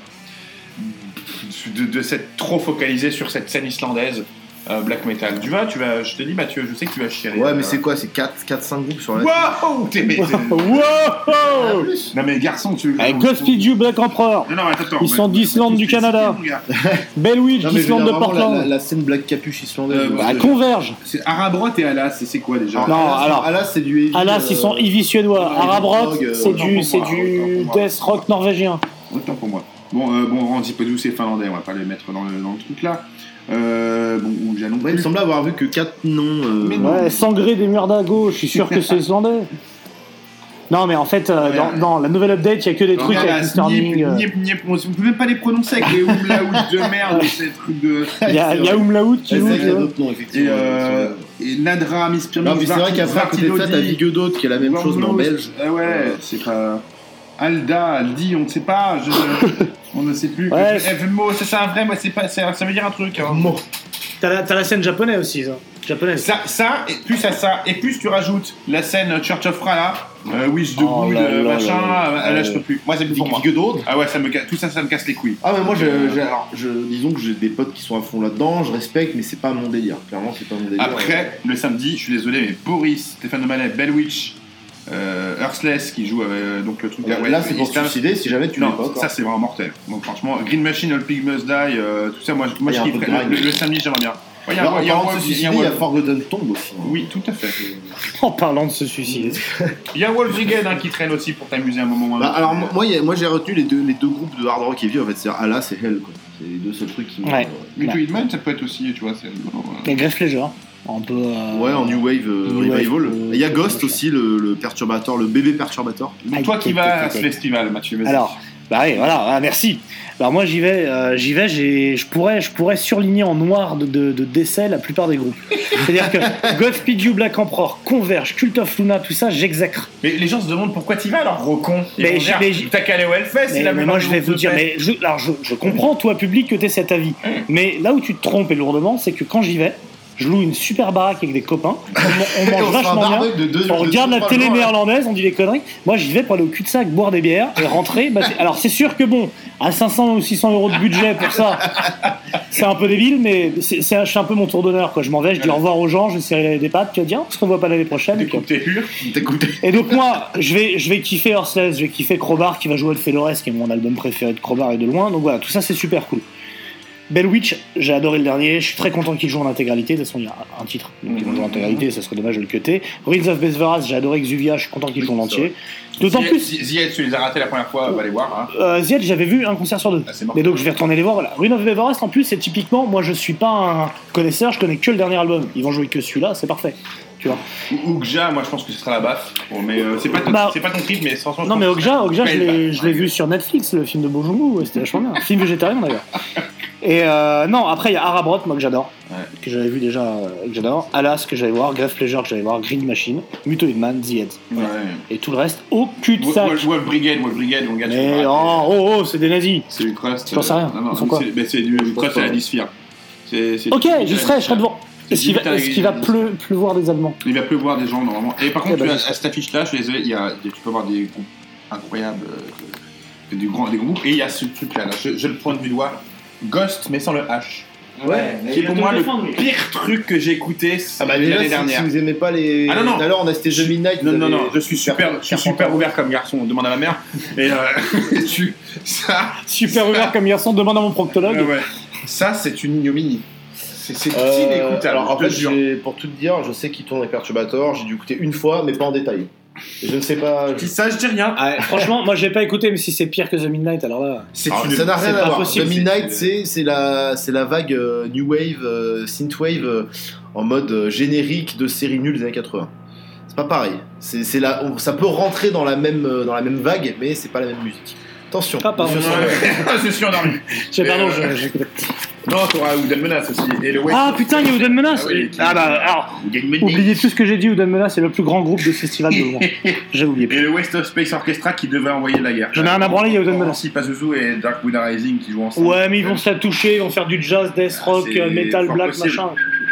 [SPEAKER 1] de, de s'être trop focalisé sur cette scène islandaise, euh, black metal. Tu vas, tu vas, je te dis, Mathieu, je sais que tu vas chialer.
[SPEAKER 3] Ouais,
[SPEAKER 1] Euh,
[SPEAKER 3] mais c'est quoi C'est 4-5 groupes sur la.
[SPEAKER 1] Wow t'es- mais t'es-
[SPEAKER 3] Ah,
[SPEAKER 2] wow
[SPEAKER 3] plus.
[SPEAKER 1] Non mais garçon, tu.
[SPEAKER 2] Eh, Godspeed you Black Emperor,
[SPEAKER 1] Non, non, attends, attends.
[SPEAKER 2] Ils sont
[SPEAKER 1] Mais-
[SPEAKER 2] d'Islande,
[SPEAKER 1] mais-
[SPEAKER 2] du
[SPEAKER 1] mais-
[SPEAKER 2] Canada.
[SPEAKER 1] c'est- regarde.
[SPEAKER 2] Bellwitch,
[SPEAKER 3] Non, mais je veux
[SPEAKER 2] Islande de
[SPEAKER 3] dire, vraiment, la, la,
[SPEAKER 2] Portland.
[SPEAKER 3] la scène black capuche islandaise.
[SPEAKER 1] Euh,
[SPEAKER 2] Bah, converge.
[SPEAKER 1] C'est Arabrot et Alas, c'est- c'est quoi déjà
[SPEAKER 2] Non,
[SPEAKER 3] Alas,
[SPEAKER 2] alors-
[SPEAKER 3] Alas, c'est du. heavy,
[SPEAKER 2] Alas,
[SPEAKER 3] euh,
[SPEAKER 2] ils sont Ivy suédois.
[SPEAKER 3] euh,
[SPEAKER 2] Arabrot,
[SPEAKER 3] Rogue, euh,
[SPEAKER 2] c'est
[SPEAKER 1] autant
[SPEAKER 2] du,
[SPEAKER 1] pour
[SPEAKER 2] c'est
[SPEAKER 1] moi, autant
[SPEAKER 2] du
[SPEAKER 1] pour moi.
[SPEAKER 2] death rock norvégien.
[SPEAKER 1] Autant pour moi. Bon, euh, bon, Randy Podou, c'est finlandais, on va pas les mettre dans le, dans le truc là. Euh, bon, ou Janon.
[SPEAKER 3] Ouais, il me semblait avoir vu que 4 noms. euh,
[SPEAKER 1] Mais non.
[SPEAKER 2] Ouais, Sangré des Murdago, je suis sûr que c'est islandais. Non, mais en fait, euh,
[SPEAKER 1] Ouais.
[SPEAKER 2] dans, dans la nouvelle update, il y a que des trucs
[SPEAKER 1] Regarde,
[SPEAKER 2] avec
[SPEAKER 1] là,
[SPEAKER 2] Mr.
[SPEAKER 1] Nip,
[SPEAKER 2] Ming, euh,
[SPEAKER 1] Nip, Nip, on on peut même pas les prononcer avec les oumlaout de merde, ces trucs de.
[SPEAKER 2] Il y a, il y a Umlaut qui
[SPEAKER 3] C'est
[SPEAKER 2] joue.
[SPEAKER 3] vrai qu'il y
[SPEAKER 2] tu
[SPEAKER 3] a
[SPEAKER 2] vois.
[SPEAKER 3] d'autres noms,
[SPEAKER 1] Et,
[SPEAKER 3] effectivement.
[SPEAKER 1] euh, et Nadra, Miss Pyramid,
[SPEAKER 3] Non, puis c'est vrai qu'après, à côté de ça, t'as Vigeudot qui est la même chose, mais en belge.
[SPEAKER 1] Ah ouais, c'est pas. Alda, Aldi, on ne sait pas, je- on ne sait plus.
[SPEAKER 2] Ouais, c'est-
[SPEAKER 1] FMO, ça c'est un vrai, moi c'est pas, ça, ça veut dire un truc. hein.
[SPEAKER 2] T'as la, t'as la scène japonaise aussi, ça. Japonaise.
[SPEAKER 1] Ça, ça, et plus à ça, et plus tu rajoutes la scène Church of Rala, euh, Wish de
[SPEAKER 2] Oh
[SPEAKER 1] Good,
[SPEAKER 2] là
[SPEAKER 1] euh,
[SPEAKER 2] là
[SPEAKER 1] machin,
[SPEAKER 2] là
[SPEAKER 1] euh, là, je peux plus. Moi c'est plus pour moi.
[SPEAKER 3] Vigeudot.
[SPEAKER 1] Ah ouais, ça me, ca- tout ça, ça me casse les couilles.
[SPEAKER 3] Ah, mais moi, je, je- alors, je- disons que j'ai des potes qui sont à fond là-dedans, je respecte, mais c'est pas mon délire. Clairement, c'est pas mon délire.
[SPEAKER 1] Après, le samedi, je suis désolé, mais Boris, Stéphane O'Malley, Bellwitch, euh, Earthless qui joue euh, donc le truc
[SPEAKER 3] Euh, là, c'est pour te
[SPEAKER 1] Islam.
[SPEAKER 3] suicider si jamais tu l'es hein.
[SPEAKER 1] Non,
[SPEAKER 3] pas.
[SPEAKER 1] ça
[SPEAKER 3] quoi.
[SPEAKER 1] c'est vraiment mortel. Donc franchement, Green Machine, All Pig Must Die, euh, tout ça, moi, je- moi
[SPEAKER 3] Il y
[SPEAKER 1] je
[SPEAKER 3] a un peu de
[SPEAKER 1] kifferais. Le,
[SPEAKER 3] grind.
[SPEAKER 1] le samedi, j'aimerais bien. Ouais, il y a
[SPEAKER 3] Là,
[SPEAKER 1] un-
[SPEAKER 3] en
[SPEAKER 1] il y a un
[SPEAKER 3] parlant de
[SPEAKER 1] Wolf-
[SPEAKER 3] se
[SPEAKER 1] il y a
[SPEAKER 3] suicider,
[SPEAKER 1] un
[SPEAKER 3] il y a
[SPEAKER 1] Wolf-
[SPEAKER 3] Forgotten Tomb aussi. hein.
[SPEAKER 1] Oui, tout à fait.
[SPEAKER 2] En parlant de se suicider.
[SPEAKER 1] Il y a Wolf Brigade hein, qui traîne aussi pour t'amuser un moment. ou un
[SPEAKER 3] Bah,
[SPEAKER 1] autre.
[SPEAKER 3] alors moi, moi, il y a- moi, j'ai retenu les deux, les deux groupes de hard rock et vieux en fait, c'est Alas et Hell quoi. C'est les deux seuls trucs qui m'ont- euh,
[SPEAKER 2] Ouais.
[SPEAKER 1] Mutual Hitman, ça peut être aussi, tu vois, c'est rigolo. hein.
[SPEAKER 2] Et Greff Ledger. Un peu. euh,
[SPEAKER 3] Ouais, en New Wave euh,
[SPEAKER 2] New
[SPEAKER 3] Revival.
[SPEAKER 2] Wave, euh,
[SPEAKER 3] Il y a Ghost
[SPEAKER 2] machin.
[SPEAKER 3] aussi, le, le Perturbator, le bébé Perturbator.
[SPEAKER 1] Donc toi qui
[SPEAKER 2] Aïe,
[SPEAKER 1] vas
[SPEAKER 2] aïe,
[SPEAKER 1] à
[SPEAKER 2] aïe,
[SPEAKER 1] ce
[SPEAKER 2] aïe.
[SPEAKER 1] festival, Mathieu, vas-y.
[SPEAKER 2] Alors, bah oui, voilà, ah, merci. Alors moi j'y vais, euh, j'y vais, j'ai, je pourrais, je pourrais surligner en noir de, de, de décès la plupart des groupes. C'est-à-dire que Godspeed You, Black Emperor, Converge, Cult of Luna, tout ça, j'exècre.
[SPEAKER 1] Mais les gens se demandent pourquoi t'y vas alors, gros con. Ils
[SPEAKER 2] Mais
[SPEAKER 1] vont
[SPEAKER 2] j'ai-
[SPEAKER 1] dire,
[SPEAKER 2] mais j'ai-
[SPEAKER 1] T'as qu'à aller au Hellfest,
[SPEAKER 2] Mais,
[SPEAKER 1] il a
[SPEAKER 2] mais
[SPEAKER 1] même
[SPEAKER 2] moi
[SPEAKER 1] un
[SPEAKER 2] je vais
[SPEAKER 1] groupe
[SPEAKER 2] vous
[SPEAKER 1] de
[SPEAKER 2] dire,
[SPEAKER 1] fête.
[SPEAKER 2] mais je, alors je, je comprends toi public que t'es cet avis,
[SPEAKER 3] Mm.
[SPEAKER 2] mais là où tu te trompes et lourdement, c'est que quand j'y vais, je loue une super baraque avec des copains, on, on
[SPEAKER 3] Et
[SPEAKER 2] mange
[SPEAKER 3] on fait un
[SPEAKER 2] vachement bien.
[SPEAKER 3] barbecue de deux-
[SPEAKER 2] On
[SPEAKER 3] de
[SPEAKER 2] regarde
[SPEAKER 3] deux,
[SPEAKER 2] la
[SPEAKER 3] trois
[SPEAKER 2] télé
[SPEAKER 3] jours, là.
[SPEAKER 2] néerlandaise, on dit des conneries. Moi, j'y vais pour aller au cul-de-sac, boire des bières et rentrer. bah, c'est- alors, c'est sûr que bon, à 500 ou 600 euros de budget pour ça, c'est un peu débile, mais c'est c'est un- je fais un peu mon tour d'honneur. quoi. Je m'en vais, je dis au revoir aux gens, je vais serrer des pattes, tu vas dire, ce qu'on voit pas l'année prochaine.
[SPEAKER 1] Des
[SPEAKER 2] et puis-
[SPEAKER 1] groupes, t'es pur.
[SPEAKER 3] T'écoutes-
[SPEAKER 2] et donc moi, je vais, je vais kiffer Horseless, je vais kiffer Crowbar qui va jouer de Fedores, qui est mon album préféré de Crowbar et de loin. Donc voilà, tout ça c'est super cool. Bellwitch, j'ai adoré le dernier, je suis très content qu'il joue en intégralité, de toute façon il y a un titre, donc il joue en intégralité, ça serait dommage de le cutter. Ruins of Besveras, j'ai adoré Xuvia, je suis content qu'il joue en entier. D'autant
[SPEAKER 1] Ziet-
[SPEAKER 2] plus,
[SPEAKER 1] Ziet, Ziet, tu les as ratés la première fois, va les voir. hein.
[SPEAKER 2] euh, Ziet, j'avais vu un concert sur deux.
[SPEAKER 1] Ah, c'est mort.
[SPEAKER 2] Mais donc je vais retourner les voir, voilà. Ruin of Everest en plus c'est typiquement, moi je suis pas un connaisseur, je connais que le dernier album, ils vont jouer que celui-là, c'est parfait. Tu vois.
[SPEAKER 1] Ou- Ougja, moi je pense que ce sera la baffe. Bon, mais euh, c'est pas, ton-
[SPEAKER 2] Bah-
[SPEAKER 1] c'est pas ton trip, mais franchement. je
[SPEAKER 2] Non
[SPEAKER 1] pense
[SPEAKER 2] mais
[SPEAKER 1] que
[SPEAKER 2] Okja,
[SPEAKER 1] ça-
[SPEAKER 2] Okja je
[SPEAKER 1] Belle
[SPEAKER 2] l'ai-
[SPEAKER 1] baffe.
[SPEAKER 2] je l'ai vu sur Netflix, le film de Bojumou, ouais, c'était vachement bien. Film végétarien d'ailleurs. Et euh, non, après il y a Arabrot, moi que j'adore,
[SPEAKER 1] Ouais.
[SPEAKER 2] que j'avais vu déjà, euh, que j'adore, Alas que j'allais voir, Grave Pleasure que j'allais voir, Green Machine, Muto Hitman, The Head.
[SPEAKER 1] Ouais.
[SPEAKER 2] Et tout le reste au cul de
[SPEAKER 1] Wolf,
[SPEAKER 2] sac.
[SPEAKER 1] Wolf- Wolf Brigade, Wolf Brigade, mon gars, tu
[SPEAKER 2] Mais
[SPEAKER 1] peux
[SPEAKER 2] oh,
[SPEAKER 1] rater.
[SPEAKER 2] oh, oh, c'est des nazis.
[SPEAKER 1] C'est du crust. euh,
[SPEAKER 2] Je pense à rien.
[SPEAKER 1] Non, non,
[SPEAKER 2] Ils font quoi
[SPEAKER 1] c'est- mais c'est du
[SPEAKER 3] pense
[SPEAKER 1] crust
[SPEAKER 3] pas.
[SPEAKER 1] à la dysphere. C'est- c'est-
[SPEAKER 2] Ok,
[SPEAKER 1] c'est-
[SPEAKER 2] j'y serai, je serai devant.
[SPEAKER 1] C'est
[SPEAKER 2] Est-ce qu'il
[SPEAKER 1] limite à
[SPEAKER 2] va,
[SPEAKER 1] la
[SPEAKER 2] est-ce qu'il va
[SPEAKER 1] grille.
[SPEAKER 2] pleu- pleuvoir des Allemands
[SPEAKER 1] Il va pleuvoir des gens normalement. Et par
[SPEAKER 2] Eh
[SPEAKER 1] contre,
[SPEAKER 2] ben,
[SPEAKER 1] tu as-
[SPEAKER 2] je sais.
[SPEAKER 1] à cette affiche-là, je suis désolé, il y a, tu peux avoir des groupes incroyables, euh, des, grands, des groupes. Et il y a ce truc-là, là. Je, je le pointe du doigt. Ghost, mais sans le H. qui est pour moi le pire truc que j'ai écouté
[SPEAKER 3] Ah bah
[SPEAKER 1] l'année
[SPEAKER 3] déjà, si,
[SPEAKER 1] dernière.
[SPEAKER 3] si vous aimez pas les.
[SPEAKER 1] Ah non, non.
[SPEAKER 3] Alors on a c'était The Midnight.
[SPEAKER 1] Non,
[SPEAKER 3] vous
[SPEAKER 1] non,
[SPEAKER 3] avez-
[SPEAKER 1] non, je suis super, je suis super ouvert comme garçon, on demande à ma mère. Et euh, tu, ça,
[SPEAKER 2] Super ouvert comme garçon, demande à mon proctologue.
[SPEAKER 1] euh, ouais. ça c'est une ignominie. C'est c'est
[SPEAKER 3] Euh,
[SPEAKER 1] inécoutable,
[SPEAKER 3] alors en
[SPEAKER 1] je
[SPEAKER 3] fait,
[SPEAKER 1] te jure.
[SPEAKER 3] j'ai- pour tout te dire, je sais qu'il tourne les perturbators. J'ai dû écouter une fois, mais pas en détail. Et je ne sais pas.
[SPEAKER 1] Dis ça, je dis rien.
[SPEAKER 2] Ah, franchement, moi j'ai pas écouté, mais si c'est pire que The Midnight, alors là.
[SPEAKER 1] C'est
[SPEAKER 3] Alors,
[SPEAKER 1] une-
[SPEAKER 3] ça n'a
[SPEAKER 2] c'est
[SPEAKER 3] rien
[SPEAKER 2] pas
[SPEAKER 3] à voir.
[SPEAKER 2] possible,
[SPEAKER 3] The
[SPEAKER 2] c'est-
[SPEAKER 3] Midnight, c'est c'est la c'est la vague euh, new wave, euh, synthwave euh, en mode euh, générique de série nulle des années 80. C'est pas pareil. C'est c'est la on- ça peut rentrer dans la même euh, dans la même vague, mais c'est pas la même musique. Attention.
[SPEAKER 2] Ah, pardon.
[SPEAKER 3] Monsieur Sandberg.
[SPEAKER 1] Ouais, je suis endormi.
[SPEAKER 2] J'ai- Pardon,
[SPEAKER 1] Et,
[SPEAKER 2] je-
[SPEAKER 1] euh,
[SPEAKER 2] j'ai-
[SPEAKER 1] Non, t'auras Wooden Menace aussi. Et le West.
[SPEAKER 2] Ah putain, il y a Ouden Menace
[SPEAKER 1] Ah oui.
[SPEAKER 2] Ah bah, alors, oubliez tout ce que j'ai dit, Ouden Menace est le plus grand groupe de festival de loin. J'ai oublié.
[SPEAKER 1] Et le West of Space Orchestra qui devait envoyer la guerre.
[SPEAKER 2] J'en ai rien à branler, il y a Wooden Menace.
[SPEAKER 1] Si Pazuzu et Dark Buddha Rising qui jouent ensemble.
[SPEAKER 2] Ouais, mais ils vont se la toucher, ils vont faire du jazz, death rock,
[SPEAKER 1] C'est
[SPEAKER 2] euh, metal,
[SPEAKER 1] fort
[SPEAKER 2] black,
[SPEAKER 1] possible.
[SPEAKER 2] machin.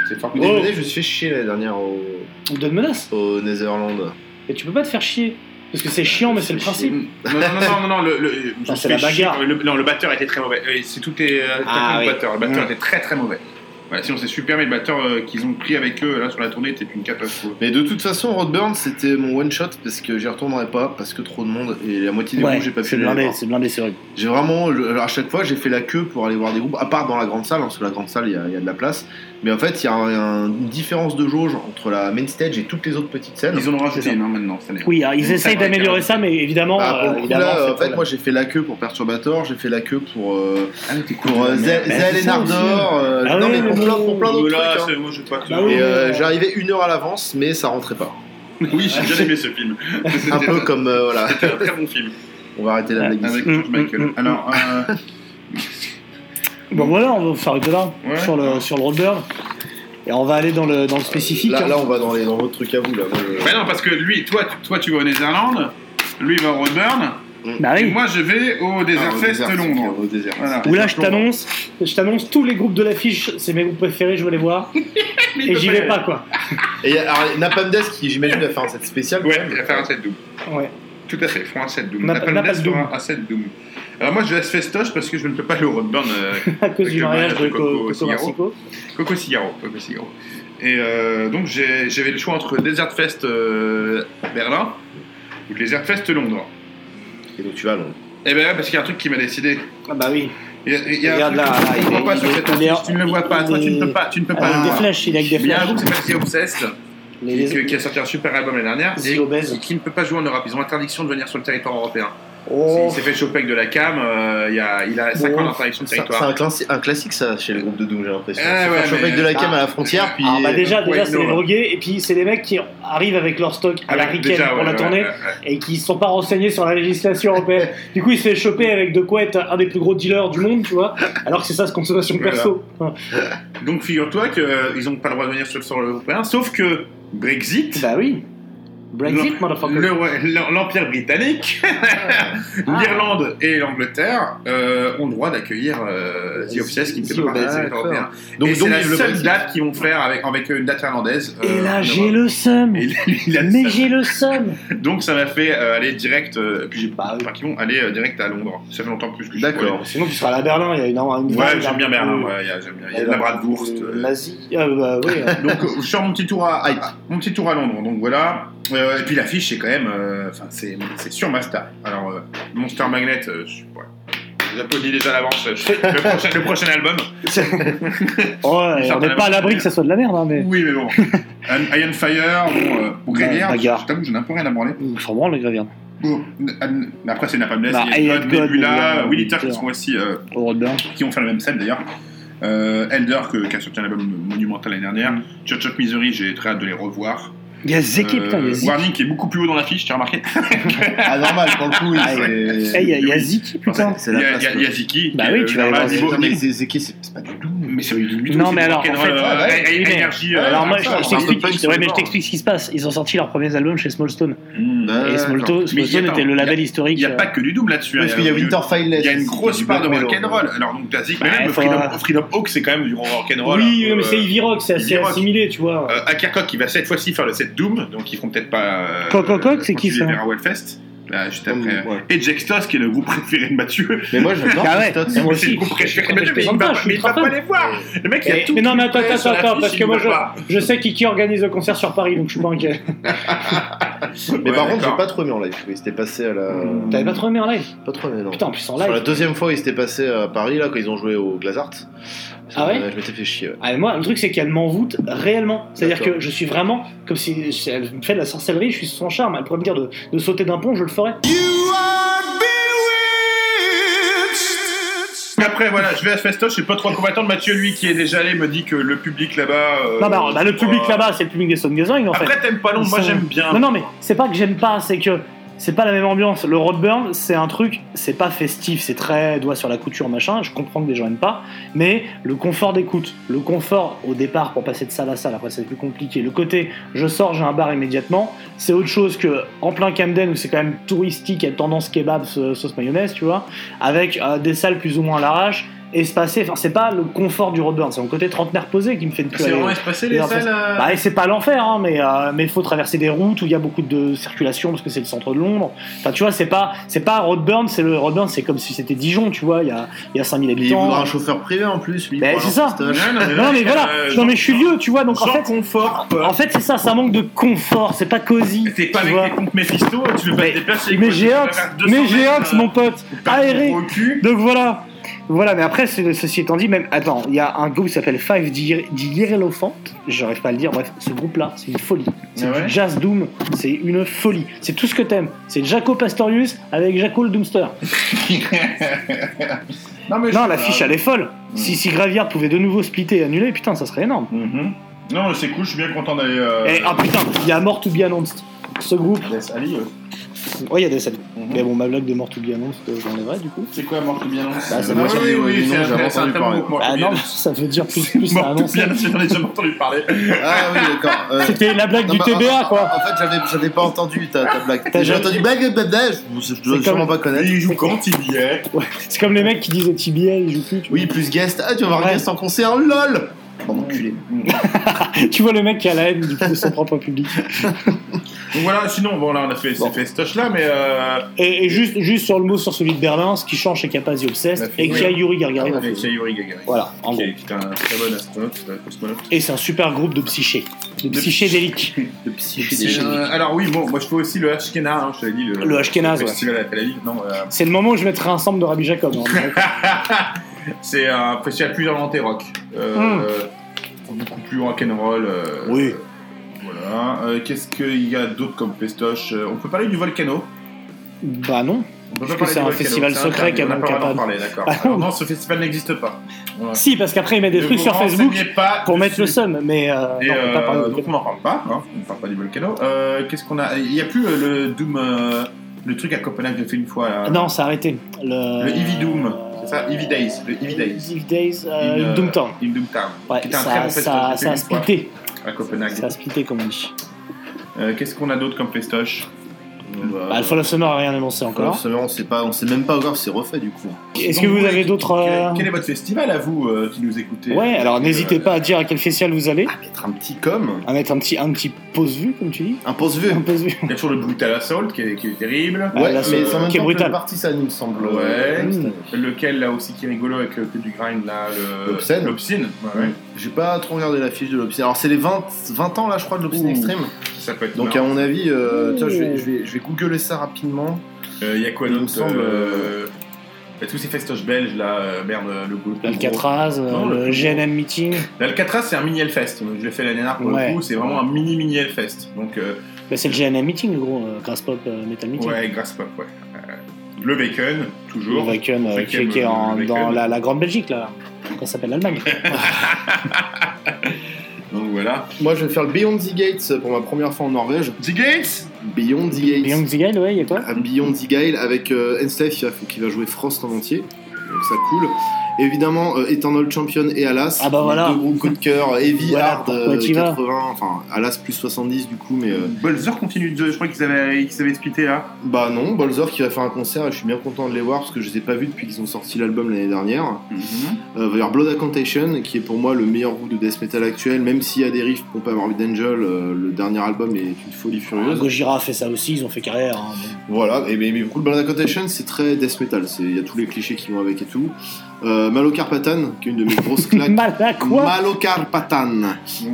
[SPEAKER 1] C'est fort.
[SPEAKER 3] Vous
[SPEAKER 2] Oh.
[SPEAKER 3] désolé, je me suis fait chier la dernière au,
[SPEAKER 2] Ouden Menace
[SPEAKER 3] au Netherland.
[SPEAKER 2] Et tu peux pas te faire chier. Parce que c'est chiant, mais c'est le principe.
[SPEAKER 1] Non, non, non, non, non, non, le, le, je
[SPEAKER 2] Ah, c'est
[SPEAKER 1] me suis
[SPEAKER 2] la
[SPEAKER 1] fait
[SPEAKER 2] bagarre.
[SPEAKER 1] chier. Le- non, le batteur était très mauvais. Euh, C'est tout est euh,
[SPEAKER 2] Ah,
[SPEAKER 1] tout est
[SPEAKER 2] oui.
[SPEAKER 1] le batteur. Le batteur
[SPEAKER 2] Mm.
[SPEAKER 1] était très très mauvais. Ouais, sinon c'est super, mais le batteur euh, qu'ils ont pris avec eux là sur la tournée était une catastrophe.
[SPEAKER 3] Mais de toute façon, Rodburn, c'était mon one shot parce que j'y retournerai pas parce que trop de monde et la moitié des
[SPEAKER 2] Ouais,
[SPEAKER 3] groupes, j'ai pas pu
[SPEAKER 2] c'est
[SPEAKER 3] les voir.
[SPEAKER 2] blindé, c'est blindé, c'est vrai.
[SPEAKER 3] J'ai vraiment, je- alors à chaque fois, j'ai fait la queue pour aller voir des groupes, à part dans la grande salle, hein, parce que la grande salle, il y, a- il y a de la place. Mais en fait, il y a un- une différence de jauge entre la main stage et toutes les autres petites scènes.
[SPEAKER 1] Ils en ont rajouté
[SPEAKER 2] ça.
[SPEAKER 1] une hein, maintenant cette année.
[SPEAKER 2] Oui, alors, ils essayent d'améliorer ça, mais évidemment,
[SPEAKER 3] Bah, pour
[SPEAKER 2] euh,
[SPEAKER 3] le coup,
[SPEAKER 2] évidemment,
[SPEAKER 3] là,
[SPEAKER 2] c'est
[SPEAKER 3] en fait,
[SPEAKER 2] pas-
[SPEAKER 3] moi, j'ai fait la queue pour Perturbator, j'ai fait la queue pour euh,
[SPEAKER 1] Ah, mais t'es con,
[SPEAKER 3] pour euh,
[SPEAKER 1] mais-
[SPEAKER 3] Zel-
[SPEAKER 2] mais
[SPEAKER 3] Zel
[SPEAKER 2] c'est
[SPEAKER 3] et
[SPEAKER 2] ça
[SPEAKER 3] Nardor, euh,
[SPEAKER 2] Ah
[SPEAKER 3] non
[SPEAKER 2] oui,
[SPEAKER 3] mais pour
[SPEAKER 2] mais
[SPEAKER 3] plein,
[SPEAKER 2] bon.
[SPEAKER 3] pour plein d'autres
[SPEAKER 1] Là,
[SPEAKER 3] trucs. hein.
[SPEAKER 1] c'est- moi, je sais pas.
[SPEAKER 2] Bah oui.
[SPEAKER 3] Et euh,
[SPEAKER 2] mais-
[SPEAKER 3] j'arrivais une heure à l'avance, mais ça rentrait pas.
[SPEAKER 1] Oui, j'ai bien aimé ce film. C'était
[SPEAKER 3] Un peu comme euh, voilà,
[SPEAKER 1] C'était un très bon film.
[SPEAKER 3] on va arrêter la blague.
[SPEAKER 1] Avec
[SPEAKER 2] Mm,
[SPEAKER 1] George Michael.
[SPEAKER 2] mm, mm.
[SPEAKER 1] Alors, euh,
[SPEAKER 2] Bon voilà, on va s'arrêter là,
[SPEAKER 1] Ouais.
[SPEAKER 2] sur le, sur le roadburn. Et on va aller dans le, dans le spécifique.
[SPEAKER 3] Là,
[SPEAKER 2] hein.
[SPEAKER 3] là, on va dans les dans votre truc à vous là. Moi, je-
[SPEAKER 1] bah non, parce que lui, toi, tu- toi tu vas au Netherland, lui il va au Roadburn,
[SPEAKER 2] Bah
[SPEAKER 1] et
[SPEAKER 2] oui.
[SPEAKER 1] moi je vais au Desert
[SPEAKER 3] Ah, au
[SPEAKER 1] Fest
[SPEAKER 3] désert,
[SPEAKER 1] Londres.
[SPEAKER 3] au désert.
[SPEAKER 1] Voilà.
[SPEAKER 2] Où là, je t'annonce, je t'annonce tous les groupes de l'affiche, c'est mes groupes préférés, je veux les voir. et j'y vais pas, quoi.
[SPEAKER 3] Et alors, Napalm Death, qui j'imagine va faire un set spécial.
[SPEAKER 1] Ouais, il va faire un set double.
[SPEAKER 2] Ouais.
[SPEAKER 1] Tout à fait, ils feront un set double.
[SPEAKER 2] N'a-
[SPEAKER 1] Napalm
[SPEAKER 2] Napalm
[SPEAKER 1] Death fera
[SPEAKER 2] Doom.
[SPEAKER 1] un set double. Alors moi je laisse festoche parce que je ne peux pas aller au Roadburn euh,
[SPEAKER 2] À cause
[SPEAKER 1] Avec
[SPEAKER 2] du
[SPEAKER 1] le
[SPEAKER 2] mariage de
[SPEAKER 1] mariage de Coco
[SPEAKER 2] Coco
[SPEAKER 1] Cigaro.
[SPEAKER 2] Marcico.
[SPEAKER 1] Coco Cigaro. Coco Cigaro. Et euh, donc j'ai- j'avais le choix entre Desert Fest euh, Berlin ou Desert Fest Londres.
[SPEAKER 3] Et donc tu vas à Londres.
[SPEAKER 1] Eh ben ouais, parce qu'il y a un truc qui m'a décidé.
[SPEAKER 2] Ah bah oui.
[SPEAKER 1] Il y a, il y a
[SPEAKER 2] Regarde
[SPEAKER 1] un
[SPEAKER 2] là,
[SPEAKER 1] truc que
[SPEAKER 2] là,
[SPEAKER 1] tu
[SPEAKER 2] il
[SPEAKER 1] ne
[SPEAKER 2] est-
[SPEAKER 1] comprends pas
[SPEAKER 2] il
[SPEAKER 1] sur
[SPEAKER 2] est-
[SPEAKER 1] cette
[SPEAKER 2] il
[SPEAKER 1] affiche,
[SPEAKER 2] est-
[SPEAKER 1] tu ne le vois pas, toi
[SPEAKER 2] Ah, il
[SPEAKER 1] tu ne
[SPEAKER 2] est-
[SPEAKER 1] peux pas, tu ne peux pas
[SPEAKER 2] Avec
[SPEAKER 1] le
[SPEAKER 2] des
[SPEAKER 1] voir.
[SPEAKER 2] flashs, il a que des
[SPEAKER 1] Mais il y a un
[SPEAKER 2] flashs.
[SPEAKER 1] groupe qui s'appelle The Obsessed
[SPEAKER 2] Les-
[SPEAKER 1] et que- qui a sorti un super album l'année dernière
[SPEAKER 2] The
[SPEAKER 1] et
[SPEAKER 2] Obsessed.
[SPEAKER 1] qui ne peut pas jouer en Europe. Ils ont interdiction de venir sur le territoire européen.
[SPEAKER 2] Oh.
[SPEAKER 1] Il s'est fait choper avec de la cam, euh, il, y a, il a 5
[SPEAKER 2] Bon.
[SPEAKER 1] ans d'interdiction de
[SPEAKER 3] C'est un,
[SPEAKER 1] territoire.
[SPEAKER 3] classi- un classique ça chez le groupe de Doom, j'ai l'impression.
[SPEAKER 1] Eh
[SPEAKER 3] C'est
[SPEAKER 1] ouais,
[SPEAKER 3] faire choper
[SPEAKER 1] mais-
[SPEAKER 3] avec de la cam
[SPEAKER 2] Ah.
[SPEAKER 3] à la frontière, puis. euh,
[SPEAKER 2] Ah bah déjà,
[SPEAKER 1] Ouais,
[SPEAKER 2] déjà c'est
[SPEAKER 1] non,
[SPEAKER 2] les
[SPEAKER 1] ouais.
[SPEAKER 2] drogués, et puis c'est les mecs qui arrivent avec leur stock à la
[SPEAKER 1] Avec-
[SPEAKER 2] ricaine
[SPEAKER 1] Ah, déjà,
[SPEAKER 2] pour
[SPEAKER 1] ouais,
[SPEAKER 2] la
[SPEAKER 1] ouais,
[SPEAKER 2] tournée,
[SPEAKER 1] ouais, ouais.
[SPEAKER 2] et qui sont pas renseignés sur la législation européenne. du coup, il se fait choper avec de quoi être un des plus gros dealers du monde, tu vois, alors que c'est ça, se consommation
[SPEAKER 1] Voilà.
[SPEAKER 2] perso.
[SPEAKER 1] Donc figure-toi qu'ils n'ont pas le droit de venir sur le sol européen, sauf que Brexit,
[SPEAKER 2] Bah oui. Brexit,
[SPEAKER 1] le-
[SPEAKER 2] motherfucker.
[SPEAKER 1] le roi- l'em- l'Empire britannique,
[SPEAKER 2] Ah.
[SPEAKER 1] l'Irlande et l'Angleterre euh, ont le droit d'accueillir euh, The Obsessed qui ne
[SPEAKER 2] The
[SPEAKER 1] peut pas partir
[SPEAKER 2] Obsessed,
[SPEAKER 1] sur le territoire européen.
[SPEAKER 3] Donc,
[SPEAKER 1] et
[SPEAKER 3] donc
[SPEAKER 1] c'est la
[SPEAKER 3] vive le
[SPEAKER 1] seule
[SPEAKER 3] Brexit.
[SPEAKER 1] date qu'ils vont faire avec, avec une date irlandaise. euh,
[SPEAKER 2] Et là,
[SPEAKER 1] en
[SPEAKER 2] j'ai
[SPEAKER 1] Europe.
[SPEAKER 2] le seum.
[SPEAKER 1] Et là, il a le
[SPEAKER 2] Mais
[SPEAKER 1] seum.
[SPEAKER 2] j'ai le seum.
[SPEAKER 1] Donc ça m'a fait euh, aller direct, euh, puis j'ai
[SPEAKER 2] Bah
[SPEAKER 1] pas
[SPEAKER 2] oui.
[SPEAKER 1] qui vont aller euh, direct à Londres. Ça fait longtemps plus que je suis
[SPEAKER 3] D'accord.
[SPEAKER 2] Sinon, tu seras à la Berlin, il y a une
[SPEAKER 1] allé.
[SPEAKER 2] une-
[SPEAKER 1] Ouais,
[SPEAKER 2] une-
[SPEAKER 1] j'aime bien
[SPEAKER 2] une-
[SPEAKER 1] Berlin, ouais, il y a- j'aime bien. Il y a de la bratwurst.
[SPEAKER 2] euh,
[SPEAKER 1] euh,
[SPEAKER 2] Nazi. Ah, bah oui. hein.
[SPEAKER 1] Donc euh, je sors mon petit tour à à- mon petit tour à Londres. Donc voilà. Euh, et puis l'affiche c'est quand même, euh, enfin c'est c'est sur ma star. Alors euh, Monster Magnet, euh, je, ouais. J'applaudis déjà à l'avance euh, le, prochain, le prochain album.
[SPEAKER 2] Ouais, on
[SPEAKER 1] certainement.
[SPEAKER 2] n'est pas à l'abri que ça soit de la merde, hein, mais.
[SPEAKER 1] Oui mais bon. Un- Iron Fire, bon, euh, bon,
[SPEAKER 2] Bah,
[SPEAKER 1] Grévière,
[SPEAKER 2] bagarre.
[SPEAKER 1] je t'avoue j'en ai un peu rien à branler.
[SPEAKER 2] Il faut vraiment le gravir.
[SPEAKER 1] Bon, euh, après c'est Napalm Death,
[SPEAKER 2] Bah,
[SPEAKER 1] il y a
[SPEAKER 2] Iron
[SPEAKER 1] God,
[SPEAKER 2] God,
[SPEAKER 1] Nebula,
[SPEAKER 2] Nebula,
[SPEAKER 1] Willy Tucker qui
[SPEAKER 2] Winter.
[SPEAKER 1] sont aussi euh,
[SPEAKER 2] Au Rotterdam.
[SPEAKER 1] qui ont fait la même scène d'ailleurs. Euh, Elder que- qui a sorti un album monumental l'année
[SPEAKER 2] Mm.
[SPEAKER 1] dernière. Church of Misery, j'ai très hâte de les revoir.
[SPEAKER 2] Il y a Zeki,
[SPEAKER 1] Euh,
[SPEAKER 2] putain, il y a Zeki.
[SPEAKER 1] Warning qui est beaucoup plus haut dans l'affiche, tu as remarqué
[SPEAKER 3] Ah, normal, pour le coup,
[SPEAKER 2] Ah,
[SPEAKER 3] oui,
[SPEAKER 2] Eh,
[SPEAKER 3] c'est.
[SPEAKER 2] il y a- il y a Zeki, putain.
[SPEAKER 3] C'est
[SPEAKER 1] Il
[SPEAKER 3] la
[SPEAKER 1] y a,
[SPEAKER 3] place, Ah
[SPEAKER 1] il y a-
[SPEAKER 3] quoi.
[SPEAKER 1] il y a Ziki.
[SPEAKER 2] Bah
[SPEAKER 1] qui,
[SPEAKER 2] oui,
[SPEAKER 1] euh,
[SPEAKER 2] tu vas aller
[SPEAKER 1] normal,
[SPEAKER 2] voir
[SPEAKER 1] niveau-
[SPEAKER 3] Putain, mais
[SPEAKER 1] niveau-
[SPEAKER 3] c'est c'est qui C'est c'est pas du Doom.
[SPEAKER 1] Mais c'est pas du tout.
[SPEAKER 2] Non,
[SPEAKER 1] c'est
[SPEAKER 2] mais
[SPEAKER 1] du
[SPEAKER 2] alors,
[SPEAKER 1] rock and
[SPEAKER 2] en fait,
[SPEAKER 1] roll, euh,
[SPEAKER 3] ouais,
[SPEAKER 1] et- et
[SPEAKER 2] mais-
[SPEAKER 1] énergie, euh,
[SPEAKER 2] Alors moi,
[SPEAKER 1] ça,
[SPEAKER 2] je,
[SPEAKER 1] ça,
[SPEAKER 2] je
[SPEAKER 1] ça,
[SPEAKER 2] t'explique,
[SPEAKER 3] Punk,
[SPEAKER 2] je- ouais, mais je
[SPEAKER 3] Smallstone.
[SPEAKER 2] t'explique ce qui se passe. Ils ont sorti leurs premiers albums chez Smallstone.
[SPEAKER 1] Mmh.
[SPEAKER 2] et Smallstone,
[SPEAKER 1] Mais il y a
[SPEAKER 2] Smallstone
[SPEAKER 1] pas-
[SPEAKER 2] était le label
[SPEAKER 1] Il
[SPEAKER 2] historique. euh.
[SPEAKER 1] n'y a pas que du double là-dessus.
[SPEAKER 3] Parce
[SPEAKER 1] hein,
[SPEAKER 3] qu'il y a
[SPEAKER 1] du-
[SPEAKER 3] Winterfell.
[SPEAKER 1] Il y a une grosse part de rock'n'roll. Alors, donc, t'as Zik, mais
[SPEAKER 2] Bah,
[SPEAKER 1] même
[SPEAKER 2] faut-
[SPEAKER 1] Freedom Freedom Hawk, c'est quand même du
[SPEAKER 2] euh,
[SPEAKER 1] rock'n'roll.
[SPEAKER 2] Oui,
[SPEAKER 1] hein,
[SPEAKER 2] mais
[SPEAKER 1] euh,
[SPEAKER 2] c'est Ivy Rock, c'est assez
[SPEAKER 1] Ivy Rock.
[SPEAKER 2] assimilé, tu vois.
[SPEAKER 1] Euh, Akercock qui va cette fois-ci faire le set Doom, donc ils feront peut-être pas. euh,
[SPEAKER 2] Cocococ, c'est qui,
[SPEAKER 1] continuer
[SPEAKER 2] ça
[SPEAKER 1] vers un Wellfest. Là, juste après.
[SPEAKER 3] Ouais.
[SPEAKER 1] Et Jack Stoss, qui est le groupe préféré de Mathieu.
[SPEAKER 3] Mais moi, j'adore
[SPEAKER 2] Ah ouais.
[SPEAKER 3] les Stones.
[SPEAKER 2] Mais moi
[SPEAKER 1] C'est le
[SPEAKER 2] aussi.
[SPEAKER 1] groupe préféré de
[SPEAKER 2] Mais je
[SPEAKER 1] Mathieu, mais il
[SPEAKER 2] plaisante
[SPEAKER 1] va
[SPEAKER 2] pas,
[SPEAKER 1] pas-
[SPEAKER 2] je suis
[SPEAKER 1] mais il va
[SPEAKER 2] ultra
[SPEAKER 1] pas
[SPEAKER 2] fan.
[SPEAKER 1] les voir. Le mec, il a
[SPEAKER 2] Mais,
[SPEAKER 1] tout.
[SPEAKER 2] mais non,
[SPEAKER 1] qui
[SPEAKER 2] mais attends,
[SPEAKER 1] plaît
[SPEAKER 2] attends,
[SPEAKER 1] sur l'affiche,
[SPEAKER 2] attends, parce
[SPEAKER 1] il
[SPEAKER 2] que
[SPEAKER 1] y
[SPEAKER 2] moi
[SPEAKER 1] va
[SPEAKER 2] je,
[SPEAKER 1] pas.
[SPEAKER 2] je sais qui, qui organise le concert sur Paris, donc je suis pas inquiet.
[SPEAKER 1] Ouais,
[SPEAKER 3] Mais par contre,
[SPEAKER 1] d'accord.
[SPEAKER 3] j'ai pas trop aimé en live. Oui, c'était passé à la.
[SPEAKER 2] T'avais pas trop aimé en live
[SPEAKER 3] Pas trop aimé, non.
[SPEAKER 2] Putain, en plus en
[SPEAKER 3] Sur la
[SPEAKER 2] live.
[SPEAKER 3] deuxième fois, il s'était passé à Paris, là, quand ils ont joué au Glazart.
[SPEAKER 2] Ah ouais
[SPEAKER 3] Je m'étais fait chier, ouais.
[SPEAKER 2] Ah, mais moi, le truc, c'est qu'elle m'envoûte réellement. C'est-à-dire
[SPEAKER 3] D'accord.
[SPEAKER 2] que je suis vraiment comme si si elle me fait de la sorcellerie, je suis son charme. Elle pourrait me dire de, de sauter d'un pont, je le ferais.
[SPEAKER 1] Mais Après, voilà, je vais à ce Festoche, je suis pas trop combattant de Mathieu, lui, qui est déjà allé, me dit que le public là-bas. euh,
[SPEAKER 2] non, bah, bah, le public
[SPEAKER 1] euh,
[SPEAKER 2] là-bas, c'est le public des Songazang en fait.
[SPEAKER 1] Après, t'aimes pas, non,
[SPEAKER 2] Ils
[SPEAKER 1] moi
[SPEAKER 2] sont-
[SPEAKER 1] j'aime bien.
[SPEAKER 2] Non, non, mais c'est pas que j'aime pas, c'est que c'est pas la même ambiance. Le Roadburn, c'est un truc, c'est pas festif, c'est très doigt sur la couture, machin. Je comprends que des gens aiment pas, mais le confort d'écoute, le confort au départ pour passer de salle à salle, après c'est plus compliqué. Le côté je sors, j'ai un bar immédiatement, c'est autre chose que en plein Camden où c'est quand même touristique, à tendance kebab, sa- sauce mayonnaise, tu vois, avec euh, des salles plus ou moins à l'arrache. Espacées, enfin c'est pas le confort du Roadburn, c'est mon côté trentenaire posé qui me fait ne plus
[SPEAKER 1] C'est
[SPEAKER 2] aller-
[SPEAKER 1] vraiment espacé
[SPEAKER 2] Et
[SPEAKER 1] les
[SPEAKER 2] en fait,
[SPEAKER 1] salles. euh,
[SPEAKER 2] bah, et c'est pas l'enfer, hein, mais euh, mais il faut traverser des routes où il y a beaucoup de circulation parce que c'est le centre de Londres. Enfin, tu vois, c'est pas c'est pas Roadburn, c'est le Roadburn, c'est comme si c'était Dijon, tu vois, il y a il y a 5000
[SPEAKER 3] Mais il
[SPEAKER 2] habitants.
[SPEAKER 3] voudra un chauffeur privé en plus, lui.
[SPEAKER 2] Ben,
[SPEAKER 3] pour
[SPEAKER 2] c'est
[SPEAKER 3] aller
[SPEAKER 2] ça.
[SPEAKER 3] en festoche.
[SPEAKER 1] non, non,
[SPEAKER 2] Non mais voilà,
[SPEAKER 1] euh,
[SPEAKER 2] non
[SPEAKER 1] genre-
[SPEAKER 2] mais je suis vieux, tu vois, donc en
[SPEAKER 1] genre
[SPEAKER 2] fait
[SPEAKER 1] confort, quoi.
[SPEAKER 2] en fait c'est ça, ça manque de confort, c'est pas cosy.
[SPEAKER 1] T'es pas
[SPEAKER 2] tu
[SPEAKER 1] avec
[SPEAKER 2] vois.
[SPEAKER 1] tes comptes Mephisto, tu veux pas
[SPEAKER 2] Mais-
[SPEAKER 1] te déplacer. quoi,
[SPEAKER 2] Mais
[SPEAKER 1] tu
[SPEAKER 2] Géox,
[SPEAKER 1] vas faire 200
[SPEAKER 2] mais
[SPEAKER 1] mètres,
[SPEAKER 2] Géox,
[SPEAKER 1] euh,
[SPEAKER 2] mon pote,
[SPEAKER 1] par rapport
[SPEAKER 2] aéré.
[SPEAKER 1] Au cul.
[SPEAKER 2] Donc voilà. Voilà, mais après, c'est- ceci étant dit, même. Attends, il y a un groupe qui s'appelle Five Elephant. J'arrive pas à le dire, bref, ce groupe-là, c'est une folie. C'est
[SPEAKER 1] Ah
[SPEAKER 2] du
[SPEAKER 1] ouais
[SPEAKER 2] jazz doom, c'est une folie. C'est tout ce que t'aimes. C'est Jaco Pastorius avec Jaco le Doomster.
[SPEAKER 1] Non, mais
[SPEAKER 2] Non, l'affiche, elle est folle.
[SPEAKER 1] Mm.
[SPEAKER 2] Si, si Graveyard pouvait de nouveau splitter et annuler, putain, ça serait énorme.
[SPEAKER 1] Mhm. Non, c'est cool, je suis bien content d'aller. euh,
[SPEAKER 2] Et, ah putain, il y a Mort to Be Announced. Ce groupe.
[SPEAKER 1] Yes, Ali, euh.
[SPEAKER 2] Ouais, il y a des salles.
[SPEAKER 1] Mhm.
[SPEAKER 2] Mais bon, ma blague de Mort to Be Announced, euh, j'en ai vrai, du coup.
[SPEAKER 1] C'est quoi Mort bien long
[SPEAKER 2] Bah, c'est
[SPEAKER 1] Ah
[SPEAKER 2] Mort
[SPEAKER 1] Oui, oui,
[SPEAKER 3] Bien
[SPEAKER 1] c'est
[SPEAKER 3] Long,
[SPEAKER 1] un-
[SPEAKER 3] j'avais
[SPEAKER 1] c'est un
[SPEAKER 3] entendu
[SPEAKER 1] très bon
[SPEAKER 3] parler.
[SPEAKER 1] groupe, Mort
[SPEAKER 2] Ah
[SPEAKER 1] bien
[SPEAKER 2] non,
[SPEAKER 1] long.
[SPEAKER 2] ça veut dire plus, plus à
[SPEAKER 1] Mort
[SPEAKER 2] annoncer.
[SPEAKER 1] bien long, j'en ai déjà entendu parler.
[SPEAKER 3] Ah oui, d'accord. euh,
[SPEAKER 2] C'était la blague
[SPEAKER 3] non,
[SPEAKER 2] du
[SPEAKER 3] bah,
[SPEAKER 2] TBA,
[SPEAKER 1] ah,
[SPEAKER 3] en-
[SPEAKER 2] quoi.
[SPEAKER 3] En fait, j'avais- j'avais pas entendu ta, ta blague.
[SPEAKER 2] T'as
[SPEAKER 3] J'ai
[SPEAKER 2] jamais-
[SPEAKER 3] entendu blague, blague, blague, je je dois
[SPEAKER 2] C'est
[SPEAKER 3] sûrement
[SPEAKER 2] comme-
[SPEAKER 3] pas connaître.
[SPEAKER 1] Il joue quand il y est
[SPEAKER 2] Ouais, C'est comme les mecs qui disent au TBA, ils jouent plus. tu
[SPEAKER 3] Oui, plus guest. Ah, tu vas voir
[SPEAKER 2] Ouais.
[SPEAKER 3] guest en concert, lol Oh, enculé.
[SPEAKER 2] Tu vois le mec qui a la haine du coup, de son propre public.
[SPEAKER 1] Donc voilà, sinon, bon, là, on a fait
[SPEAKER 2] Bon.
[SPEAKER 1] ces touch là mais. euh,
[SPEAKER 2] Et, et juste, juste sur le mot sur celui de Berlin, ce qui change, c'est qu'il n'y a pas The Obsessed et qu'il y a Yuri Gagarin.
[SPEAKER 1] Avec Yuri Gagarin.
[SPEAKER 2] Voilà, en
[SPEAKER 1] Qui
[SPEAKER 2] gros.
[SPEAKER 1] est qui est un très bon astronaute, euh, cosmonaute.
[SPEAKER 2] Et c'est un super groupe de psychés. De psychédéliques.
[SPEAKER 3] Le
[SPEAKER 1] C'est,
[SPEAKER 3] psychédélique.
[SPEAKER 1] euh, alors oui, bon, moi je fais aussi le Ashkena, hein, je t'avais dit, le,
[SPEAKER 2] Le Ashkenaz,
[SPEAKER 1] festival à Tel Aviv. Non, euh,
[SPEAKER 2] C'est le moment où je mettrai un sample de Rabbi Jacob. hein.
[SPEAKER 1] c'est un festival plus orienté rock. Euh,
[SPEAKER 2] Hmm.
[SPEAKER 1] euh, Beaucoup plus rock'n'roll. euh,
[SPEAKER 2] Oui.
[SPEAKER 1] Voilà. Euh, Qu'est-ce qu'il y a d'autre comme festoche Euh, On peut parler du Volcano.
[SPEAKER 2] bah non.
[SPEAKER 1] On peut
[SPEAKER 2] Parce
[SPEAKER 1] pas
[SPEAKER 2] que
[SPEAKER 1] parler
[SPEAKER 2] c'est
[SPEAKER 1] du
[SPEAKER 2] un
[SPEAKER 1] Volcano,
[SPEAKER 2] festival
[SPEAKER 1] c'est
[SPEAKER 2] secret
[SPEAKER 1] interdit,
[SPEAKER 2] qui a
[SPEAKER 1] on n'a
[SPEAKER 2] manqué
[SPEAKER 1] pas le droit
[SPEAKER 2] à
[SPEAKER 1] d'en
[SPEAKER 2] pas-
[SPEAKER 1] parler, d'accord.
[SPEAKER 2] Ah,
[SPEAKER 1] Alors
[SPEAKER 2] oui.
[SPEAKER 1] non, ce festival n'existe pas. Voilà.
[SPEAKER 2] Si, parce qu'après ils mettent des
[SPEAKER 1] Ne
[SPEAKER 2] trucs
[SPEAKER 1] vous
[SPEAKER 2] sur Facebook
[SPEAKER 1] renseignez pas
[SPEAKER 2] pour mettre
[SPEAKER 1] dessus.
[SPEAKER 2] le seum, mais euh,
[SPEAKER 1] Et
[SPEAKER 2] non, on peut pas
[SPEAKER 1] euh,
[SPEAKER 2] parler de
[SPEAKER 1] donc on n'en parle pas, hein, on ne parle pas du volcano. Euh, Qu'est-ce qu'on a Il n'y a plus euh, le Doom, euh, le truc à Copenhague que j'ai fait une fois. Là.
[SPEAKER 2] Non, c'est arrêté. Le,
[SPEAKER 1] Le Heavy Doom, c'est ça, Heavy Days, le Heavy Days.
[SPEAKER 2] Heavy Days, euh,
[SPEAKER 1] In, euh,
[SPEAKER 2] Doom Town.
[SPEAKER 1] In Doom Town.
[SPEAKER 2] Ouais,
[SPEAKER 1] qui était un très
[SPEAKER 2] ça,
[SPEAKER 1] bon
[SPEAKER 2] ça,
[SPEAKER 1] festival,
[SPEAKER 2] ça a
[SPEAKER 1] j'ai fait une
[SPEAKER 2] splitté.
[SPEAKER 1] à
[SPEAKER 2] Ça a
[SPEAKER 1] Copenhague.
[SPEAKER 2] splitté, comme on dit.
[SPEAKER 1] Euh, Qu'est-ce qu'on a d'autre comme festoche
[SPEAKER 2] Bah, Alpha Love Summer a rien annoncé encore.
[SPEAKER 3] on sait pas, on sait même pas encore si c'est refait du coup.
[SPEAKER 2] Est-ce
[SPEAKER 1] Donc,
[SPEAKER 2] que vous
[SPEAKER 1] ouais,
[SPEAKER 2] avez
[SPEAKER 1] quel-
[SPEAKER 2] d'autres. euh,
[SPEAKER 1] Quel, quel est votre festival à vous euh, qui nous écoutez
[SPEAKER 2] Ouais, alors
[SPEAKER 1] Euh,
[SPEAKER 2] n'hésitez pas à dire à quel festival vous allez,
[SPEAKER 3] Mettre Ah, un petit com,
[SPEAKER 2] à mettre un petit, un petit pause-vue, comme tu dis.
[SPEAKER 3] un pause vue.
[SPEAKER 2] Un pause-vue.
[SPEAKER 1] Il y a toujours le Brutal Assault qui est, qui est terrible.
[SPEAKER 2] Ah,
[SPEAKER 3] Ouais,
[SPEAKER 2] là,
[SPEAKER 3] mais
[SPEAKER 2] c'est-
[SPEAKER 3] c'est en même
[SPEAKER 2] qui est
[SPEAKER 3] temps
[SPEAKER 2] brutal.
[SPEAKER 3] que partie ça, il me semble. Euh,
[SPEAKER 1] Ouais.
[SPEAKER 3] cette
[SPEAKER 2] Mm.
[SPEAKER 3] année.
[SPEAKER 1] Lequel là aussi qui est rigolo avec le que du grind là le...
[SPEAKER 3] L'Obscène. Mm.
[SPEAKER 1] L'Obscène, ouais, ouais.
[SPEAKER 3] J'ai pas trop regardé l'affiche de l'Obscene. Alors, c'est les 20, 20 ans là, je crois, de l'Obscene
[SPEAKER 1] Ouh.
[SPEAKER 3] Extreme.
[SPEAKER 1] Ça peut être.
[SPEAKER 3] Donc, à
[SPEAKER 1] marrant.
[SPEAKER 3] mon avis, euh, tiens, je vais,
[SPEAKER 2] Ouh.
[SPEAKER 3] je, vais, je vais googler ça rapidement.
[SPEAKER 1] Euh, Il y a quoi
[SPEAKER 3] Il me
[SPEAKER 1] d'autre
[SPEAKER 3] semble,
[SPEAKER 1] euh, euh, Tous ces festoches belges là, euh, merde, le goût.
[SPEAKER 2] L'Alcatraz, euh,
[SPEAKER 1] Non, le-
[SPEAKER 2] le GNM Meeting.
[SPEAKER 1] L'Alcatraz, c'est un mini Hellfest. Je l'ai fait l'année dernière pour
[SPEAKER 2] Ouais.
[SPEAKER 1] le coup. C'est vraiment un mini mini Hellfest. Donc, euh,
[SPEAKER 2] Bah, c'est le GNM Meeting, le gros, euh, Grass Pop euh, Metal Meeting.
[SPEAKER 1] ouais, grâce pop, ouais. Euh, le bacon,
[SPEAKER 2] Le
[SPEAKER 1] toujours.
[SPEAKER 2] Wacken, euh, qui,
[SPEAKER 1] Wacken,
[SPEAKER 2] qui est en-
[SPEAKER 1] le Wacken.
[SPEAKER 2] dans la, la Grande Belgique, là. Ça s'appelle l'Allemagne.
[SPEAKER 1] Donc voilà.
[SPEAKER 3] Moi, je vais faire le Beyond the Gates pour ma première fois en Norvège.
[SPEAKER 1] The Gates
[SPEAKER 3] Beyond the Gates.
[SPEAKER 2] Beyond the Guide, ouais, il
[SPEAKER 3] Ah,
[SPEAKER 2] y a quoi
[SPEAKER 3] à Beyond the Gale avec euh, Ensleif, qui va jouer Frost en entier. Donc ça cool. Évidemment, euh, Eternal Champion et Alas.
[SPEAKER 2] Ah bah
[SPEAKER 3] mes
[SPEAKER 2] voilà.
[SPEAKER 3] Deux groupes coup de cœur, Heavy
[SPEAKER 2] Voilà
[SPEAKER 3] Hard
[SPEAKER 2] pourquoi
[SPEAKER 3] euh,
[SPEAKER 2] t'y vas.
[SPEAKER 3] 80, enfin Alas plus 70 du coup, mais. euh,
[SPEAKER 1] Bolzer continue de. Je crois qu'ils avaient, qu'ils avaient splitté là.
[SPEAKER 3] Bah non, Bolzor qui va faire un concert et je suis bien content de les voir parce que je les ai pas vus depuis qu'ils ont sorti l'album l'année dernière.
[SPEAKER 1] Mhm.
[SPEAKER 3] Euh, il va y avoir Blood Accantation qui est pour moi le meilleur groupe de death metal actuel, même s'il y a des riffs pour pas avoir Angel, euh, le dernier album est une folie furieuse.
[SPEAKER 2] Gojira a fait ça aussi, ils ont fait carrière. hein.
[SPEAKER 3] Voilà, et mais, mais pour le Blood Accantation c'est très death metal, c'est- il y a tous les clichés qui vont avec et tout. Euh, Malo Carpatan qui est une de mes grosses claques.
[SPEAKER 2] Mal à quoi
[SPEAKER 3] Malo Carpatan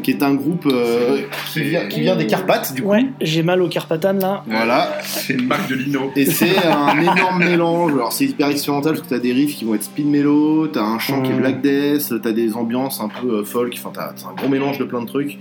[SPEAKER 3] qui est un groupe euh, qui, vient, qui vient des Carpates du coup.
[SPEAKER 2] Ouais, j'ai mal au Carpatane là.
[SPEAKER 3] Voilà,
[SPEAKER 1] C'est une marque de lino.
[SPEAKER 3] Et c'est un énorme mélange. Alors c'est hyper expérimental parce que t'as des riffs qui vont être speed mellow, t'as un chant qui est
[SPEAKER 2] Mm.
[SPEAKER 3] black death, t'as des ambiances un peu euh, folk. Enfin t'as t'as un gros mélange de plein de trucs.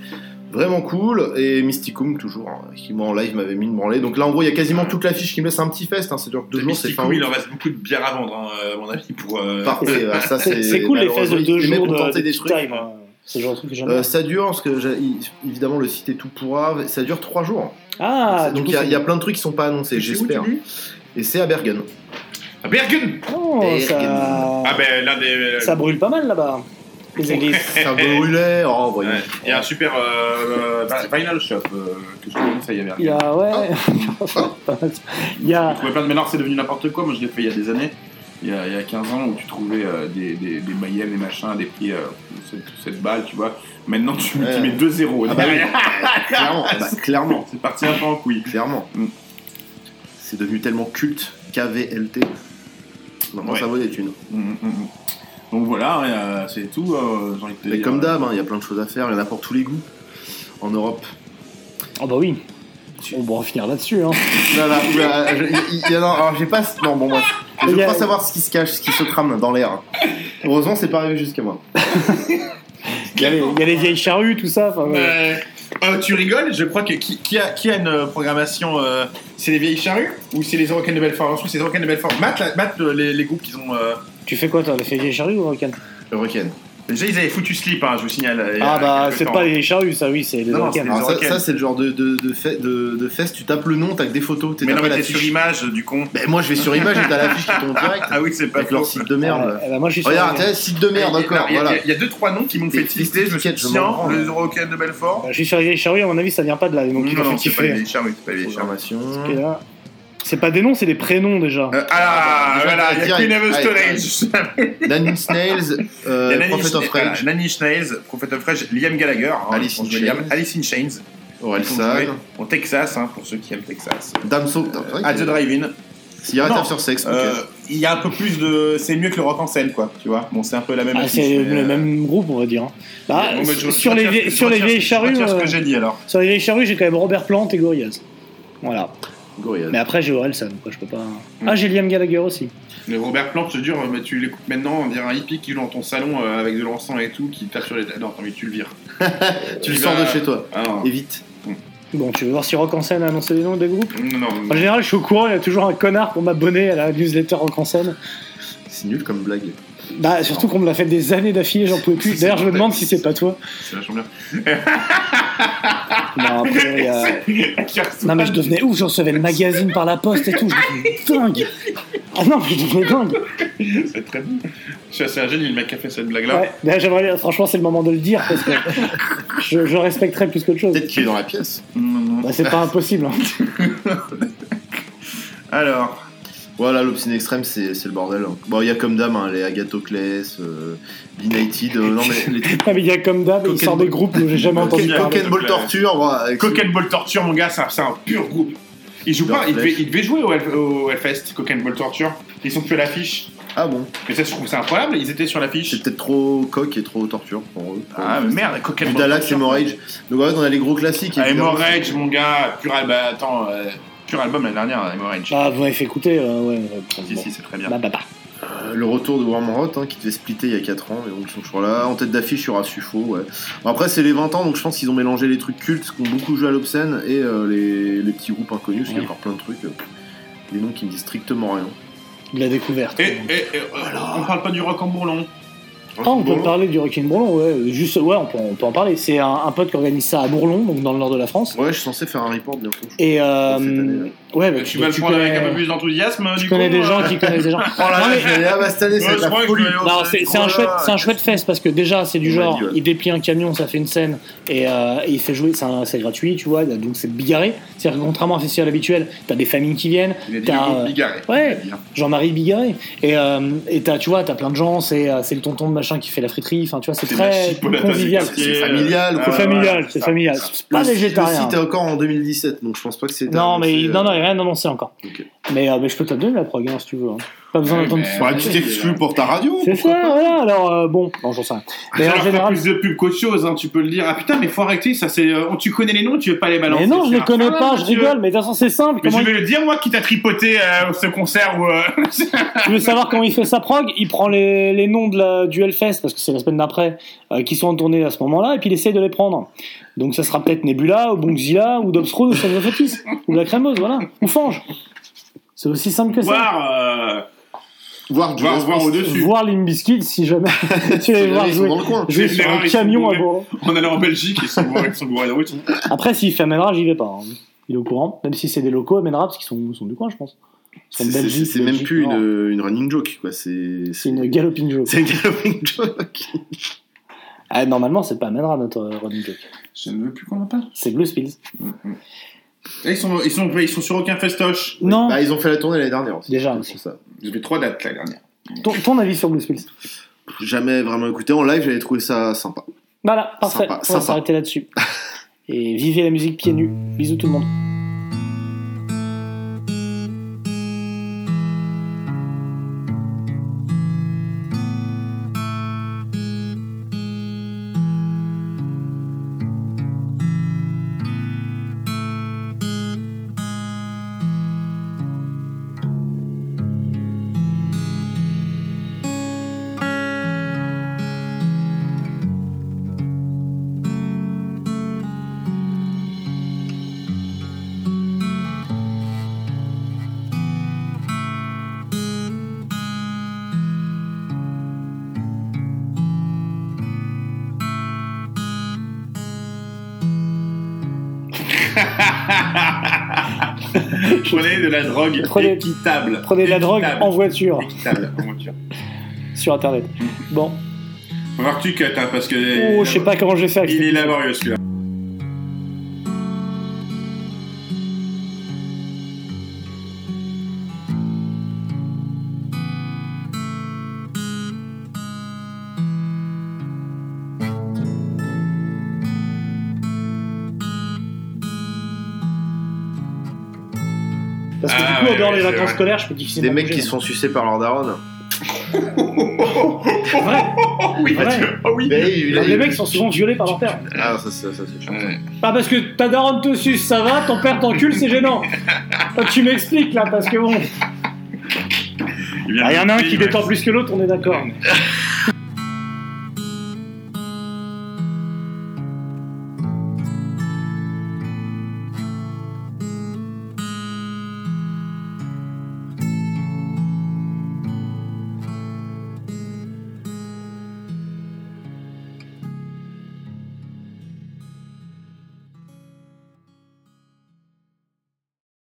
[SPEAKER 3] Vraiment cool et Mysticum toujours hein, qui moi en live m'avait mis une branlée. Donc là en gros il y a quasiment toute l'affiche qui me laisse un petit fest. Hein, c'est dur deux jours c'est
[SPEAKER 1] Mystico,
[SPEAKER 3] fin. août.
[SPEAKER 1] il leur reste beaucoup de bière à vendre, hein, euh, à mon avis, pour. euh,
[SPEAKER 3] Parfait. voilà, ça
[SPEAKER 2] C'est
[SPEAKER 3] c'est
[SPEAKER 2] c'est cool les fesses de
[SPEAKER 3] malheureusement,
[SPEAKER 2] deux
[SPEAKER 3] ils aimaient
[SPEAKER 2] jours
[SPEAKER 3] pour
[SPEAKER 2] de,
[SPEAKER 3] tenter
[SPEAKER 2] de
[SPEAKER 3] des
[SPEAKER 2] tea
[SPEAKER 3] trucs.
[SPEAKER 2] time. hein. C'est le genre de truc que j'aime.
[SPEAKER 3] Euh,
[SPEAKER 2] bien.
[SPEAKER 3] ça dure parce que j'ai- évidemment le site est tout pourra. Ça dure trois jours.
[SPEAKER 2] ah,
[SPEAKER 3] donc
[SPEAKER 2] du coup,
[SPEAKER 3] il y a-
[SPEAKER 2] c'est-
[SPEAKER 3] il y a plein de trucs qui sont pas annoncés.
[SPEAKER 1] c'est où, tu
[SPEAKER 3] J'espère.
[SPEAKER 1] dis
[SPEAKER 3] Et c'est à Bergen.
[SPEAKER 1] À Bergen
[SPEAKER 2] Non, ça...
[SPEAKER 1] Ah, ben l'un des.
[SPEAKER 2] Oh. ça brûle pas mal là-bas. Les églises.
[SPEAKER 3] C'est un brûlé. Oh voyons.
[SPEAKER 1] Ouais. Il y a un super euh, euh, Vinyl Shop euh, que je connais, ça y est, à Bergen.
[SPEAKER 2] Il y a, ouais.
[SPEAKER 3] Ah.
[SPEAKER 2] il y a.
[SPEAKER 1] Tu pouvais pas de mélange, c'est devenu n'importe quoi. Moi, je l'ai fait il y a des années, il y a, il y a 15 ans, où tu trouvais euh, des, des, des Mayhem, des machins, à des prix euh, 7, 7 balles, tu vois. Maintenant, tu, tu
[SPEAKER 3] Ouais.
[SPEAKER 1] mets 2-0.
[SPEAKER 3] Ah bah oui.
[SPEAKER 1] derrière.
[SPEAKER 3] clairement, bah, clairement,
[SPEAKER 1] C'est parti un peu en couille.
[SPEAKER 3] clairement.
[SPEAKER 1] Mm.
[SPEAKER 3] C'est devenu tellement culte, KVLT. Maintenant,
[SPEAKER 1] Ouais.
[SPEAKER 3] ça vaut des thunes.
[SPEAKER 1] Mm, mm, mm. Donc voilà, hein, euh, c'est tout. euh, j'ai envie de te
[SPEAKER 3] Mais
[SPEAKER 1] dire.
[SPEAKER 3] comme d'hab, hein, il y a plein de choses à faire, il y en a pour tous les goûts. En Europe.
[SPEAKER 2] Oh bah oui. On va en finir là-dessus. Hein.
[SPEAKER 3] Là, là, oula, là, je- il- il y en a- alors, j'ai pas. Non, bon, bref. Je
[SPEAKER 2] Il y
[SPEAKER 3] veux
[SPEAKER 2] a-
[SPEAKER 3] pas savoir ce qui se cache, ce qui se trame dans l'air. Heureusement, c'est pas arrivé jusqu'à moi.
[SPEAKER 2] Il y a les- il y a les vieilles charrues, tout ça. enfin, ouais.
[SPEAKER 1] Euh, euh, tu rigoles, je crois que qui, qui a, qui a une euh, programmation euh, C'est les vieilles charrues ou c'est les Eurocaines de Belfort Je trouve que c'est les Eurocaines de Belfort. Matt, là, Matt, euh, les, les groupes qu'ils ont. euh,
[SPEAKER 2] Tu fais quoi toi Les vieilles charrues ou Rocan
[SPEAKER 3] Le week-end.
[SPEAKER 1] Déjà, ils avaient foutu slip, hein, je vous signale. euh, il y a
[SPEAKER 2] Ah bah
[SPEAKER 1] quelques
[SPEAKER 2] c'est
[SPEAKER 1] temps.
[SPEAKER 2] pas les vieilles charrues, ça oui, c'est les
[SPEAKER 1] Non, non,
[SPEAKER 2] Rocan.
[SPEAKER 1] c'est-
[SPEAKER 3] Alors, ça,
[SPEAKER 1] Rock'n.
[SPEAKER 3] ça, c'est le genre de, de, de, fait- de, de fest, tu tapes le nom, t'as que des photos, t'es
[SPEAKER 1] Mais non,
[SPEAKER 3] tapé
[SPEAKER 1] mais t'es
[SPEAKER 3] l'affiche.
[SPEAKER 1] sur image du con.
[SPEAKER 3] Ben, moi, je vais sur image et t'as l'affiche qui tombe direct.
[SPEAKER 1] Ah oui, c'est pas
[SPEAKER 3] avec leur
[SPEAKER 1] faux.
[SPEAKER 3] site de merde. là.
[SPEAKER 2] Ah, bah, moi je suis sur
[SPEAKER 3] Regarde,
[SPEAKER 2] les-
[SPEAKER 3] t'as site de Ah, merde, encore.
[SPEAKER 1] Il y a-
[SPEAKER 3] Voilà.
[SPEAKER 1] il y, a deux, trois noms qui m'ont
[SPEAKER 3] Des
[SPEAKER 1] fait tilter. Je me suis
[SPEAKER 3] étiquettes,
[SPEAKER 1] dit,
[SPEAKER 3] je m'en Bah,
[SPEAKER 1] tiens,
[SPEAKER 3] branle.
[SPEAKER 1] le Eurocan de Belfort.
[SPEAKER 2] je suis sur les vieilles charrues, à mon avis ça vient pas de là, donc il
[SPEAKER 1] non, non,
[SPEAKER 2] m'a fait
[SPEAKER 1] c'est pas les
[SPEAKER 2] kiffer.
[SPEAKER 1] vieilles charrues, c'est pas les vieilles charrues.
[SPEAKER 3] Programmation.
[SPEAKER 2] Parce que là, C'est pas des noms, c'est des prénoms déjà.
[SPEAKER 1] Euh, ah,
[SPEAKER 3] Ah, bah,
[SPEAKER 1] voilà,
[SPEAKER 3] déjà,
[SPEAKER 1] il y a Queen of
[SPEAKER 3] direct.
[SPEAKER 1] Stone
[SPEAKER 3] Allez,
[SPEAKER 1] Age.
[SPEAKER 3] Nanny Snails,
[SPEAKER 1] Il y a
[SPEAKER 3] euh,
[SPEAKER 1] Nanny
[SPEAKER 3] Prophet of
[SPEAKER 1] Schna- voilà,
[SPEAKER 3] Rage,
[SPEAKER 1] Nanny Snails, Prophet of Rage, Liam Gallagher, hein,
[SPEAKER 3] Alice
[SPEAKER 1] on
[SPEAKER 3] in
[SPEAKER 1] joue Liam-
[SPEAKER 3] Chains.
[SPEAKER 1] Alice in Chains,
[SPEAKER 3] Orelsan,
[SPEAKER 1] au Texas, hein, pour ceux qui aiment Texas.
[SPEAKER 3] Damso,
[SPEAKER 1] At the Drive-In.
[SPEAKER 3] Sierra
[SPEAKER 1] Ah, Non.
[SPEAKER 3] Tap sur Sex, ok.
[SPEAKER 1] Euh, Il y a un peu plus de. C'est mieux que le rock en scène, quoi, tu vois. Bon, c'est un peu la même
[SPEAKER 2] Ah,
[SPEAKER 1] affiche,
[SPEAKER 2] c'est
[SPEAKER 1] mais,
[SPEAKER 2] le
[SPEAKER 1] euh,
[SPEAKER 2] même groupe on va dire. Bah,
[SPEAKER 1] bon, mais je- je
[SPEAKER 2] sur, les
[SPEAKER 1] retire-
[SPEAKER 2] vieilles,
[SPEAKER 1] je
[SPEAKER 2] sur les
[SPEAKER 1] retire-
[SPEAKER 2] vieilles
[SPEAKER 1] Je
[SPEAKER 2] charrues,
[SPEAKER 1] retire ce
[SPEAKER 2] euh,
[SPEAKER 1] que j'ai dit alors.
[SPEAKER 2] sur les vieilles charrues j'ai quand même Robert Plant et Gorillaz. Voilà.
[SPEAKER 3] Gorillaz.
[SPEAKER 2] Mais après j'ai Orelsan, quoi, je peux pas. Ah, j'ai Liam Gallagher aussi.
[SPEAKER 1] Mais Robert Plant, je te jure, mais tu l'écoutes maintenant, on dirait un hippie qui joue dans ton salon euh, avec de l'encens et tout, qui tape sur les. Non, attends, mais tu le vires.
[SPEAKER 3] Tu le sors de
[SPEAKER 1] vas-
[SPEAKER 3] chez toi,
[SPEAKER 1] Ah non.
[SPEAKER 3] et vite.
[SPEAKER 2] Bon, tu veux voir si Rock en scène a annoncé les noms des groupes
[SPEAKER 1] Non, non,
[SPEAKER 2] En général, je suis au courant, il y a toujours un connard pour m'abonner à la newsletter Rock en scène.
[SPEAKER 3] C'est nul comme blague.
[SPEAKER 2] Bah, surtout qu'on me l'a fait des années d'affilée, j'en pouvais plus.
[SPEAKER 1] C'est
[SPEAKER 2] D'ailleurs, je me
[SPEAKER 1] mortel.
[SPEAKER 2] demande si c'est pas toi.
[SPEAKER 1] c'est vachement bien.
[SPEAKER 2] Non, après, il y a- Non, mais je devenais ouf, je recevais le magazine par la poste et tout, je devenais dingue. Ah non, mais je devenais dingue.
[SPEAKER 1] C'est très bon. Je suis assez un génie, le mec qui a fait cette blague-là.
[SPEAKER 2] Ouais, d'ailleurs, j'aimerais bien- franchement, c'est le moment de le dire parce que je, je respecterais plus qu'autre chose.
[SPEAKER 3] Peut-être qu'il est dans la pièce.
[SPEAKER 1] Non, non.
[SPEAKER 2] Bah, c'est pas impossible. hein.
[SPEAKER 1] Alors,
[SPEAKER 3] Voilà, l'Obscene Extrême, c'est c'est le bordel. hein. Bon, il y a comme dame, hein, les Agatocles, euh, Benighted, euh, non mais les
[SPEAKER 2] Ah, mais il y a comme d'hab, il
[SPEAKER 3] Cocaine
[SPEAKER 2] sort des
[SPEAKER 3] Ball.
[SPEAKER 2] groupes dont j'ai jamais entendu
[SPEAKER 3] Cocaine
[SPEAKER 2] parler.
[SPEAKER 3] Cocaine Ball Torture, voilà, avec-
[SPEAKER 1] Cocaine Ball Torture, mon gars, c'est un, c'est un pur groupe. Il joue
[SPEAKER 3] Leur
[SPEAKER 1] pas, il
[SPEAKER 3] flèche.
[SPEAKER 1] devait, il devait jouer au, Hell- au Hellfest, Cocaine Ball Torture. Ils sont plus à l'affiche.
[SPEAKER 3] Ah bon,
[SPEAKER 1] Mais ça, je trouve ça improbable, ils étaient sur l'affiche.
[SPEAKER 3] c'est peut-être trop coq et trop torture pour eux.
[SPEAKER 1] Ah, mais merde, Cocaine Ball
[SPEAKER 3] Vidalax,
[SPEAKER 1] Torture.
[SPEAKER 3] Hemorrhage. Donc en fait, on a les gros classiques.
[SPEAKER 1] Ah,
[SPEAKER 3] évidemment.
[SPEAKER 1] Hemorrhage, mon gars, pur album. Attends, euh, pur album la dernière, hein, Hemorrhage.
[SPEAKER 2] Ah, vous m'avez fait écouter, euh, ouais. ouais,
[SPEAKER 1] Si,
[SPEAKER 2] bon.
[SPEAKER 1] si, c'est très bien.
[SPEAKER 2] Bah, bah, bah.
[SPEAKER 3] Euh, Le retour de Warm Hot hein, qui devait splitter il y a 4 ans, mais donc ils sont toujours là. En tête d'affiche, il y aura Suffo. Ouais. Bon, après, c'est les 20 ans, donc je pense qu'ils ont mélangé les trucs cultes qui ont beaucoup joué à l'obscène et euh, les, les petits groupes inconnus, parce qu'il y a
[SPEAKER 2] Ouais.
[SPEAKER 3] encore plein de trucs. euh, des noms
[SPEAKER 1] Oh,
[SPEAKER 3] qui me disent strictement rien.
[SPEAKER 2] De la découverte.
[SPEAKER 1] Et, et, et, euh, on parle pas du rock en bourlon.
[SPEAKER 2] Ah, on peut parler du Rockin' Bourlon, ouais. Juste, ouais, on peut, on peut en parler. C'est un, un pote qui organise ça à Bourlon, donc dans le nord de la France.
[SPEAKER 3] Ouais, je suis censé faire un report bientôt.
[SPEAKER 2] Et euh,
[SPEAKER 3] Cette année,
[SPEAKER 2] ouais, bah,
[SPEAKER 1] Tu vas le prendre
[SPEAKER 2] connais-
[SPEAKER 1] avec un peu plus d'enthousiasme,
[SPEAKER 2] tu
[SPEAKER 1] du
[SPEAKER 2] connais
[SPEAKER 1] coup,
[SPEAKER 2] des
[SPEAKER 1] euh,
[SPEAKER 2] gens qui connaissent des gens. Non, mais-
[SPEAKER 3] Ah bah cette année,
[SPEAKER 1] Ouais,
[SPEAKER 3] c'est
[SPEAKER 1] je
[SPEAKER 3] la
[SPEAKER 1] crois que
[SPEAKER 3] folie.
[SPEAKER 1] je vais aller
[SPEAKER 2] Non, c'est c'est un chouette, c'est un chouette fest parce que déjà c'est du
[SPEAKER 3] On
[SPEAKER 2] genre,
[SPEAKER 3] m'a dit, ouais.
[SPEAKER 2] il déplie un camion, ça fait une scène et, euh, et il fait jouer, c'est un- c'est gratuit, tu vois, donc c'est bigarré. C'est-à-dire que contrairement à un festival habituel, t'as des familles qui viennent,
[SPEAKER 1] Il a dit le
[SPEAKER 2] t'as
[SPEAKER 1] mot
[SPEAKER 2] euh,
[SPEAKER 1] bigarré.
[SPEAKER 2] ouais.
[SPEAKER 1] Il a dit, hein.
[SPEAKER 2] Jean-Marie Bigarré et euh, et t'as tu vois, t'as plein de gens, c'est euh, c'est le tonton de machin qui fait la friterie, enfin tu vois, c'est
[SPEAKER 1] C'est la
[SPEAKER 2] très
[SPEAKER 1] chipolata,
[SPEAKER 2] convivial.
[SPEAKER 1] quartiers,
[SPEAKER 3] C'est
[SPEAKER 1] euh,
[SPEAKER 3] familial,
[SPEAKER 2] C'est
[SPEAKER 1] ouais,
[SPEAKER 2] familial,
[SPEAKER 1] ouais,
[SPEAKER 2] c'est
[SPEAKER 1] ça.
[SPEAKER 2] familial, c'est pas
[SPEAKER 3] Le- Le
[SPEAKER 2] végétarien. hein.
[SPEAKER 3] site est encore en 2017, donc je pense pas que c'est.
[SPEAKER 2] Non mais il-
[SPEAKER 3] annoncé,
[SPEAKER 2] non non,
[SPEAKER 3] euh,
[SPEAKER 2] il n'y a rien annoncé encore.
[SPEAKER 3] Ok.
[SPEAKER 2] Mais euh, mais je peux te la donner la prog hein, si tu veux. hein. Pas besoin
[SPEAKER 1] Ouais,
[SPEAKER 2] d'attendre.
[SPEAKER 1] mais-
[SPEAKER 3] Bah, tu t'exclus pour ta radio.
[SPEAKER 2] C'est
[SPEAKER 3] pourquoi
[SPEAKER 2] ça,
[SPEAKER 3] pas
[SPEAKER 2] voilà. Alors euh, bon, non j'en sais rien.
[SPEAKER 1] Ça
[SPEAKER 2] Mais en
[SPEAKER 1] leur fait
[SPEAKER 2] général,
[SPEAKER 1] plus de pub qu'autre chose, hein, tu peux le dire. Ah putain, mais faut arrêter, ça c'est. euh, tu connais les noms, tu veux pas les balancer.
[SPEAKER 2] Mais non,
[SPEAKER 1] c'est
[SPEAKER 2] je les
[SPEAKER 1] un
[SPEAKER 2] connais
[SPEAKER 1] salaud,
[SPEAKER 2] pas, je
[SPEAKER 1] monsieur.
[SPEAKER 2] rigole, mais de toute façon, c'est simple.
[SPEAKER 1] Mais
[SPEAKER 2] Comment
[SPEAKER 1] je vais le dire, moi, qui t'a tripoté euh, ce concert ou. euh,
[SPEAKER 2] il- Tu veux savoir comment il fait sa prog Il prend les, les noms de la, du Hellfest, parce que c'est la semaine d'après, euh, qui sont en tournée à ce moment-là, et puis il essaye de les prendre. Donc ça sera peut-être Nebula, ou Bonzilla, ou Dobsrod, ou Sons of Otis, ou la Crémeuse, voilà, ou Fange. C'est aussi simple que ça.
[SPEAKER 1] voir. euh,
[SPEAKER 3] Voir,
[SPEAKER 1] voir, voir au-dessus.
[SPEAKER 2] Voir Limbiskit si jamais tu les voir
[SPEAKER 3] Ils sont
[SPEAKER 2] jouer.
[SPEAKER 3] dans le coin.
[SPEAKER 2] Jouer
[SPEAKER 1] C'est
[SPEAKER 2] sur un
[SPEAKER 1] rare, ils sont
[SPEAKER 2] camion à
[SPEAKER 1] bourrés.
[SPEAKER 2] Bourg.
[SPEAKER 1] En allant en Belgique, ils sont bourrés ils sont bourrés de route.
[SPEAKER 2] Après, s'il fait Amenrad, j'y vais pas. hein. Il est au courant, même si c'est des locaux Amenrad, parce qu'ils sont, sont du coin, je pense. Ils sont
[SPEAKER 3] C'est
[SPEAKER 2] de
[SPEAKER 3] c'est-
[SPEAKER 2] Belgique,
[SPEAKER 3] c'est même
[SPEAKER 2] Belgique,
[SPEAKER 3] plus
[SPEAKER 2] non.
[SPEAKER 3] une, une running joke, quoi. C'est
[SPEAKER 2] C'est une galoping joke.
[SPEAKER 3] C'est une galoping joke.
[SPEAKER 2] Ah, normalement, c'est pas Amenra notre euh, running joke.
[SPEAKER 1] Je ne veux plus qu'on en parle.
[SPEAKER 2] C'est Blue Spills.
[SPEAKER 1] Et ils, sont, ils, sont, ils sont sur aucun festoche.
[SPEAKER 2] non,
[SPEAKER 3] Bah, ils ont fait la tournée l'année dernière aussi.
[SPEAKER 2] Déjà
[SPEAKER 3] C'est
[SPEAKER 2] aussi.
[SPEAKER 3] pour ça.
[SPEAKER 1] J'ai fait trois dates la dernière.
[SPEAKER 2] ton, ton avis sur Blue Spills.
[SPEAKER 3] Jamais vraiment écouté. En live, j'avais trouvé ça sympa.
[SPEAKER 2] Voilà, parfait.
[SPEAKER 3] Sympa,
[SPEAKER 2] On va
[SPEAKER 3] sympa.
[SPEAKER 2] s'arrêter là-dessus. Et vivez la musique pieds nus. Bisous tout le monde.
[SPEAKER 1] Prenez de la drogue
[SPEAKER 2] Prenez-
[SPEAKER 1] équitable.
[SPEAKER 2] Prenez de la drogue
[SPEAKER 1] Équitable.
[SPEAKER 2] en voiture
[SPEAKER 1] Équitable, en voiture.
[SPEAKER 2] sur internet. Bon,
[SPEAKER 1] Faut voir que tu cut, hein, parce que.
[SPEAKER 2] oh, je sais pas comment j'ai fait. avec
[SPEAKER 1] Il
[SPEAKER 2] cette
[SPEAKER 1] est
[SPEAKER 2] émission.
[SPEAKER 1] laborieux celui-là.
[SPEAKER 2] Parce que
[SPEAKER 1] Ah,
[SPEAKER 2] du coup, en
[SPEAKER 1] ouais,
[SPEAKER 2] dehors des
[SPEAKER 1] ouais, c'est
[SPEAKER 2] vacances
[SPEAKER 1] vrai.
[SPEAKER 2] scolaires, je peux difficilement.
[SPEAKER 3] Des mecs
[SPEAKER 2] bouger,
[SPEAKER 3] qui
[SPEAKER 2] hein.
[SPEAKER 3] se font sucer par leur daronne.
[SPEAKER 2] C'est vrai.
[SPEAKER 1] Oh oui,
[SPEAKER 2] Ouais.
[SPEAKER 1] Mathieu. Oh oui.
[SPEAKER 3] Mais il-
[SPEAKER 2] Les
[SPEAKER 3] il-
[SPEAKER 2] mecs sont souvent violés par leur père.
[SPEAKER 3] Ah, ça, ça, ça, c'est chiant.
[SPEAKER 2] Pas parce que ta daronne te suce, ça va, ton père t'encule, c'est gênant. Toi, tu m'expliques là, parce que bon.
[SPEAKER 1] Il vient
[SPEAKER 2] Il Ah, y en a un
[SPEAKER 1] de-
[SPEAKER 2] qui détend plus que l'autre, on est d'accord.